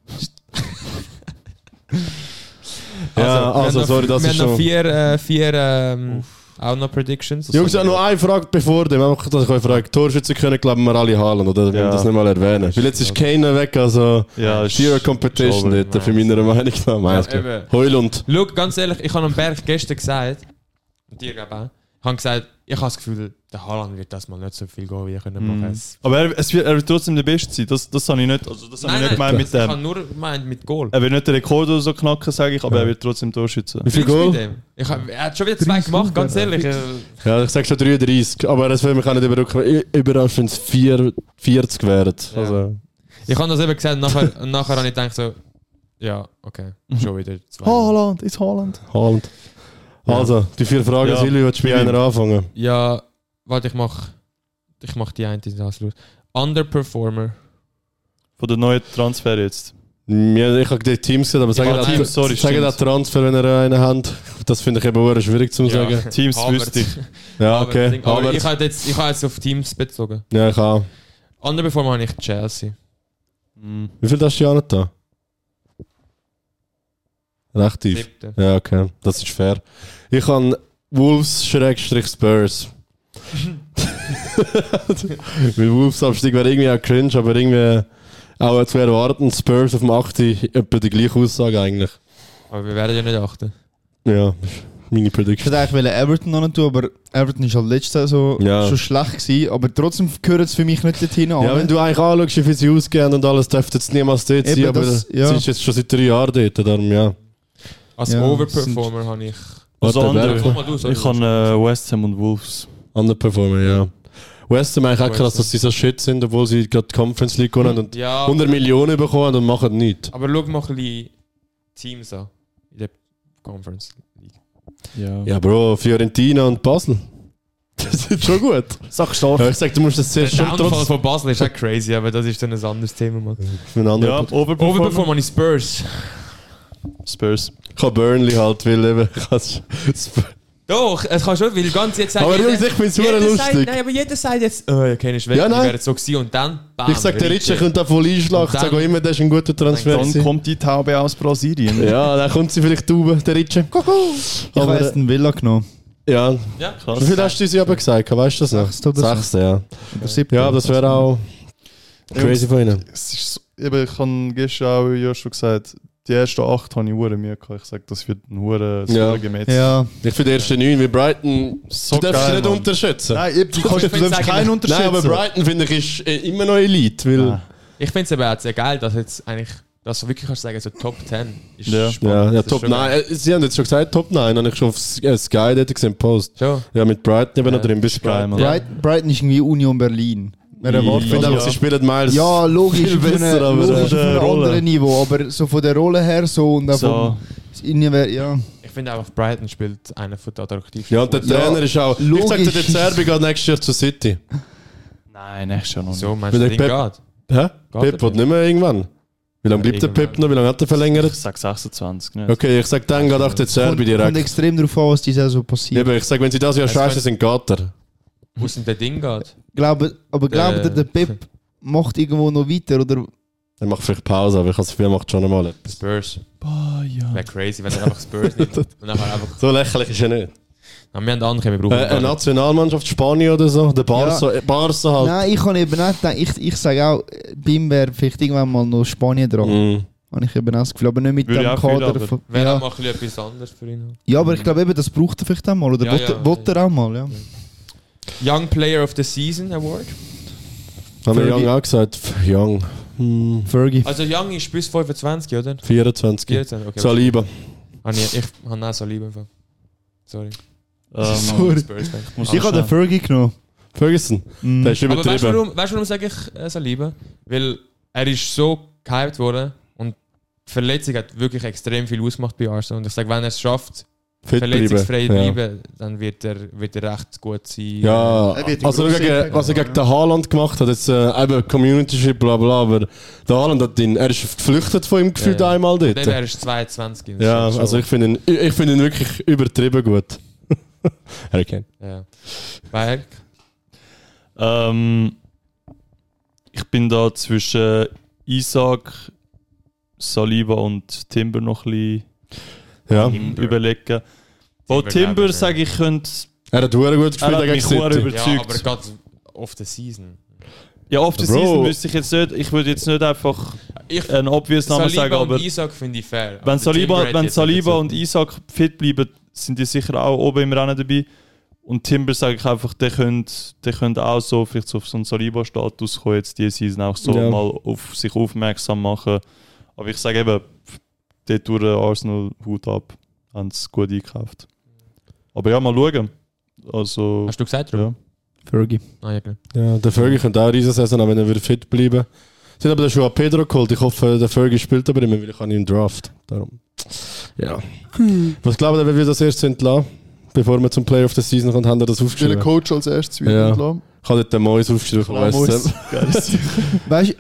Ja,
wir
also,
haben noch-
sorry, das
wir
also, ist
haben noch
schon-
eh, vier, äh, vier ähm, auch noch Predictions.
Jungs, ich
ja
habe noch eine Frage bevor dem. Einfach, dass ich euch frage. Torschützen können, glauben wir alle Haaland, oder? Wir
Ja.
ja. das nicht mal erwähnen. Weil jetzt ist keiner weg, also...
Ja, ist-
Zero Competition
Schauber,
dort, für meiner Meinung nach. Meins,
Ja,
klar.
eben.
Heulund.
Schau, ganz ehrlich, ich habe am Berg gestern gesagt, und dir glaube auch, ich habe gesagt, ich habe das Gefühl, der Haaland wird das mal nicht so viel gehen, wie er
Mm.
können machen Es-
Aber er, es wird, er wird trotzdem der Beste sein. Das, das habe ich nicht, also das habe ich nicht gemeint mit
ich habe
eh,
dem.
nur gemeint mit Goal.
Er wird nicht den Rekord oder so knacken, sage ich, aber er wird trotzdem Torschütze.
Wie viel
Fix mit
Goal?
dem. Ich hab, er hat schon wieder zwei gemacht, ganz ehrlich. äh,
Ja, ich sag schon 33, aber das will mich auch nicht überraschen, überraschen wenn es 4 40 wären.
Ja.
Also,
Ich habe das eben gesagt und nachher, und nachher habe ich gedacht so, ja, okay,
Mhm.
schon wieder zwei.
Oh,
Haaland, ist Haaland.
Holland. halt. Also, die vier Fragen,
Ja.
Silvi, willst du mit
Silvi.
einer anfangen?
Ja, warte, ich mach, ich mach die eine das los. Underperformer.
Von der neuen Transfer jetzt.
Ja, ich habe die Teams gesehen, aber sagen
habe
den
Teams, sorry,
sagen
stimmt.
den Transfer, wenn ihr einen habt. Das finde ich eben auch schwierig zu sagen.
Teams wüsste ich.
Ja,
Aber,
okay.
aber,
Aber,
ich habe jetzt, ich hab jetzt auf Teams bezogen.
ja, ich auch.
Underperformer habe ich Chelsea.
Wie viel hast du ja nicht da? Recht tief.
Siebte.
Ja, okay. Das ist fair. Ich habe Wolves-Spurs. Weil Wolves-Abstieg wäre irgendwie auch cringe, aber irgendwie auch zu erwarten, Spurs auf dem 8. etwa die gleiche Aussage eigentlich.
Aber wir werden ja nicht achten.
Ja, meine
Ich
Prediction.
hätte eigentlich wollen Everton noch nicht tun, aber Everton ist halt letztes Jahr so
Ja.
schon schlecht gewesen, aber trotzdem gehört es für mich nicht dorthin an.
Ja, wenn du eigentlich anschaust, wie viel sie ausgehen und alles, dürfte jetzt niemals dort
Eben
sein, aber
das, ja.
sie ist jetzt schon seit drei Jahren dort, darum ja.
Als
Ja,
Overperformer habe ich.
Also
Warte,
andere-
wer-
Komm mal du, sorry.
Ich habe äh, West Ham und Wolves.
Underperformer, ja. West Ham eigentlich auch
West
krass,
Ham.
dass sie so shit sind, obwohl sie gerade die Conference League gewonnen haben und
Ja,
100 Millionen bekommen und machen nichts.
aber schau mal ein bisschen Teams an. In der Conference League.
Ja.
Ja, Bro, Fiorentina und Basel. Das ist schon gut.
Sag stark.
Ja, ich sag, du musst das
Der
zuerst schon
Downfall
trotz
von Basel ist auch crazy, aber das ist dann ein anderes Thema. Mann.
für einen anderen.
Ja, Overperformer.
Overperformer habe ich Spurs.
Spurs.
Ich kann Burnley halt, weil eben. ich kann's- Sp-
Doch, es kann schon, weil ganz jetzt sagen.
Aber Jungs, ich find's super
Sagt,
lustig.
nein, aber jeder sagt jetzt, oh, ja, keiner ist weg,
Ja,
ja,
nein.
die wären so gewesen und dann, bam.
Ich sag, der Ritscher
Ricci.
könnte da voll einschlagen.
Und
Ich sag
dann-
auch immer, der ist ein guter Transfer.
Dann
gewesen.
kommt die Taube aus Brasilien.
Ja, dann kommt sie vielleicht drüber, der Ritscher.
ich
Aber,
habe Aston Villa genommen.
äh, ja.
Ja, krass.
Wie viel hast du sie aber gesagt? Weißt du das noch?
Sechste oder so.
Sechste, ja.
Oder siebte.
Ja, aber das wäre auch crazy von ihnen.
Es ist so, eben, ich habe gestern auch ja schon gesagt, die ersten acht habe ich hure Mühe gehabt. Ich sage, das wird ein hure
Ja.
ja. gemäht.
Ja,
Ich finde die ersten neun, weil Brighton.
So
du darfst
geil,
sie nicht
Mann.
unterschätzen.
Nein, eben, du, kannst, du
Ich
darfst
sagen,
keinen
nein,
unterschätzen.
aber Brighton finde ich ist äh, immer noch Elite, weil.
Ah.
Ich finde es aber auch sehr geil, dass jetzt eigentlich, dass du wirklich kannst sagen, so Top 10 ist
Ja.
spannend.
Ja,
Das
ja
ist
Top
schon
9.
geil.
Äh, Sie haben jetzt schon gesagt, Top 9 habe ich schon auf S- äh, Sky dort gesehen, Post.
Schon.
Ja, mit Brighton eben
Ja,
noch drin, bist
geil,
Brighton.
Mann.
Brighton, Brighton ist irgendwie Union Berlin. Man
Ich
erwartet
finde
Ja.
aber, sie spielen Miles.
Ja, logisch,
Viel
auf einem-
besser, aber-
logisch auf
Von der
einem
Rolle.
anderen Niveau, aber so von der Rolle her so und auch
So.
vom Innenwehr, ja.
Ich finde einfach, Brighton spielt einer von den attraktivsten.
Ja, und der
Ja,
Trainer ist auch. Ich sag dir, der
logisch.
Zerbi geht nächstes Jahr zu City.
Nein, nächstes Jahr noch nicht.
so, meinst du,
Weil
den
der
geht?
Hä?
Geht
Pep
er
wird nicht mehr irgendwann. Wie lange bleibt der
irgendwann.
Pep noch? Wie lange hat er verlängert?
Ich sage 26, nicht?
Okay, ich sag, dann geht auch der Zerbi
Kommt
direkt.
extrem darauf an, was die Saison passiert.
Eben, ich sag, wenn sie das Jahr
Es
scheiße sind, geht er.
Wo sind der Ding geht?
Glaube, aber glaubt ihr,
Äh.
der Pep macht irgendwo noch weiter oder
Er macht vielleicht Pause, aber ich habe das Gefühl, er macht schon einmal etwas.
Spurs.
Bayern.
Wäre crazy, wenn er einfach Spurs nimmt. Und nachher einfach.
So lächerlich ist er nicht.
Nein, wir haben andere, wir brauchen
Äh, eine
gar nicht.
Nationalmannschaft Spanien oder so, der Barca, äh, Barca halt.
Nein, ich kann eben nicht denken. Ich, ich sage auch, BIM wäre vielleicht irgendwann mal noch Spanien dran.
Mhm.
Habe ich eben auch das Gefühl. Aber nicht mit
Würde ich
dem
auch fühlen,
Kader.
aber-
Von,
Wäre auch
ja.
mal ein bisschen etwas anderes für ihn.
ja, aber ich glaube eben, das braucht er vielleicht auch mal. Oder
Ja,
ja, will,
ja.
will er auch mal, ja.
Young Player of the Season Award.
Haben wir
Fergie.
Young auch gesagt? Pff, Young. Hm,
Fergie.
Also Young ist bis 25, oder?
24.
14, okay.
Saliba.
Ah, nee, ich habe auch so lieb einfach. Sorry.
Ähm,
Sorry.
Spurs Fan.
muss
Ich habe den
anschauen.
Fergie genommen.
Ferguson.
Mm.
Der ist
Hm. Aber weißt du,
übertrieben.
warum, weißt, du, warum sage ich äh, Saliba? Weil er ist so gehypt worden und die Verletzung hat wirklich extrem viel ausgemacht bei Arsenal. Und ich sage, wenn er es schafft,
Fit
verletzungsfrei
bleiben. Ja.
bleiben, dann wird er, wird er recht gut sein.
Ja,
Er wird die
also
grosse
gegen,
Effekte
was er gegen den Haaland gemacht hat, jetzt äh, eben Community Ship, bla bla, aber der Haaland hat ihn, er ist geflüchtet von ihm gefühlt
Ja, ja.
einmal dort.
Dann er ist 22. Das
Ja,
ist schon-
also ich finde ihn, ich, ich find ihn wirklich übertrieben gut. Harry Kane.
Ja. Weil,
Ähm, ich bin da zwischen Isaac, Saliba und Timber noch ein bisschen
Ja.
im überlegen. Bei
Timber,
Timber
ja.
sage ich, könnte
Er hat verdammt gut
Er
gespielt
hat
gegen
mich sehr
City.
Ja, aber
überzeugt.
gerade auf der Season.
Ja, auf der
Bro.
Season wüsste ich jetzt nicht, ich würde jetzt nicht einfach
Ich,
einen obvious Namen
Saliba
Äh, sagen, aber
und Isaac finde ich fair.
wenn
Aber
Saliba,
Gilbert
wenn
jetzt
Saliba
so-
und Isaac fit bleiben, sind die sicher auch oben im Rennen dabei. Und Timber sage ich einfach, der könnte, der könnte auch so vielleicht so auf so einen Saliba-Status kommen, jetzt diese Season auch so
Ja.
mal auf sich aufmerksam machen. Aber ich sage eben, dort durch Arsenal Hut ab, haben sie gut eingekauft. Aber ja, mal schauen. Also,
Hast du gesagt, Ruben?
ja.
Fergie.
Ah, ja, genau.
Ja, der Fergie könnte auch diese Saison haben, wenn er wieder fit bleiben Sie haben aber den Joao Pedro geholt. Ich hoffe, der Fergie spielt aber immer, weil ich habe ihn im Draft. Darum. Ja. Was glauben Sie, wer wird das erste entlassen? Bevor wir zum Player of the Season kommen, haben wir das
Welcher
aufgeschrieben.
Coach als erstes
Ja.
wieder ja.
Ich habe dort den Mois aufgeschrieben von West Ham.
Weißt du,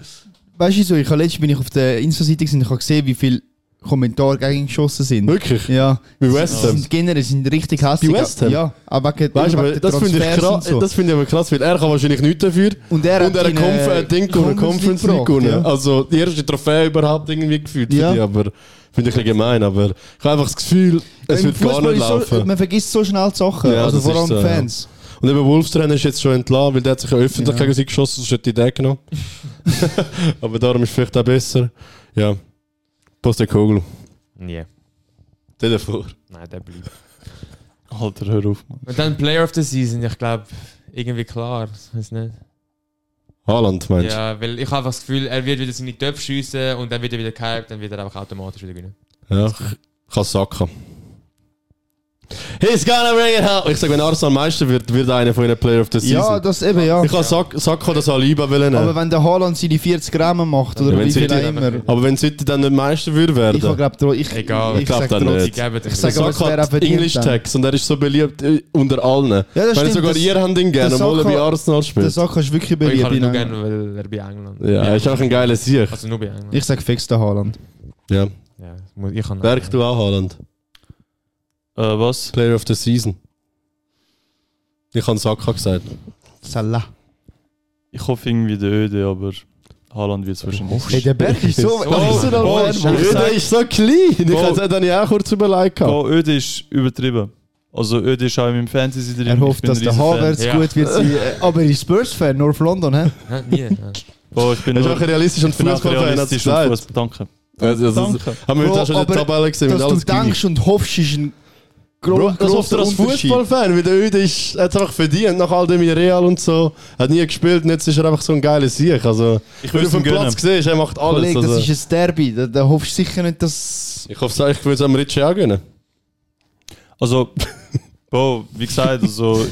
weißt du so, ich habe letztens bin ich auf der Insta-Seite gewesen und ich habe gesehen, wie viele Kommentare gegen ihn geschossen sind.
Wirklich?
Ja.
Bei West Ham?
Sind generell sind richtig hässlich.
Bei West Ham?
Ja, aber wegen,
Weißt du,
wegen
aber
den
das finde ich,
Transfers
krass,
und so.
das finde ich aber krass, weil er kann wahrscheinlich nichts dafür.
und er
und er
ihn,
hat Konf
äh,
äh, Ding gewonnen, Conference League
gebracht,
gewonnen.
ja.
Also die erste Trophäe überhaupt irgendwie gefühlt für
Ja.
die, aber finde ich ein bisschen gemein. Aber ich habe einfach das Gefühl, es
Im
wird gar
Fußball
nicht
ist so-
laufen.
Man vergisst so schnell die Sachen,
Ja,
also
das
vor
ist
allem
so,
die Fans.
Und eben Wolves-Trainer ist jetzt schon entlassen, weil der hat sich ja öffentlich
Ja.
gegen sie geschossen, sonst hätte ich den genommen. aber darum ist vielleicht auch besser. Ja. Poste Kogel.
Nee,
Der davor.
nein, der bleibt.
Alter, hör auf, Mann.
Und dann Player of the Season, ich glaube, irgendwie klar. Ich weiß nicht.
Haaland, meinst du?
Ja, weil ich habe das Gefühl, er wird wieder seine Töpfe schiessen und dann wird er wieder gehypt, dann wird er einfach automatisch wieder gewinnen.
Ja, ich kann Saka. He's gonna bring it home! Ich sage, wenn Arsenal Meister wird, wird einer von ihnen Player of the Season.
Ja, das eben, ja.
Ich kann Sak Saka oder Saliba wollen.
Aber
Aber,
wenn der Haaland seine 40 Rahmen macht,
Ja,
oder
wenn
wie
sie
viel
die-
auch immer.
aber wenn City dann nicht Meister würde werden.
Ich glaube, ich,
Egal.
ich,
Ich glaub
sag
dann
trotzdem-
nicht.
Sie geben
Ich
den
sag- aber es
Saka
wäre auch
hat
verdient
English
dann.
Tags und er ist so beliebt äh, unter allen. Ja,
Ja, das stimmt.
sogar
das-
ihr habt ihn
der
gerne, obwohl er
Saka-
bei Arsenal
Der
spielt.
Saka ist wirklich
ich
beliebt.
kann ihn nur
in England.
gerne, weil er bei England
Ja, er ist auch ein geiler Sieg.
Also nur bei England.
Ich sag fix den Haaland.
Ja.
ja, muss- ich kann
Berg, du auch, Haaland.
Äh, was?
Player of the Season. Ich habe Saka gesagt.
Salah.
Ich hoffe irgendwie der Öde, aber Haaland wird es wahrscheinlich.
Hey, der Berg ist so...
Oh,
so
oh,
ein-
oh, der ist so klein. Ich
Bro.
habe es auch kurz überlegt. gehabt.
Ja, Öde ist übertrieben. Also Öde ist auch in meinem Fantasy drin.
Er
Ich
hofft,
bin
dass
ein
der
riesen Fan.
Havertz
Ja.
gut wird sein. Äh, Aber er ist Spurs-Fan, North London, hä?
Nein, nie. ja.
Bro, ich bin
Er ist
nur
auch realistisch und
Also, ich bin auch
Fußballfan, hat
realistisch und
gesagt.
Fußball. Danke.
Also, das ist-
Danke.
Haben wir heute
Bro,
auch schon in der
aber
Tabelle gesehen.
Dass
wenn
du
alles gleich
denkst und hoffst, ist ein gro
Bro, das hofft
grosser
er als
Unterschied.
Fußballfan, weil der Öde ist, hat es einfach verdient, nach all dem in Real und so. Hat nie gespielt und jetzt ist er einfach so ein geiler Sieg. Also,
Ich
wenn
würde
du
es
auf dem
ihm
Platz
gönnen.
siehst, er macht alles.
Kollege,
also.
das ist ein Derby. Da, da hoffst du sicher nicht, dass...
ich hoffe, ich würde es am Ritchie auch gönnen.
Also, Bro, wie gesagt, also,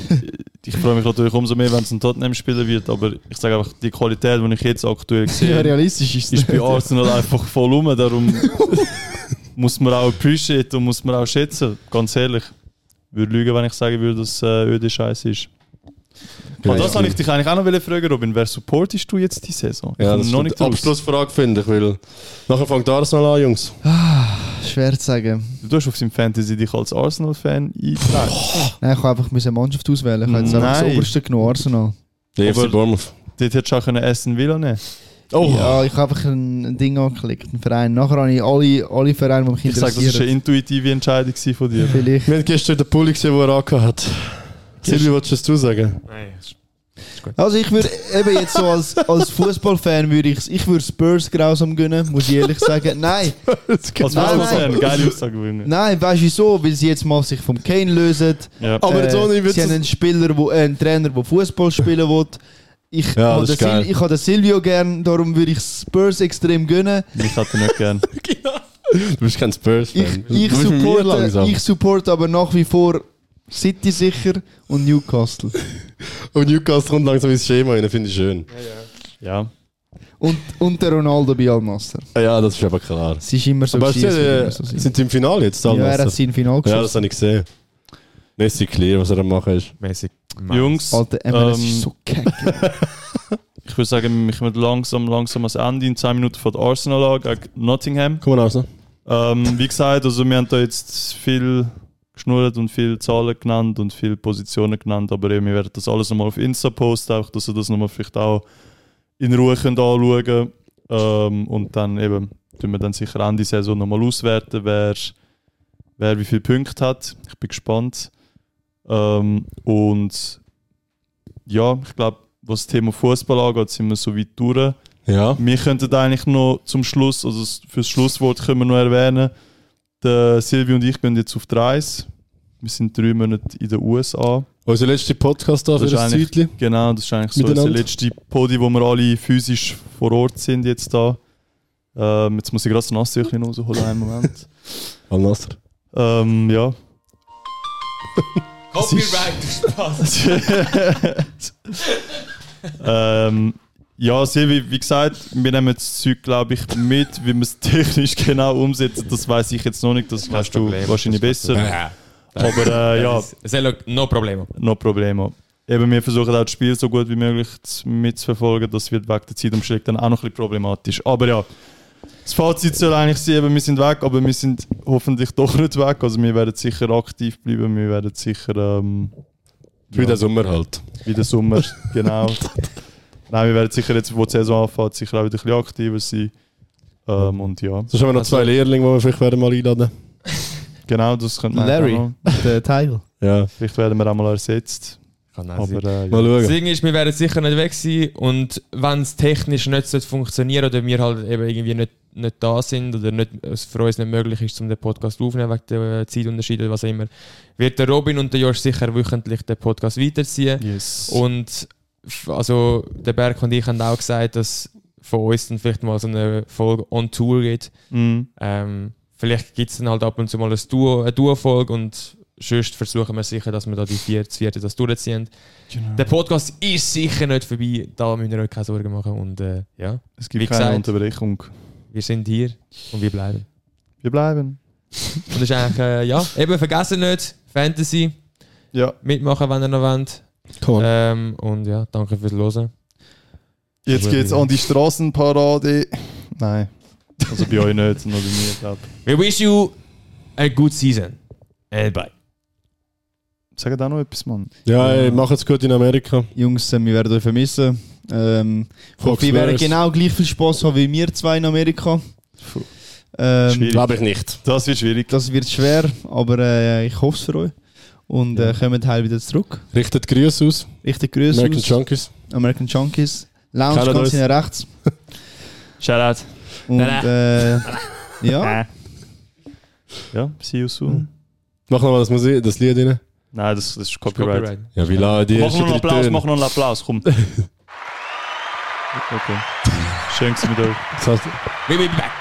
ich freue mich natürlich umso mehr, wenn es ein Tottenham-Spieler wird, aber ich sage einfach, die Qualität, die ich jetzt aktuell
Ja,
sehe,
realistisch ist
ist bei Arsenal einfach voll rum. Darum muss man auch appreciate und muss man auch schätzen. Ganz ehrlich. Ich würde lügen, wenn ich sagen würde, dass äh, Öde scheiße ist. Aber Ah, das wollte ich dich eigentlich auch noch fragen, Robin. Wer supportest du jetzt die Saison? Ich
ja,
komme
das ist
noch
eine
nicht raus.
Abschlussfrage, finde ich, weil nachher fängt Arsenal an, Jungs.
Schwer zu sagen.
Du hast auf seinem Fantasy dich als Arsenal-Fan eingetragen.
Nein, ich habe einfach meine Mannschaft auswählen. Ich habe jetzt einfach das
Nein.
oberste genommen, Arsenal.
Der
Aber-
FC Bournemouth.
Dort hättest du auch können Aston Villa nehmen
Oh,
Ja, ich habe einfach ein, ein Ding angeklickt, einen Verein. Nachher habe ich alle, alle Vereine, die mich
Ich sage, das war
interessieren.
eine intuitive Entscheidung gewesen von dir.
Vielleicht.
wir haben gestern den Pulli gesehen, den er angehört hat. Silvi, wolltest du es sagen?
Nein, ist-
Also ich würde eben jetzt so als, als Fußballfan würde ich ich würde Spurs grausam gönnen, muss ich ehrlich sagen. Nein,
Als
Nein,
Fußballfan,
Genau. nein.
geile Aussage. Bruno.
nein, weißt du wieso? Weil sie jetzt mal sich vom Kane lösen. Äh,
Ja. Äh,
Aber jetzt ohne Witz,
sie haben
das-
einen Spieler, wo, äh, einen Trainer, der Fußball spielen will. Ich
Ja,
habe
das
den,
ist
Sil
geil.
ich habe den Silvio gern, darum würde ich Spurs extrem gönnen.
Ich hätte ihn nicht gern.
Du bist kein
Ich,
Spurs-Fan.
ich,
Du bist mit mir
supporte,
langsam.
ich supporte aber nach wie vor City sicher und Newcastle.
Und Newcastle kommt langsam ins Schema rein, finde ich schön.
Ja.
Und, und der Ronaldo bei Al Nassr.
Ja, das ist aber klar.
Es ist immer so
Aber
gewesen, es
sind,
wird immer
äh,
so sein.
sind sie im Finale jetzt?
Ja, er
Al-Nassr?
hat sein Final
ja,
geschossen.
das habe ich gesehen. Messi clear, was er am machen ist.
mäßig. Mann.
Jungs,
Alter, MLS
Ähm,
ist so keck.
ich würde sagen, wir kommen langsam, langsam ans Ende. In zwei Minuten fährt Arsenal an gegen Nottingham.
Komm mal raus. ne?
Ähm, wie gesagt, also wir haben da jetzt viel geschnurrt und viele Zahlen genannt und viele Positionen genannt, aber eben, wir werden das alles nochmal auf Insta posten, auch dass ihr das nochmal vielleicht auch in Ruhe könnt anschauen könnt. Ähm, und dann eben, tun wir dann sicher Ende Saison nochmal auswerten, wer, wer wie viele Punkte hat. Ich bin gespannt. Ähm, und ja, ich glaube, was das Thema Fußball angeht, sind wir so weit durch.
Ja.
Wir könnten eigentlich noch zum Schluss, also s- fürs Schlusswort können wir noch erwähnen, der Silvi und ich gehen jetzt auf die Reise. Wir sind drei Monate in den USA.
Unser letzter Podcast da für
Das ist
das
eigentlich-
Zeitchen.
Genau, das ist eigentlich so
Miteinander.
der letzte Podi, wo wir alle physisch vor Ort sind jetzt da. Ähm, jetzt muss ich gerade das Nasstüchchen rausholen, einen Moment.
Al Nasser.
ähm, ja.
Copyright.
ähm, ja, Silvi, wie gesagt, wir nehmen das Zeug, glaube ich, mit. Wie wir es technisch genau umsetzen, das weiß ich jetzt noch nicht. Das weißt du
Problem.
wahrscheinlich
Das
besser.
Ja.
Aber äh, ja,
Es ist no Problemo.
noch Probleme. Eben, wir versuchen auch das Spiel so gut wie möglich zu- mitzuverfolgen. Das wird wegen der Zeitumstellung dann auch noch ein bisschen problematisch. Aber ja, das Fazit soll eigentlich sein, eben, wir sind weg, aber wir sind hoffentlich doch nicht weg. Also wir werden sicher aktiv bleiben, wir werden sicher ähm,
Für den Sommer halt.
wie der Sommer, genau. Nein, wir werden sicher jetzt, wo die Saison anfängt, sicher auch wieder ein bisschen aktiver sein. Ähm, und ja,
Sonst haben wir noch zwei Lehrlinge, die wir vielleicht werden mal einladen.
genau, das könnte man
Larry.
auch noch.
Der Teil.
Ja.
Vielleicht werden wir auch mal ersetzt.
Kann auch sein.
Aber äh, ja.
Mal
Das
schauen.
Ding ist, wir werden sicher nicht weg sein und wenn es technisch nicht sollte funktionieren oder wir halt eben irgendwie nicht, nicht da sind oder nicht, es für uns nicht möglich ist, um den Podcast aufzunehmen wegen der äh, Zeitunterschiede oder was auch immer, wird der Robin und der Josh sicher wöchentlich den Podcast weiterziehen.
Yes.
Und f- also der Berg und ich haben auch gesagt, dass von uns dann vielleicht mal so eine Folge on Tour gibt.
Mm.
Ähm, vielleicht gibt es dann halt ab und zu mal ein Duo, eine Duo-Folge und sonst versuchen wir sicher, dass wir da die vier, das vierte das durchziehen.
Genau.
Der Podcast ist sicher nicht vorbei, da müsst ihr euch keine Sorgen machen. Und äh, ja,
Es
wie
gibt keine
gesagt.
Unterbrechung.
wir sind hier und wir bleiben.
Wir bleiben.
Und das ist eigentlich, äh, ja, eben vergessen nicht, Fantasy
Ja.
mitmachen, wenn ihr noch wollt.
Komm.
Ähm, und ja, danke fürs Hören.
Jetzt
Überlegen.
geht's an die Straßenparade. Nein. Also bei euch nicht, nur bei mir, glaube
We wish you a good season. And bye.
ich. Sag auch noch etwas, Mann.
Ja, ey, macht's gut in Amerika.
Jungs, äh, wir werden euch vermissen. Ähm, ich hoffe, ihr werdet
Flores.
genau gleich viel Spass haben wie wir zwei in Amerika.
Puh.
Ähm,
Schwierig.
Glaube ich nicht.
Das wird schwierig.
das wird schwer, aber äh, ich hoffe es für euch. Und äh, kommt heil wieder zurück.
Richtet Grüße aus.
Richtig Grüße
American
aus.
Junkies.
American Junkies. Lounge
Kennen
ganz
uns.
hinten rechts.
Shoutout.
Und äh, ja,
Ja, see you soon.
Mach nochmal das, Musik- das Lied rein.
Nein, Hm. das, das ist Copyright.
Ja, wie laden die
Mach noch einen
drei
Applaus,
Töne.
mach noch einen Applaus, komm. okay. Schön gewesen mit euch.
Das heißt,
We will be back.